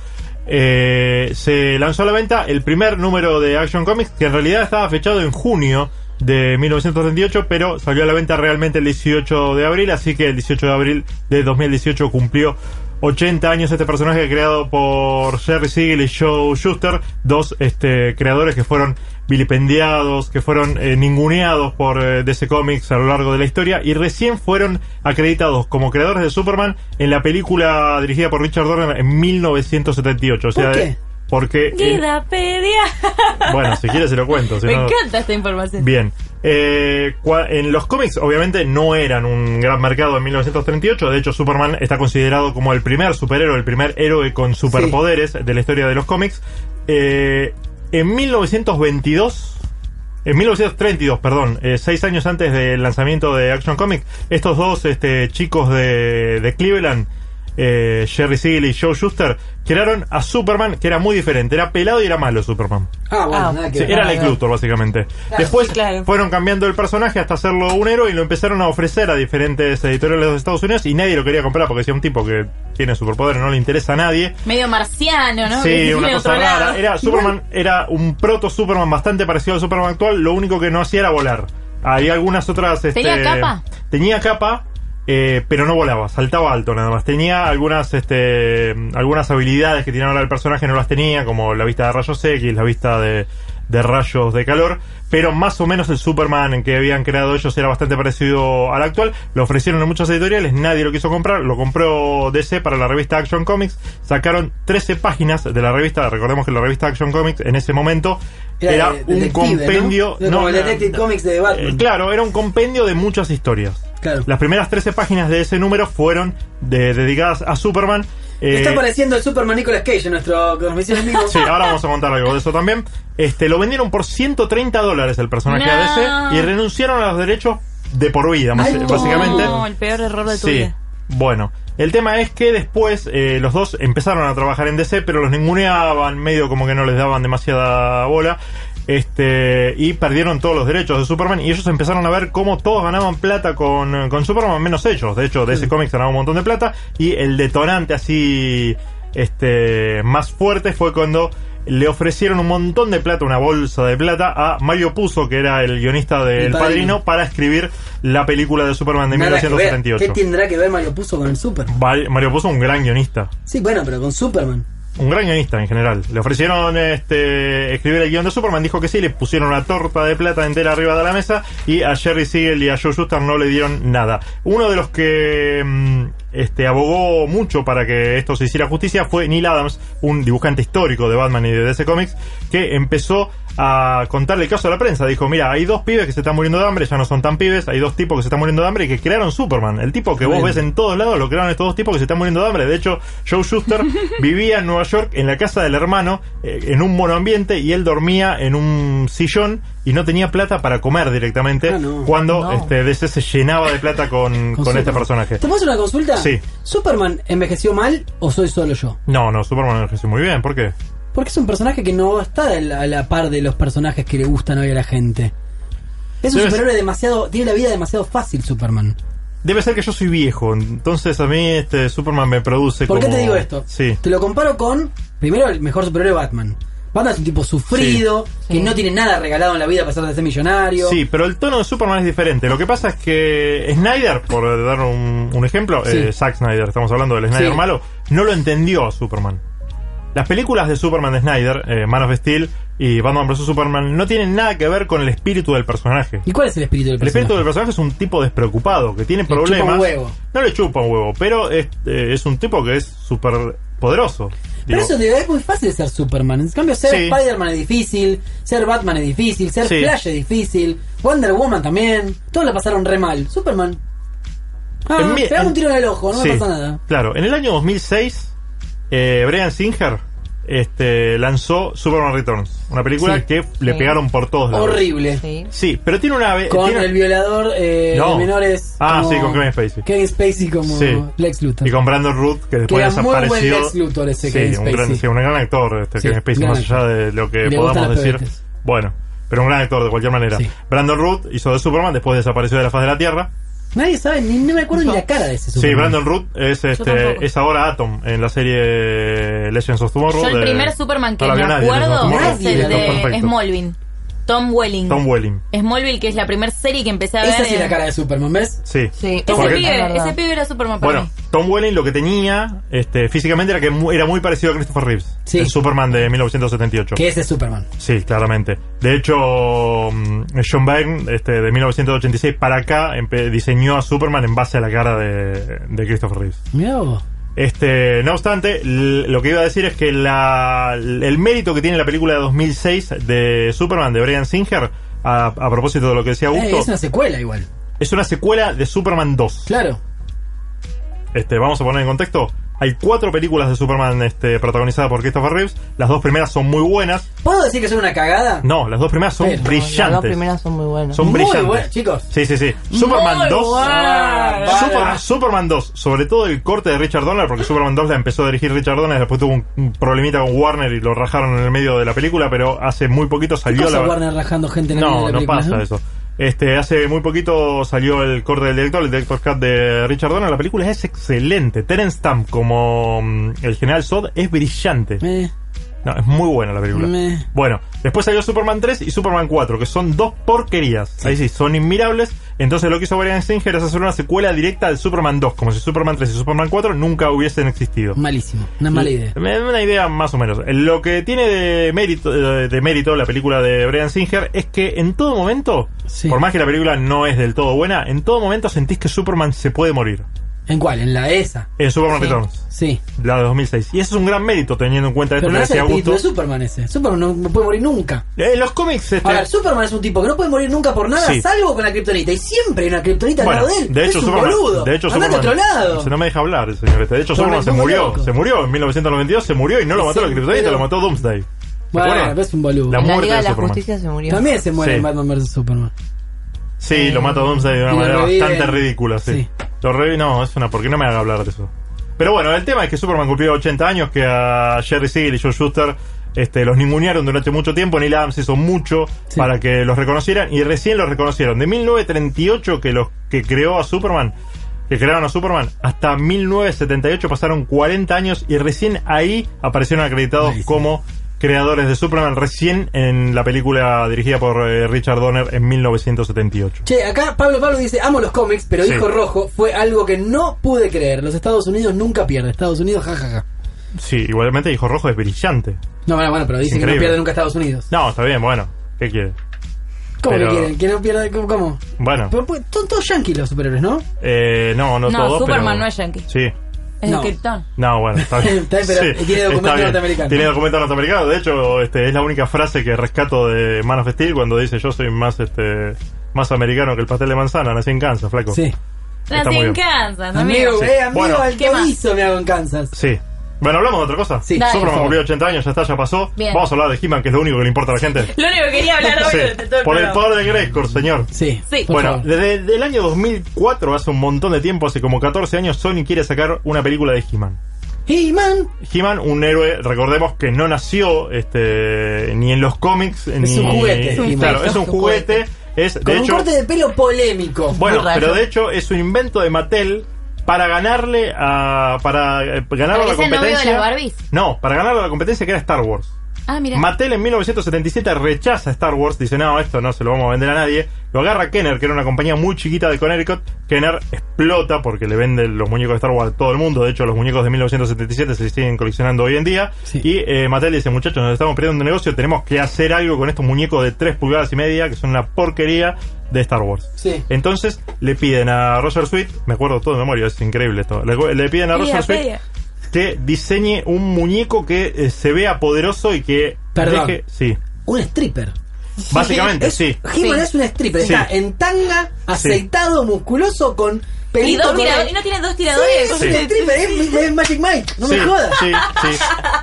E: eh, se lanzó a la venta el primer número de Action Comics que en realidad estaba fechado en junio de 1938, pero salió a la venta realmente el 18 de abril, así que el 18 de abril de 2018 cumplió 80 años este personaje creado por Jerry Siegel y Joe Schuster, dos este, creadores que fueron vilipendiados, que fueron eh, ninguneados por eh, DC Comics a lo largo de la historia y recién fueron acreditados como creadores de Superman en la película dirigida por Richard Donner en 1978. O sea,
C: ¿Por qué?
E: de- porque... eh,
C: Guidapedia.
E: bueno, si quieres se lo cuento. si
C: Me
E: no-
C: encanta esta información.
E: Bien. Eh, cua- en los cómics, obviamente, no eran un gran mercado en 1938. De hecho, Superman está considerado como el primer superhéroe, el primer héroe con superpoderes de la historia de los cómics. Eh, en 1922. En 1932, perdón, eh, seis años antes del lanzamiento de Action Comics, estos dos este, chicos de, de Cleveland, eh, Jerry Siegel y Joe Schuster, crearon a Superman, que era muy diferente, era pelado y era malo Superman.
B: Ah, bueno, nada que
E: Sí,
B: ver.
E: era Lex Luthor, básicamente. Después fueron cambiando el personaje hasta hacerlo un héroe y lo empezaron a ofrecer a diferentes editoriales de Estados Unidos y nadie lo quería comprar porque decía un tipo que tiene superpoderes, no le interesa a nadie.
C: Medio marciano, ¿no?
E: Sí,
C: Que viene
E: una
C: de
E: cosa
C: otro lado.
E: rara. Era Superman, era un proto Superman bastante parecido al Superman actual, lo único que no hacía era volar. Había algunas otras. este,
C: ¿Tenía capa?
E: Tenía capa. eh, pero no volaba, saltaba alto nada más. Tenía algunas, este, algunas habilidades que tiene ahora el personaje, no las tenía, como la vista de rayos X, la vista de, de rayos de calor. Pero más o menos el Superman en que habían creado ellos era bastante parecido al actual. Lo ofrecieron en muchas editoriales, nadie lo quiso comprar. Lo compró DC para la revista Action Comics. Sacaron 13 páginas de la revista. Recordemos que la revista Action Comics en ese momento era,
B: Era de-
E: un
B: detective,
E: compendio.
B: ¿no? Como el Detective Comics de Batman.
E: eh, claro, era un compendio de muchas historias. Las primeras 13 páginas de ese número fueron de- dedicadas a Superman. eh,
B: Está apareciendo el Superman Nicolas Cage en nuestro transmisión en vivo.
E: Sí, ahora vamos a contar algo de eso también. Este, lo vendieron por 130 dólares el personaje
C: No.
E: a DC y renunciaron a los derechos de por vida, más- eh,
C: No,
E: básicamente.
C: el peor error de tu
E: Sí.
C: vida.
E: Bueno, el tema es que después eh, los dos empezaron a trabajar en DC, pero los ninguneaban, medio como que no les daban demasiada bola. Este, y perdieron todos los derechos de Superman y ellos empezaron a ver cómo todos ganaban plata con, eh, con Superman, menos ellos. De hecho,
C: Mm.
E: DC Comics ganaba un montón de plata y el detonante así este, más fuerte fue cuando le ofrecieron un montón de plata, una bolsa de plata, a Mario Puzo, que era el guionista de
B: El
E: El
B: Padrino.
E: Padrino, para escribir la película de Superman de
B: Nada que ver.
E: 1978.
B: ¿Qué tendrá que ver Mario Puzo con el Superman?
E: Val- Mario Puzo un gran guionista.
B: Sí, bueno, pero con Superman.
E: Un gran guionista en general. Le ofrecieron este, escribir el guión de Superman, dijo que sí, le pusieron una torta de plata entera arriba de la mesa y a Jerry Siegel y a Joe Shuster no le dieron nada. Uno de los que mm, este, abogó mucho para que esto se hiciera justicia fue Neil Adams, un dibujante histórico de Batman y de DC Comics, que empezó a contarle el caso a la prensa. Dijo, mira, hay dos pibes que se están muriendo de hambre, ya no son tan pibes, hay dos tipos que se están muriendo de hambre y que crearon Superman. El tipo que vos
L: Tremendo.
E: ves en todos lados lo crearon estos dos tipos que se están muriendo de hambre. De hecho, Joe Schuster vivía en Nueva York en la casa del hermano, eh, en un monoambiente, y él dormía en un sillón y no tenía plata para comer directamente
B: Ah,
E: cuando este DC se llenaba de plata con, con este personaje.
B: ¿Te puedo hacer una consulta?
E: Sí.
B: ¿Superman envejeció mal o soy solo yo?
E: No, no, Superman envejeció muy bien, ¿por qué?
B: Porque es un personaje que no está a la, a la par de los personajes que le gustan hoy a la gente. Es un
E: Debe
B: superhéroe demasiado. Tiene la vida demasiado fácil, Superman.
E: Debe ser que yo soy viejo, entonces a mí este Superman me produce
B: ¿Por qué
E: como-
B: te digo esto?
E: Sí.
B: Te lo comparo con, primero, el mejor superhéroe Batman. Batman es un tipo sufrido, que no tiene nada regalado en la vida a pesar de ser millonario.
E: Sí, pero el tono de Superman es diferente. Lo que pasa es que Snyder, por dar un, un ejemplo,
B: Sí.
E: eh, Zack Snyder, estamos hablando del Snyder
B: Sí.
E: malo, no lo entendió a Superman. Las películas de Superman de Snyder, eh, Man of Steel y Batman vs. Superman, no tienen nada que ver con el espíritu del personaje.
B: ¿Y cuál es el espíritu del
E: El
B: personaje?
E: espíritu del personaje es un tipo despreocupado, que tiene
B: chupa un
E: problemas.
B: huevo.
E: No le chupa un huevo, pero es, eh, es un tipo que es súper poderoso.
B: Pero eso te- es muy fácil ser Superman. En cambio, ser
E: Sí.
B: Spider-Man es difícil, ser Batman es difícil, ser
E: Sí.
B: Flash es difícil, Wonder Woman también. Todos la pasaron re mal. Superman. Ah,
E: En mi-
B: te hago un
E: en-
B: tiro en el ojo, no
E: Sí,
B: me pasa nada.
E: Claro, en el año 2006, eh, Brian Singer este, lanzó Superman Returns, una película
B: Sí.
E: que le
B: Sí.
E: pegaron por todos lados.
B: Horrible.
E: Sí, pero tiene una. ve-
B: Con
E: Eh, tiene-
B: el violador eh,
E: No.
B: de menores.
E: Ah,
B: como
E: sí, con Kevin Spacey.
B: Kevin Spacey como
E: Sí.
B: Lex Luthor.
E: Y con Brandon Root, que después
B: era muy buen
E: desapareció.
B: Lex Luthor ese
E: sí,
B: Kevin
E: un gran,
B: Spacey.
E: sí, un gran actor, este
B: Sí,
E: Kevin Spacey,
B: gran
E: más
B: actor.
E: allá de lo
B: Le
E: que
B: gustan
E: podamos
B: las
E: decir.
B: pebetes.
E: Bueno, pero un gran actor de cualquier manera. Brandon Root hizo de Superman, después desapareció de la faz de la Tierra.
B: Nadie sabe, ni no me acuerdo ni la cara de ese Superman.
E: Sí, Brandon Root es,
B: tampoco.
E: este, es ahora Atom en la serie Legends of Tomorrow.
C: Yo el
E: de-
C: primer Superman que
E: No la
C: me
E: vio nadie,
C: acuerdo
E: Legends of Tomorrow.
C: es el
E: Está perfecto.
C: de Smallville. Tom Welling.
E: Tom Welling.
C: Smallville, que es la primera serie que empecé a ver.
B: Esa sí es
C: en-
B: la cara de Superman, ¿ves?
E: Sí.
C: Sí, ese
E: Porque-
C: pibe, ese pibe era Superman para
E: Bueno,
C: mí.
E: Tom Welling lo que tenía este, físicamente era que mu- era muy parecido a Christopher Reeves, el Superman de 1978.
B: Que ese es Superman.
E: Sí, claramente. De hecho, mm, John Byrne, este, de 1986 para acá, empe- diseñó a Superman en base a la cara de, de Christopher Reeves.
B: Mirá vos.
E: Este, no obstante, l- lo que iba a decir es que la- el mérito que tiene la película de 2006 de Superman, de Brian Singer, a, a propósito de lo que decía
B: Eh,
E: Augusto,
B: es una secuela igual.
E: es una secuela de Superman 2.
B: Claro.
E: Este, vamos a poner en contexto. Hay cuatro películas de Superman este, protagonizadas por Christopher Reeves. Las dos primeras son muy buenas.
B: ¿Puedo decir que son una cagada?
E: No, las dos primeras son
B: Pero,
E: brillantes.
D: Las dos primeras son muy buenas.
E: Son brillantes.
B: Muy buenas, chicos.
E: Sí, sí, sí. Superman
D: Muy
E: 2.
D: buenas.
E: Super- Superman 2. Sobre todo el corte de Richard Donner, porque Superman 2 la empezó a dirigir Richard Donner. Después tuvo un, un problemita con Warner y lo rajaron en el medio de la película. Pero hace muy poquito
B: ¿Qué
E: salió
B: pasa
E: la.
B: Warner rajando gente en el medio
E: No,
B: de
E: no
B: la película,
E: pasa eso. Este, hace muy poquito salió el corte del director, el director cut de Richard Donner. La película es excelente. Terence Stamp como mm, el general Sod es brillante.
B: Eh.
E: No, es muy buena la película.
B: Meh.
E: Bueno, después salió Superman 3 y Superman 4, que son dos porquerías. Ahí sí, son inmirables. Entonces lo que hizo Brian Singer es hacer una secuela directa del Superman 2, como si Superman 3 y Superman 4 nunca hubiesen existido.
B: Malísimo. Una mala idea.
E: Me- Una idea más o menos. Lo que tiene de mérito, eh, de mérito la película de Brian Singer es que en todo momento, por más que la película no es del todo buena, en todo momento sentís que Superman se puede morir.
B: ¿En cuál? ¿En la de esa?
E: En Superman
B: Sí.
E: Returns.
B: Sí.
E: La de 2006. Y eso es un gran mérito teniendo en cuenta esto
B: Pero
E: que
B: no es el
E: decía
B: espíritu
E: Augusto.
B: de Superman ese. Superman no, no puede morir nunca.
E: Eh, los cómics este,
B: Ahora, Superman es un tipo que no puede morir nunca por nada,
E: Sí.
B: salvo con la kriptonita. Y siempre hay una kriptonita
E: Bueno,
B: al lado de él.
E: de hecho,
B: es un
E: Superman,
B: boludo.
E: de hecho,
B: Andá al
E: Superman,
B: otro lado.
E: Se no me deja hablar, señor. este. De hecho,
B: Superman
E: Superman se
B: es muy
E: murió.
B: loco.
E: Se murió en 1992, se murió y no lo mató
B: Sí,
E: la criptonita,
B: pero-
E: lo mató Doomsday. ¿Te acuerdas?
B: Bueno, es un boludo.
E: La
D: En la
E: muerte
D: Liga de
E: de
D: la
E: Superman.
D: Justicia se murió.
B: También se muere
E: Sí.
B: en Batman vs Superman.
E: Sí, lo mata Doomsday de
B: Eh,
E: una
B: Y lo
E: manera
B: reviven.
E: bastante ridícula, sí. Lo revive, no, es una, porque no me haga hablar de eso. Pero bueno, el tema es que Superman cumplió 80 años, que a Jerry Siegel y Joe Schuster este, los ningunearon durante mucho tiempo, Neil Adams hizo mucho para que los reconocieran y recién los reconocieron. De 1938 que los que creó a Superman, que crearon a Superman, hasta 1978 pasaron 40 años y recién ahí aparecieron acreditados como creadores de Superman, recién en la película dirigida por eh, Richard Donner en 1978.
B: Che, acá Pablo Pablo dice, amo los cómics, pero
E: Sí.
B: Hijo Rojo fue algo que no pude creer. Los Estados Unidos nunca pierden. Estados Unidos, jajaja.
E: Sí, igualmente Hijo Rojo es brillante.
B: No, bueno, bueno, pero
E: Es
B: dice que no
E: increíble.
B: pierde nunca Estados Unidos.
E: No, está bien, bueno. ¿Qué quiere?
B: ¿Cómo
E: Pero-
B: que quieren? ¿Que no pierda? ¿Cómo? cómo?
E: Bueno,
B: Pero, pues, son todos yanquis los superhéroes, ¿no?
E: eh, no, no,
C: No,
E: todo.
C: Superman
E: pero-
C: no es yankee.
E: Sí.
C: Es
B: No.
C: de Krypton.
E: No, bueno, está bien.
B: Está bien, pero tiene documento
E: está bien.
B: norteamericano.
E: Tiene documento norteamericano. De hecho, este, es la única frase que rescato de Man of Steel cuando dice yo soy más este más americano que el pastel de manzana. Nací en Kansas, flaco.
B: Sí.
E: Está
C: Nací
E: muy
C: en
E: bien.
C: Kansas, amigo.
B: Amigo,
E: Sí.
B: eh, amigo,
E: Bueno.
B: al
C: ¿Qué más?
B: hizo me hago en Kansas.
E: Sí. Bueno, hablamos de otra cosa.
B: Sí.
C: Dale, por
E: Superman
C: favor.
E: cumplió 80 años, ya está, ya pasó.
C: Bien.
E: Vamos a hablar de He-Man, que es lo único que le importa a la gente.
C: Lo único que quería hablar hoy
E: Sí.
C: durante todo el
E: Por el
C: programa.
E: poder de Gregor, señor.
B: Sí.
C: Sí. por
E: Bueno,
C: favor.
E: desde desde el año 2004, hace un montón de tiempo, hace como 14 años, Sony quiere sacar una película de He-Man.
B: He-Man.
E: He-Man, un héroe, recordemos que no nació este, ni en los cómics,
B: Es
E: ni.
B: un juguete,
E: Claro,
B: He-Man.
E: es un juguete. Es, de
B: Con un
E: hecho,
B: corte de pelo polémico.
E: bueno,
B: Muy raro.
E: pero de hecho es un invento de Mattel para ganarle a. para eh,
C: Para
E: ganar a
C: que
E: la
C: sea el novio de
E: competencia.
C: las Barbies.
E: no, para ganar a la competencia que era Star Wars.
C: Ah, mira.
E: Mattel en 1977 rechaza Star Wars, dice, no, esto no se lo vamos a vender a nadie. Lo agarra Kenner, que era una compañía muy chiquita de Connecticut. Kenner explota porque le vende los muñecos de Star Wars a todo el mundo. De hecho, los muñecos de 1977 se siguen coleccionando hoy en día. Y eh, Mattel dice, muchachos, nos estamos perdiendo un negocio, tenemos que hacer algo con estos muñecos de 3 pulgadas y media, que son una porquería de Star Wars.
B: Sí.
E: Entonces le piden a Roger Sweet, me acuerdo todo de memoria, es increíble esto. Le, le piden
C: Pedia,
E: a Roger Sweet
C: pedia.
E: que diseñe un muñeco que eh, se vea poderoso y que
B: Perdón.
E: deje- sí
B: Un stripper.
E: básicamente
B: Es-
E: sí
B: He-Man es un stripper.
E: Sí.
B: Está en tanga, aceitado, musculoso, con
C: Y
B: pelito
C: dos
B: colorado.
C: tiradores. ¿Y no tiene dos
B: Sí,
C: tiradores?
B: es un stripper, es, es Magic Mike. No
E: Sí,
B: me jodas.
E: sí, sí.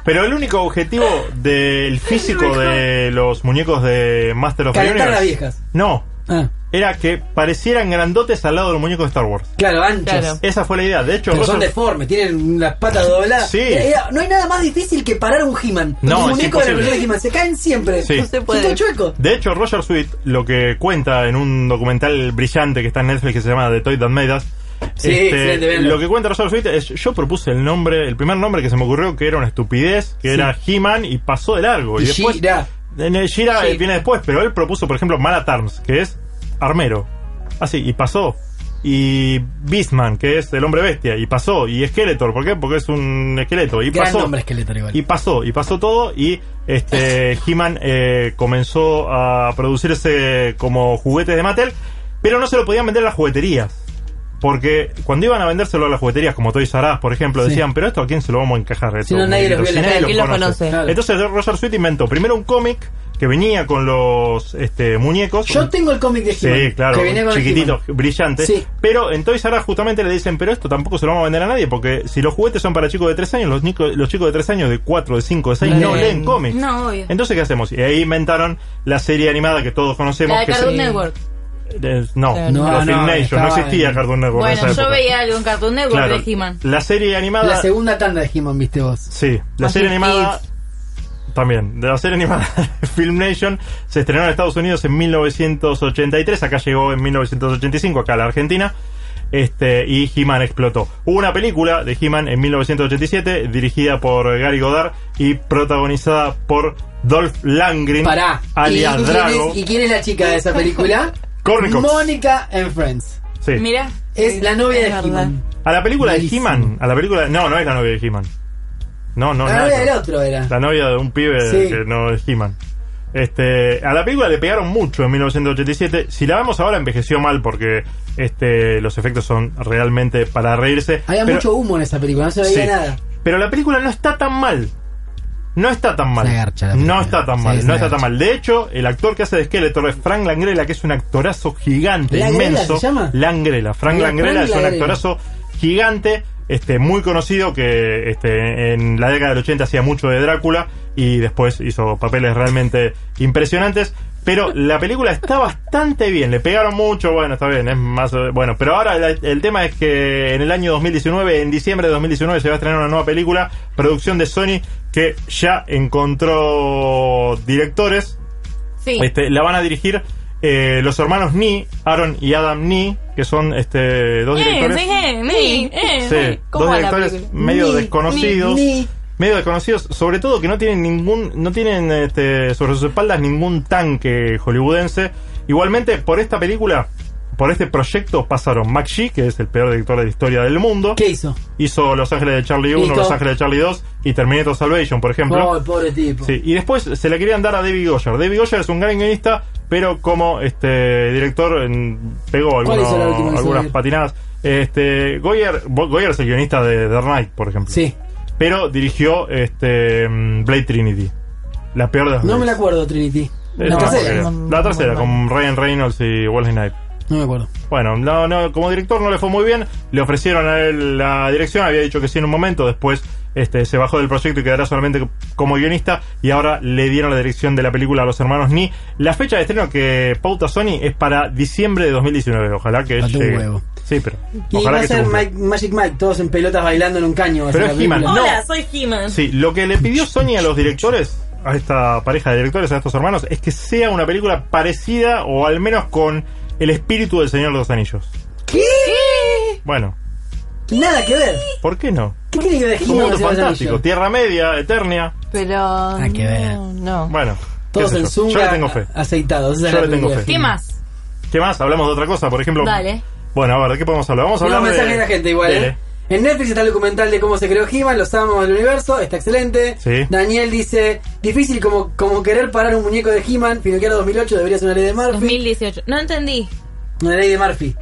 E: Pero el único objetivo del físico de los muñecos de Master of the
B: Calentar a las
E: Universe
B: viejas.
E: no
B: Ah.
E: era que parecieran grandotes al lado de los muñecos de Star Wars
B: Claro, anchos.
D: Claro.
E: esa fue la idea de hecho
B: Pero son
E: Roger-
B: deformes, tienen las patas dobladas.
E: Sí.
B: Era- era- no hay nada más difícil que parar un He-Man.
E: No,
B: un
E: es
B: muñeco de la
E: imposible.
B: versión de He-Man. Se caen siempre.
E: Sí.
B: No se puede. Son todos chuecos.
E: De hecho, Roger Sweet, lo que cuenta en un documental brillante que está en Netflix que se llama The Toy That Made Us, este,
B: Sí, excelente, véanlo.
E: lo que cuenta Roger Sweet es, yo propuse el nombre, el primer nombre que se me ocurrió que era una estupidez, que
B: Sí.
E: era He-Man y pasó de largo. Y,
B: Y
E: después
B: She-Ra.
E: Eh, Shira eh, viene después, pero él propuso, por ejemplo, Malatarms, que es armero. Así, y pasó. Y Beastman, que es el hombre bestia, y pasó. Y Skeletor, ¿por qué? Porque es un esqueleto. Y
B: Gran
E: pasó.
B: nombre Skeletor igual.
E: Y pasó, y pasó todo. Y este He-Man eh, comenzó a producirse como juguetes de Mattel, pero no se lo podían vender a las jugueterías. Porque cuando iban a vendérselo a las jugueterías, como Toys R Us, por ejemplo, decían, pero esto a quién se lo vamos a encajar.
D: Si
E: Esto,
D: no, nadie los vio en la
E: nadie
D: calle,
E: los
D: ¿quién los conoce? Claro.
E: Entonces Roger Sweet inventó primero un cómic que venía con los este, muñecos.
D: Yo tengo el cómic de He-Man,
E: Sí, claro,
D: que venía con el
E: chiquitito,
D: He-Man.
E: brillante.
D: Sí.
E: Pero en Toys R Us justamente le dicen, pero esto tampoco se lo vamos a vender a nadie, porque si los juguetes son para chicos de 3 años, los, nico- los chicos de 3 años, de 4, de 5, de 6,
C: No
E: no
C: leen.
E: leen cómics.
C: No, obvio.
E: Entonces, ¿qué hacemos? Y ahí inventaron la serie animada que todos conocemos.
C: La de
E: que es-
C: Cartoon Network.
E: Eh, no,
C: No,
E: no,
D: no,
E: Film Nation, no
D: estaba
E: existía
D: en-
E: Cartoon Network. en
C: Bueno,
E: esa
C: yo
E: época.
C: veía algo en Cartoon Network
E: Claro.
C: de He-Man.
E: La serie animada.
B: La segunda tanda de He-Man, viste vos.
E: Sí, la
B: Magic
E: serie animada. También, de la serie animada Film Nation se estrenó en Estados Unidos en 1983, acá llegó en 1985, acá a la Argentina, este, y He-Man explotó. Hubo una película de He-Man en 1987, dirigida por Gary Goddard y protagonizada por Dolph Langrin,
B: Pará.
E: alias
B: ¿Y,
E: Drago.
B: quién es, y quién es la chica de esa película?
E: Courtney Cox.
B: Mónica and Friends.
E: Sí.
C: Mira.
B: Es la novia de He-Man.
E: A la película
B: Malísimo.
E: de He-Man, a la película... No, no es la novia de He-Man. No, no,
B: La
E: nada
B: novia
E: que
B: del
E: ver.
B: otro era.
E: La novia de un pibe
B: Sí.
E: que no es He-Man. Este, a la película le pegaron mucho en 1987. Si la vemos ahora envejeció mal porque este, los efectos son realmente para reírse.
B: Había
E: Pero-
B: mucho humo en esa película, no se veía
E: Sí.
B: nada.
E: Pero la película no está tan mal. No está tan mal.
B: Es una garcha la
E: no está tan
B: Sí,
E: mal.
B: es
E: no
B: una
E: está tan
B: garcha.
E: mal. De hecho, el actor que hace de Skeletor es Frank Langrela, que es un actorazo gigante,
B: ¿Langrela
E: inmenso.
B: se llama?
E: Langrela. Frank
B: Mira,
E: Langrela
B: Frank
E: es un
B: Langrela.
E: actorazo gigante, este, muy conocido, que este, en la década del 80 hacía mucho de Drácula y después hizo papeles realmente impresionantes. Pero la película está bastante bien, le pegaron mucho, bueno, está bien, es más... eh, Bueno, pero ahora la- el tema es que en el año 2019, en diciembre de 2019, se va a estrenar una nueva película, producción de Sony, que ya encontró directores,
C: Sí.
E: este, la van a dirigir eh, los hermanos Ni, Aaron y Adam Ni, que son este, dos
C: Eh,
E: directores.
C: sí, eh, sí, eh,
E: Sí,
C: sí. ¿Cómo
E: dos
C: va la
E: directores
C: película?
E: medio
C: Ni,
E: desconocidos. Medio desconocidos, sobre todo que no tienen ningún, no tienen este, sobre sus espaldas ningún tanque hollywoodense. Igualmente, por esta película, por este proyecto, pasaron Max Shee, que es el peor director de la historia del mundo.
B: ¿Qué hizo?
E: Hizo Los Ángeles de Charlie 1,
B: Listo.
E: Los Ángeles de Charlie 2 y Terminator Salvation, por ejemplo.
B: Oh, pobre tipo.
E: Sí, y después se la querían dar a David Goyer. David Goyer es un gran guionista, pero como este director en- pegó
B: ¿Cuál
E: algunos-
B: hizo la última que hizo
E: algunas
B: Goyer?
E: patinadas. Este Goyer, Bo- Goyer es el guionista de The Knight, por ejemplo.
B: Sí.
E: Pero dirigió este mm, Blade Trinity. La peor de las
B: No me la
E: Blades.
B: acuerdo, Trinity.
E: Es
B: La
E: una
B: tercera.
E: porquería. La tercera, con Ryan Reynolds y Wesley Snipes.
B: No me acuerdo.
E: Bueno, no, no, como director no le fue muy bien. Le ofrecieron a él la dirección, había dicho que sí en un momento, después este, se bajó del proyecto y quedará solamente como guionista. Y ahora le dieron la dirección de la película a los hermanos Ni. La fecha de estreno que pauta Sony es para diciembre de 2019. Ojalá que
B: Falta un
E: llegue.
B: huevo.
E: Sí, pero.
B: Y
E: ojalá
B: va
E: que
B: a
E: se
B: ser
E: cumpla.
B: Mike- Magic Mike, todos en pelotas bailando en un caño. va a
E: Pero
B: ser la
E: es
B: película.
E: He-Man,
C: Hola,
E: No.
C: soy He-Man.
E: Sí, lo que le pidió Sony a los directores, a esta pareja de directores, a estos hermanos, es que sea una película parecida o al menos con el espíritu del Señor de los Anillos.
B: ¿Qué?
E: Bueno,
B: Nada que ver.
E: ¿por qué no?
B: ¿Qué tiene que ver
E: Un
B: He-Man
E: mundo
B: con Señor de los
E: fantástico,
B: Anillos?
E: Tierra Media, Eternia.
M: Pero.
B: que ver.
M: no, no.
E: Bueno, qué
B: Todos
E: sé
B: en
E: yo.
B: Zoom
E: yo le tengo fe.
B: aceitados. esa es
E: Yo
B: la
E: le tengo
B: película.
E: fe.
C: ¿Qué más?
E: ¿Qué más? Hablamos de otra cosa, por ejemplo.
C: Dale.
E: Bueno, a ver, ¿de qué podemos hablar? Vamos a
B: Tenemos
E: hablar
B: mensajes
E: de
B: de la gente igual,
E: Dele.
B: ¿eh? En Netflix está el documental de cómo se creó He-Man, los amos del universo, está excelente.
E: Sí.
B: Daniel dice, difícil como, como querer parar un muñeco de He-Man, Pinocchio 2008 debería ser una ley de Murphy.
C: 2018. No entendí.
B: Una ley de Murphy.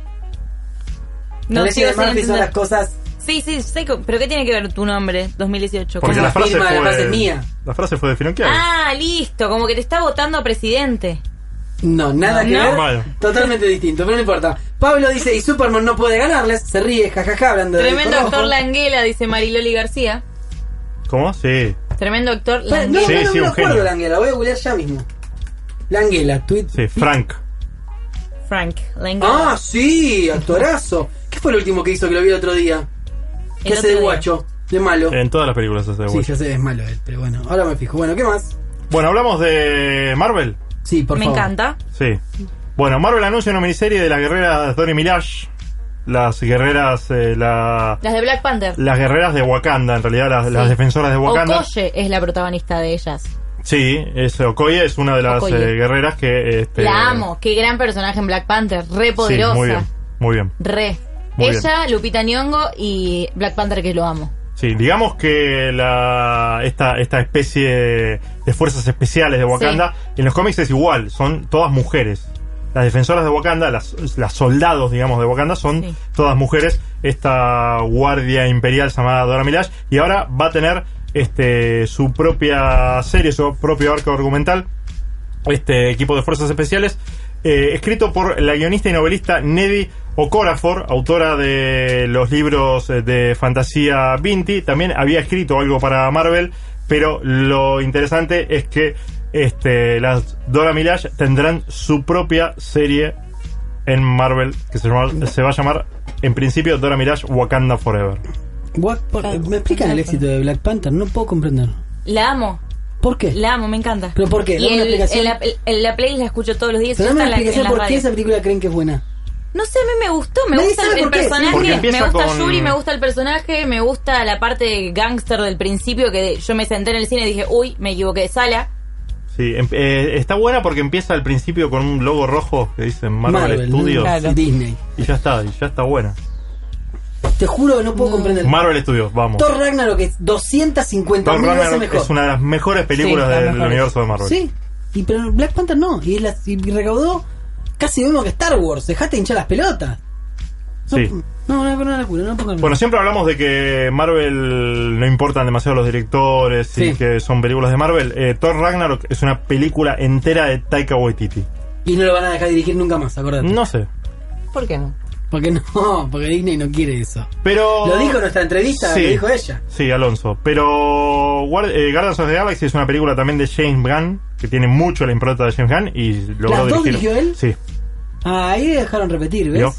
C: No
B: la ley
C: sigo
B: de
C: sin
B: Murphy son
C: entender.
B: las cosas...
C: Sí, sí, sé, que- pero ¿qué tiene que ver tu nombre 2018?
E: Porque
B: ¿Cómo
E: la frase,
B: afirma
E: fue,
B: la frase mía?
E: la frase fue de Finocchiaro.
C: Ah, listo, como que te está votando a presidente.
B: No, nada
C: No.
B: que
C: No.
B: ver.
E: Bueno.
B: Totalmente distinto, pero no importa. Pablo dice, y Superman no puede ganarles. Se ríe, jajaja, hablando de
C: Tremendo
B: Disco
C: actor
B: Rojo.
C: Languela, dice Mariloli García.
E: ¿Cómo? Sí.
C: Tremendo actor
B: Pero No,
C: Languela.
E: Sí,
B: no, no,
E: sí,
B: me
E: un
B: acuerdo
E: genio.
B: de Languela, voy a googlear ya mismo. Languela, tweet.
E: Sí, Frank.
C: Frank Languela.
B: Ah, sí, actorazo. ¿Qué fue lo último que hizo que lo vi el otro día?
C: El
B: Que hace de
C: otro día.
B: guacho, de malo.
E: En todas las películas hace de
B: Sí,
E: Watch.
B: ya sé, es malo él, pero bueno, ahora me fijo. Bueno, ¿qué más?
E: Bueno, hablamos de Marvel.
B: Sí, por
C: Me
B: favor.
C: encanta.
E: Sí. Bueno, Marvel anuncia una miniserie de las guerreras Donny Milash. Las guerreras, eh, la,
C: Las de Black Panther.
E: las guerreras de Wakanda, en realidad, las, las
C: Sí.
E: defensoras de Wakanda.
C: Okoye es la protagonista de ellas.
E: Sí, es, Okoye es una de las
C: Okoye.
E: eh, guerreras que... este,
C: La amo. Qué gran personaje en Black Panther. Re
E: Sí,
C: poderosa.
E: muy bien, muy bien.
C: Re.
E: Muy
C: Ella, Lupita Nyongo y Black Panther, que lo amo.
E: Sí, digamos que la, esta, esta especie de fuerzas especiales de Wakanda, en los cómics es igual, son todas mujeres. Las defensoras de Wakanda, las, las soldados, digamos, de Wakanda son todas mujeres. Esta guardia imperial llamada Dora Milash, y ahora va a tener este, su propia serie, su propio arco argumental este equipo de fuerzas especiales, eh, escrito por la guionista y novelista Neddy Okorafor, autora de los libros eh, de fantasía Vinti. También había escrito algo para Marvel, pero lo interesante es que este, las Dora Milash tendrán su propia serie en Marvel que se, llama- se va a llamar en principio Dora Milash Wakanda Forever.
B: What- por- ¿Me explican el éxito de Black Panther? No puedo comprender.
C: La amo.
B: ¿Por qué?
C: La amo, me encanta.
B: ¿Pero por qué?
C: Y
B: Dame una
C: el-
B: explicación.
C: en la, en la playlist la escucho todos los días.
B: Pero
C: y
B: dame una
C: está en la- en
B: explicación
C: las
B: por qué
C: radios.
B: esa película creen que es buena.
C: No sé, a mí me gustó. Me
B: Nadie
C: gusta
B: sabe
C: el,
B: por qué. Porque
C: personaje. Me
B: empieza
C: gusta
B: con-
C: Yuri, me gusta el personaje, me gusta la parte gángster del principio que yo me senté en el cine y dije, uy, me equivoqué de sala.
E: Sí, em- eh, está buena porque empieza al principio con un logo rojo que dice Marvel,
B: Marvel,
E: Studios
B: claro. Y Disney.
E: Y ya está, y ya está buena.
B: Te juro que no puedo comprender.
E: Marvel Studios, vamos.
B: Thor Ragnarok es 250
E: Thor
B: mil veces
E: Ragnarok
B: mejor.
E: es una de las mejores películas
B: Sí, las
E: del
B: mejores.
E: universo de Marvel.
B: Sí, y, pero Black Panther no. Y, la- y recaudó casi lo mismo que Star Wars. Dejate de hinchar las pelotas.
E: Sí.
B: No, no es una locura. No puedo comprender.
E: Bueno, siempre hablamos de que Marvel no importan demasiado los directores y
B: Sí.
E: que son películas de Marvel. Eh, Thor Ragnarok es una película entera de Taika Waititi.
B: Y no lo van a dejar dirigir nunca más, acordate.
E: No sé.
D: ¿Por qué no?
B: Porque no, porque Disney no quiere eso.
E: Pero
B: Lo dijo en nuestra entrevista,
E: Sí.
B: lo dijo ella.
E: Sí, Alonso. Pero Guard- eh, Guardians of the Galaxy es una película también de James Gunn que tiene mucho la impronta de James Gunn y logró
B: ¿Las dos
E: dirigir.
B: dirigió él?
E: Sí.
B: Ah, ahí dejaron repetir, ¿ves?
E: ¿Vio?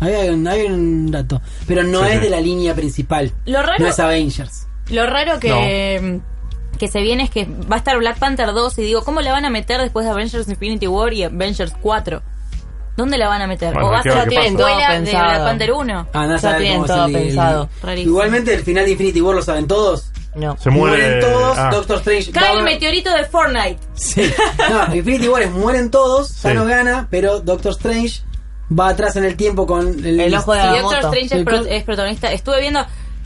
B: Ahí hay un, hay un dato. Pero no
E: Sí,
B: es
E: sí.
B: de la línea principal.
C: Lo raro-
B: No es Avengers.
C: Lo raro que, que se viene es que va a estar Black Panther 2 y digo, ¿cómo la van a meter después de Avengers Infinity War y Avengers 4? ¿Dónde la van a meter?
B: Bueno,
C: ¿O va a
B: hay que ver
C: ser
B: qué
C: la
B: pasa.
C: escuela de
B: Pensado.
C: Black Panther 1?
B: Ah, no saben cómo es el- el-
C: Rarísimo.
B: Igualmente, el final de Infinity War lo saben todos.
D: No.
E: Se muere-
B: Mueren todos.
E: ah.
B: Doctor Strange.
C: Cae el
B: Bauer-
C: meteorito de Fortnite.
B: Sí. No, Infinity War es mueren todos, Thanos gana, pero Doctor Strange va atrás en el tiempo con el,
C: Y Doctor Strange es,
B: El
C: pro-
B: co-
C: es protagonista. Estuve viendo.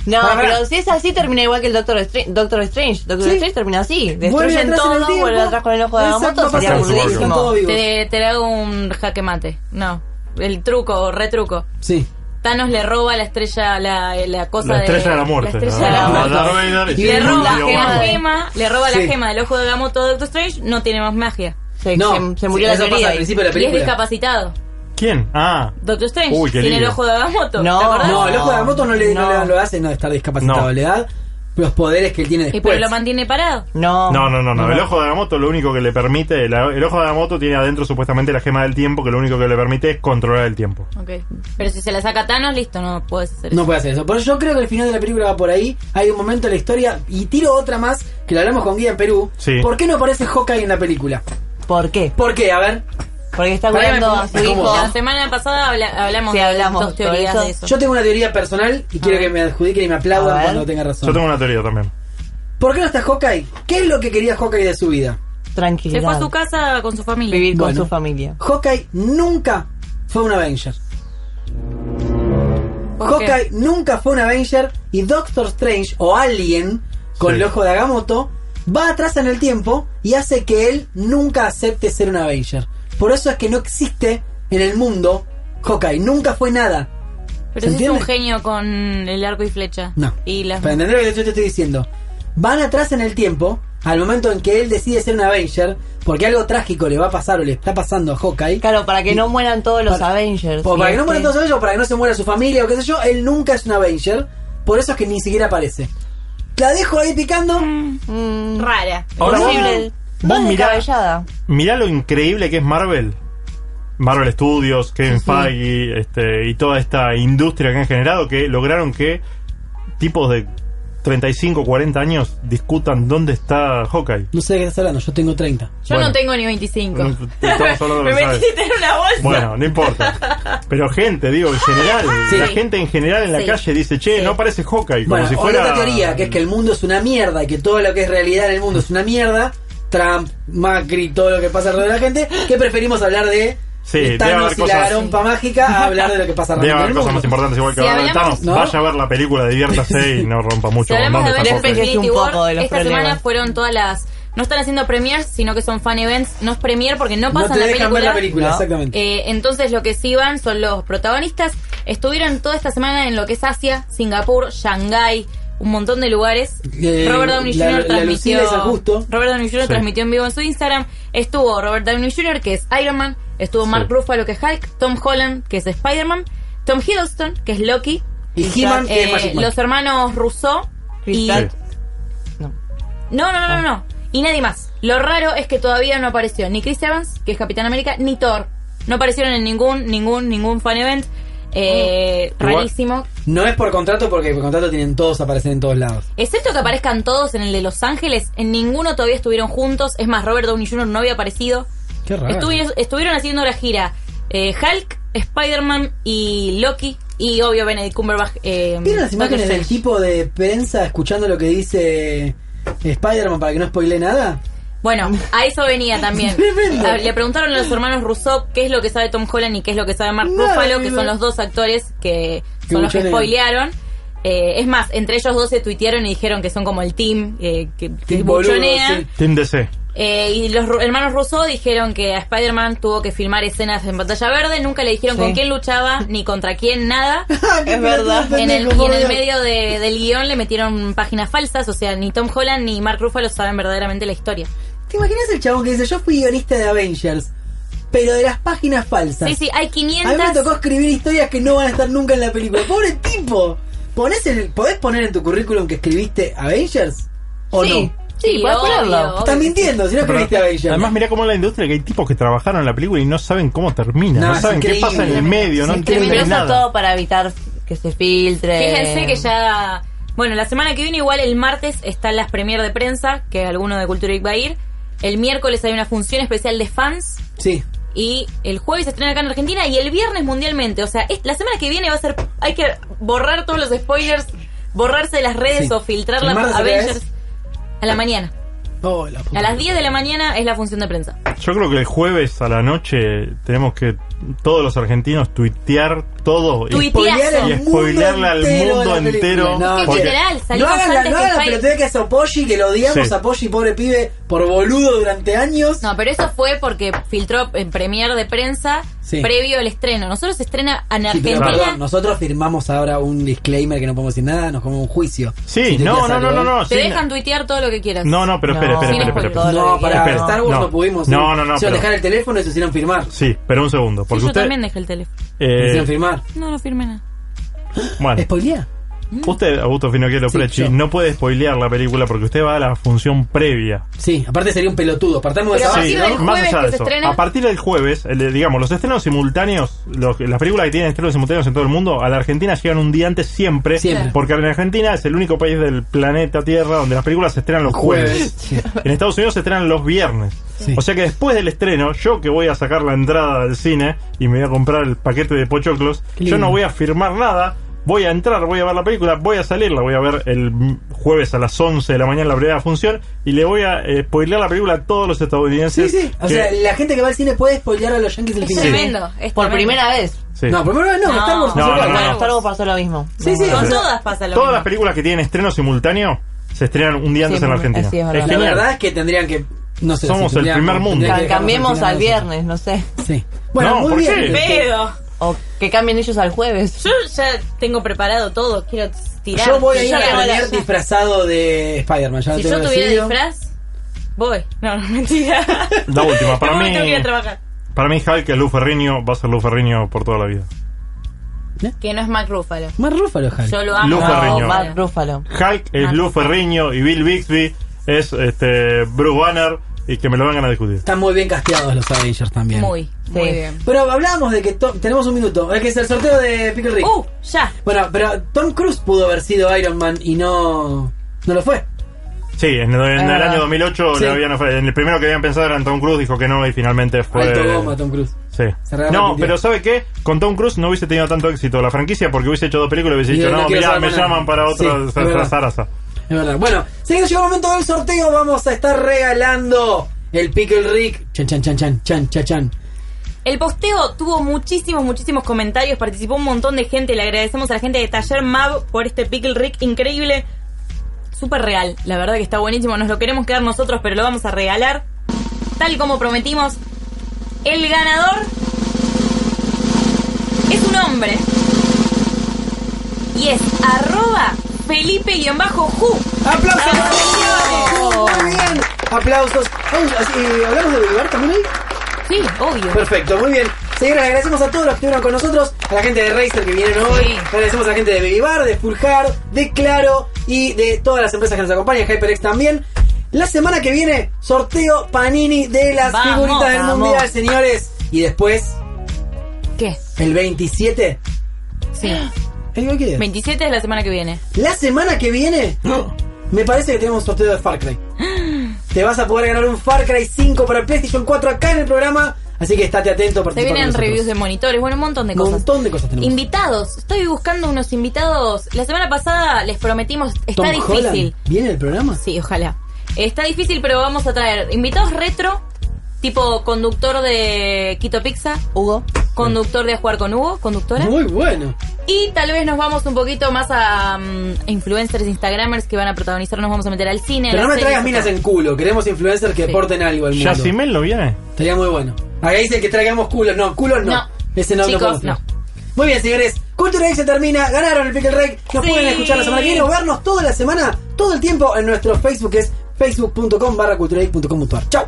D: No,
C: Pará, pará.
D: pero si es así, termina igual que el Doctor Strange. Doctor Strange, Doctor Strange termina así.
C: Vuelve
D: Destruyen
C: atrás en el
D: todo,
C: tiempo.
D: vuelve atrás con el ojo de
C: Exacto,
D: Agamotto, sería
E: pasa lo mismo, están
D: aburridísimo.
E: todos
C: Te, te hago un jaque mate. No. El truco o retruco.
B: Sí.
C: Thanos le roba la estrella, la, eh, la cosa
E: La
C: de.
E: estrella de la muerte.
C: estrella de la
E: Ah,
C: muerte.
E: Darth Vader
C: Le
E: un
C: roba
E: tío
C: la
E: bajo.
C: gema, le roba
E: Sí.
C: la gema del ojo de Gamoto de Doctor Strange, no tiene más magia.
B: No, se- se murió sí, la eso teoría pasa al ahí. principio de la
C: Y es
B: película.
C: discapacitado.
E: ¿Quién? Ah.
C: Doctor Strange
E: Uy, qué
C: tiene el
E: lindo.
C: ojo de Agamotto.
B: No,
C: ¿te acordás?
B: no, el ojo de Agamotto no le, no. le- lo hace no estar discapacitado, le da los poderes que él tiene
C: Y
B: después.
C: pero lo mantiene parado.
D: No.
E: No, no, no, no. El ojo de la moto lo único que le permite. la- el ojo de la moto tiene adentro supuestamente la gema del tiempo, que lo único que le permite es controlar el tiempo.
C: Ok. Pero si se la saca Thanos, listo, no puedes hacer eso.
B: No puede hacer eso. Pero yo creo que el final de la película va por ahí. Hay un momento en la historia. Y tiro otra más, que la hablamos con Guía en Perú.
E: Sí.
B: ¿Por qué no aparece Hawkeye en la película?
D: ¿Por qué?
B: ¿Por qué? A ver.
D: Porque está
C: Hablando a su hijo. La semana pasada habla- hablamos
D: Sí,
C: de
D: hablamos
C: dos teorías de eso.
B: Yo tengo una teoría personal y quiero que me adjudiquen y me
E: A
B: aplaudan
E: ver.
B: cuando tenga razón.
E: Yo tengo una teoría también.
B: ¿Por qué no está Hawkeye? ¿Qué es lo que quería Hawkeye de su vida?
D: Tranquilidad.
C: Se fue a su casa con su familia. Vivir
B: con Bueno. su
D: familia.
B: Hawkeye nunca fue un Avenger.
C: ¿Por qué?
B: Hawkeye nunca fue un Avenger y Doctor Strange o Alien con
E: Sí.
B: el ojo de Agamotto va atrás en el tiempo y hace que él nunca acepte ser un Avenger. Por eso es que no existe en el mundo Hawkeye, nunca fue nada.
C: Pero
B: ¿Se
C: si es un
B: entiende?
C: genio con el arco y flecha.
B: No.
C: Y las...
B: Para entender lo que yo te estoy diciendo, van atrás en el tiempo al momento en que él decide ser un Avenger porque algo trágico le va a pasar o le está pasando a Hawkeye.
D: Claro, para que no mueran todos los Avengers.
B: O para
D: Y
B: que no mueran
D: este-
B: todos ellos, para que no se muera su familia o qué sé yo, él nunca es un Avenger. Por eso es que ni siquiera aparece. La dejo ahí picando.
D: mm,
C: Rara.
E: Ahora
D: Posible.
E: vos
D: Más
E: mirá-
D: descabellada.
E: Mirá lo increíble que es Marvel. Marvel Studios, Kevin Feige este, y toda esta industria que han generado que lograron que tipos de 35, 40 años discutan dónde está Hawkeye.
B: No sé de qué estás hablando, yo tengo 30.
C: Yo
E: Bueno.
C: no tengo ni 25.
E: No, estamos hablando de
C: Me
E: lo que sabes.
C: metiste en una bolsa.
E: Bueno, no importa. Pero gente, digo, en general,
B: Ah, Sí.
E: la gente en general en la
B: Sí.
E: calle dice, che, no aparece Hawkeye, como
B: Bueno,
E: si
B: o hay
E: fuera...
B: otra teoría, que es que el mundo es una mierda y que todo lo que es realidad en el mundo es una mierda. Trump, Macri, todo lo que pasa alrededor de la gente, que preferimos hablar de
E: Sí, debe
B: Thanos
E: haber
B: y la
E: cosas-
B: garompa mágica a hablar de lo que pasa
E: Debe
B: alrededor
E: haber
B: del
E: cosas
B: mundo.
E: más importantes igual que
B: Si
E: hablar de
B: hablamos-
E: Thanos.
B: ¿No?
E: Vaya a ver la película, diviértase y no rompa mucho.
C: Si hablamos
E: con
C: de
E: Thanos
C: ver
E: tampoco.
C: Infinity
D: un
C: War,
D: poco de los
C: esta
D: problemas.
C: semana fueron todas las... No están haciendo premiers, sino que son fan events. No es premier porque no
B: No
C: pasan
B: te
C: la
B: dejan
C: película.
B: ver la película, exactamente.
C: Eh, entonces lo que sí van son los protagonistas. Estuvieron toda esta semana en lo que es Asia, Singapur, Shanghái, un montón de lugares.
B: Eh,
C: Robert Downey
B: la-
C: Jr.
B: la
C: transmitió.
B: Lucila y San Justo.
C: Robert Downey Jr.
B: Sí.
C: transmitió en vivo en su Instagram. Estuvo Robert Downey Jr., que es Iron Man. Estuvo Mark Ruffalo, que es Hulk. Tom Holland, que es Spider-Man. Tom Hiddleston, que es Loki.
B: Y He-Man, que es
C: Eh,
B: Magic Mike.
C: Los hermanos Rousseau. Y...
B: Chris
C: No, no, no, no, no. Y nadie más. Lo raro es que todavía no apareció ni Chris Evans, que es Capitán América, ni Thor. No aparecieron en ningún, ningún, ningún fan event. Eh,
B: Igual-
C: rarísimo.
B: No es por contrato porque por contrato tienen todos aparecer en todos lados.
C: Excepto que aparezcan todos en el de Los Ángeles, en ninguno todavía estuvieron juntos. Es más, Robert Downey Jr. no había aparecido.
B: Qué raro.
C: Estuvieron, estuvieron haciendo la gira eh, Hulk, Spider-Man y Loki. Y obvio Benedict Cumberbatch. eh,
B: ¿Vieron las
C: Doctor
B: imágenes del
C: Strange.
B: tipo de prensa escuchando lo que dice Spider-Man para que no spoile nada?
C: Bueno, a eso venía también.
B: Tremendo.
C: A- Le preguntaron a los hermanos Rousseau qué es lo que sabe Tom Holland y qué es lo que sabe Mark
B: Nada,
C: Ruffalo, que
B: mira.
C: son los dos actores que
B: Que
C: son los que
B: buchonean.
C: spoilearon. Eh, es más, entre ellos dos se tuitearon y dijeron que son como el team, eh, que, que
E: boludo,
C: buchonean.
E: sí. Team DC.
C: Eh, y los ru- hermanos Rousseau dijeron que a Spider-Man tuvo que filmar escenas en pantalla verde, nunca le dijeron
D: Sí.
C: con quién luchaba, ni contra quién, nada.
B: Ah,
D: Es verdad.
C: En el,
D: pendejo,
C: y en el
D: boludo.
C: medio de- del guión le metieron páginas falsas, o sea, ni Tom Holland ni Mark Ruffalo saben verdaderamente la historia.
B: ¿Te imaginas el chabón que dice, yo fui guionista de Avengers, pero de las páginas falsas?
C: Sí, sí, hay
B: A mí me
C: 500...
B: tocó escribir historias que no van a estar nunca en la película. ¡Pobre tipo! ¿Ponés el- ¿Podés poner en tu currículum que escribiste Avengers? ¿O
C: Sí,
B: no?
C: sí, podés obvio, ponerlo. obvio.
B: Estás mintiendo, si no
E: Pero,
B: escribiste Avengers.
E: además, mirá cómo es la industria, que hay tipos que trabajaron en la película y no saben cómo termina,
B: No,
E: no,
B: es
E: saben qué
B: increíble.
E: pasa en el medio, no
B: Es
E: entienden
D: Peligroso
E: nada.
D: todo para evitar que se filtre.
C: Fíjense que ya... Bueno, la semana que viene igual el martes están las premier de prensa, que alguno de Cultura Geek va a ir. El miércoles hay una función especial de fans.
B: Sí.
C: Y el jueves se estrena acá en Argentina y el viernes mundialmente. O sea, es- la semana que viene va a ser... Hay que borrar todos los spoilers, borrarse de las redes
B: Sí.
C: o filtrar
B: ¿El
C: las
B: martes a qué hora
C: Avengers
B: es?
C: a la mañana.
B: Oh, la puta.
C: A las 10 de la mañana es la función de prensa.
E: Yo creo que el jueves a la noche tenemos que todos los argentinos tuitear todo y-
C: Tuiteazo.
E: y spoilearle al mundo entero. porque-
B: no
C: salimos
B: hagan la,
C: antes
B: no
C: que
B: hagan la
C: Spy-
B: pelotudez que hizo Poggi, que lo odiamos
E: Sí.
B: a Poggi, pobre pibe, por boludo durante años.
C: No, pero eso fue porque filtró en premier de prensa
B: Sí.
C: previo al estreno. Nosotros se estrena en
B: Sí, pero
C: Argentina.
B: perdón, nosotros firmamos ahora un disclaimer que no podemos decir nada, nos comemos un juicio.
E: Sí,
B: Si te
E: no,
B: quedas
E: no, no,
B: algo,
E: no, no,
B: ¿eh?
C: Te dejan tuitear todo lo que quieras.
E: No, no, pero espere, espere,
C: Sin
E: espere, espere,
C: spoilers.
E: espere.
B: No, para
E: Espera.
B: Star Wars
E: No.
B: no, pudimos.
E: No, no, no,
B: Se
E: pero-
B: dejar el teléfono y se hicieron firmar.
E: Sí, pero un segundo, porque
C: Sí, yo
E: usted...
C: también dejé el teléfono.
E: eh,
B: Hicieron firmar.
C: No, no firmé nada.
E: bueno.
B: ¿Spoilea?
E: Usted, Augusto Finocchiaro
B: Sí,
E: Prechi,
B: yo.
E: no puede spoilear la película porque usted va a la función previa.
B: Sí, aparte sería un pelotudo. Partamos de
E: Sí,
B: esa base, ¿no?
E: más allá de eso, a partir del jueves, el de- digamos, los estrenos simultáneos, los- las películas que tienen estrenos simultáneos en todo el mundo, a la Argentina llegan un día antes siempre,
B: Siempre.
E: porque en Argentina es el único país del planeta Tierra donde las películas se estrenan los jueves. En Estados Unidos se estrenan los viernes. O sea que después del estreno, yo que voy a sacar la entrada al cine y me voy a comprar el paquete de pochoclos,
B: Qué
E: yo
B: lindo.
E: no voy a firmar nada. Voy a entrar, voy a ver la película, voy a salir, la voy a ver el mm, jueves a las 11 de la mañana en la primera función y le voy a eh, spoilear la película a todos los
B: Sí,
E: estadounidenses.
B: sí. O
E: que-
B: sea, la gente que va al cine puede spoilear a los yankees el
C: Es
B: final.
C: tremendo. Es
D: Por
C: tremendo.
D: primera vez.
E: sí.
B: No, primero no,
C: No.
B: Star Wars pasó
E: No, no,
B: por
E: no,
B: acá.
E: no.
D: Star Wars pasó lo mismo.
B: Sí, sí,
C: Con
B: o sea,
C: todas pasa lo
E: Todas las
C: mismo.
E: películas que tienen estreno simultáneo se estrenan un día antes
D: Sí,
E: en la Argentina.
D: así es verdad.
E: es
B: La
E: genial.
B: verdad es que tendrían que. No sé,
E: Somos
B: si tendrían-
E: el primer mundo.
B: tendrían que dejarnos
D: Ca- Cambiemos
B: final,
D: al
B: no sé.
D: viernes, no sé.
B: Sí. Bueno,
E: No,
B: muy
E: ¿por
B: bien.
E: qué?
B: Este,
C: Pero
D: O que cambien ellos al jueves.
C: yo ya tengo preparado todo. Quiero tirar.
B: Yo voy a ir
C: Yo
B: a
C: le hago la-
B: premier disfrazado de Spider-Man. ya lo
C: Si
B: tengo
C: yo tuviera
B: decidido.
C: disfraz, voy. No, no, mentira.
E: La última, para
C: No,
E: mí-
C: tengo que ir a trabajar.
E: Para mí, Hulk, Lu Ferriño, va a ser Lu Ferriño por toda la vida.
C: Que no es Mark Ruffalo.
B: Más Rúfalo, Javi.
C: Yo lo amo.
E: Lu Ferrigno.
D: Matt Ruffalo.
E: Hulk es
C: Ah,
E: Lou
C: sí.
E: Ferriño y Bill Bixby es este Bruce Banner y que me lo vengan a discutir.
B: Están muy bien casteados los Avengers también.
C: Muy, muy bien.
B: Pero hablábamos de que to- tenemos un minuto. Es que es el sorteo de Pickle Rick.
C: Uh, ya.
B: Bueno, pero Tom Cruise pudo haber sido Iron Man y no. No lo fue.
E: Sí, en el, en el
D: verdad.
E: año 2008
B: Ah. Sí.
E: le habían ofre- en el primero que habían pensado era en Tom Cruise, dijo que no y finalmente fue.
B: Alto goma, Tom Cruise.
E: Sí.
B: Se re
E: No,
B: arrepintió.
E: pero ¿sabe qué? Con Tom Cruise no hubiese tenido tanto éxito la franquicia porque hubiese hecho dos películas y hubiese
B: Y
E: dicho,
B: no
E: no,
B: quiero
E: mirá,
B: saber
E: me
B: nada".
E: llaman para
B: Sí,
E: otra
B: es verdad.
E: zaraza.
B: Es verdad. Bueno, si llegó el momento del sorteo, vamos a estar regalando el Pickle Rick. Chan, chan, chan, chan, chan, chan, chan.
C: El posteo tuvo muchísimos, muchísimos comentarios, participó un montón de gente, le agradecemos a la gente de Taller Mab por este Pickle Rick increíble, súper real, la verdad que está buenísimo, nos lo queremos quedar nosotros, pero lo vamos a regalar, tal como prometimos. El ganador es un hombre y es arroba Felipe-Ju.
B: ¡Aplausos! Muy bien. Aplausos. Vamos, eh, ¿Hablamos de lugar también ahí?
C: Sí, obvio.
B: Perfecto, muy bien. Señores, agradecemos a todos los que estuvieron con nosotros, a la gente de Racer que vinieron hoy, agradecemos a la gente de Vivar, de Fuljar, de Claro y de todas las empresas que nos acompañan, HyperX también. La semana que viene, sorteo Panini de las
L: Vamos,
B: figuritas del
L: vamos.
B: Mundial, señores. Y después,
C: ¿Qué?
B: el 27.
C: Sí.
B: ¿El qué?
C: 27 es la semana que viene.
B: La semana que viene, me parece que tenemos sorteo de Far Cry. Te vas a poder ganar un Far Cry 5 para el PlayStation 4 acá en el programa, así que estate atento. participa
C: Se
B: con
C: vienen
B: nosotros.
C: reviews de monitores, bueno, un montón de
B: Un
C: cosas.
B: montón de cosas tenemos.
C: Invitados, estoy buscando unos invitados. La semana pasada les prometimos, está
B: Tom
C: difícil.
B: Holland, ¿Viene el programa?
C: Sí, ojalá. Está difícil, pero vamos a traer invitados retro, tipo conductor de Quito Pizza,
D: Hugo,
C: conductor de A Jugar con Hugo, conductora.
B: Muy bueno.
C: Y tal vez nos vamos un poquito más a mm, influencers, instagramers que van a protagonizar, nos vamos a meter al cine. a
B: Pero no
C: las
B: me
C: series,
B: tragas minas
C: etcétera.
B: en culo, queremos influencers que aporten algo al mundo.
E: ¿Yacimel no viene?
B: Estaría muy bueno. Acá dice que traigamos culos, no, culos no.
C: No.
B: Ese no, no
C: Chicos,
B: podemos traer. Muy bien, señores. Cultura Geek se termina, ganaron el Pickle Reg. Nos
C: Sí.
B: pueden escuchar la semana que viene o vernos toda la semana, todo el tiempo en nuestro Facebook, que es facebook.com barra culturageek.com.ar. Chau.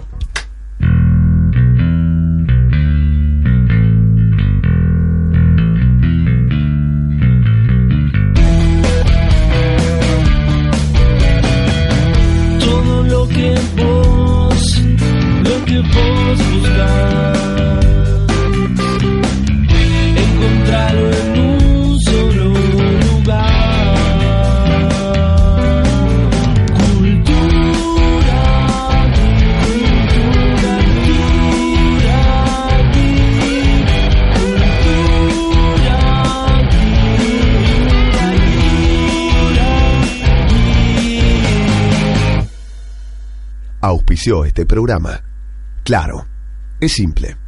N: todo lo que vos, lo que vos buscás. Encontrarlo en un solo lugar. Cultura, cultura, cultura,
A: Auspició este programa. Claro, es simple.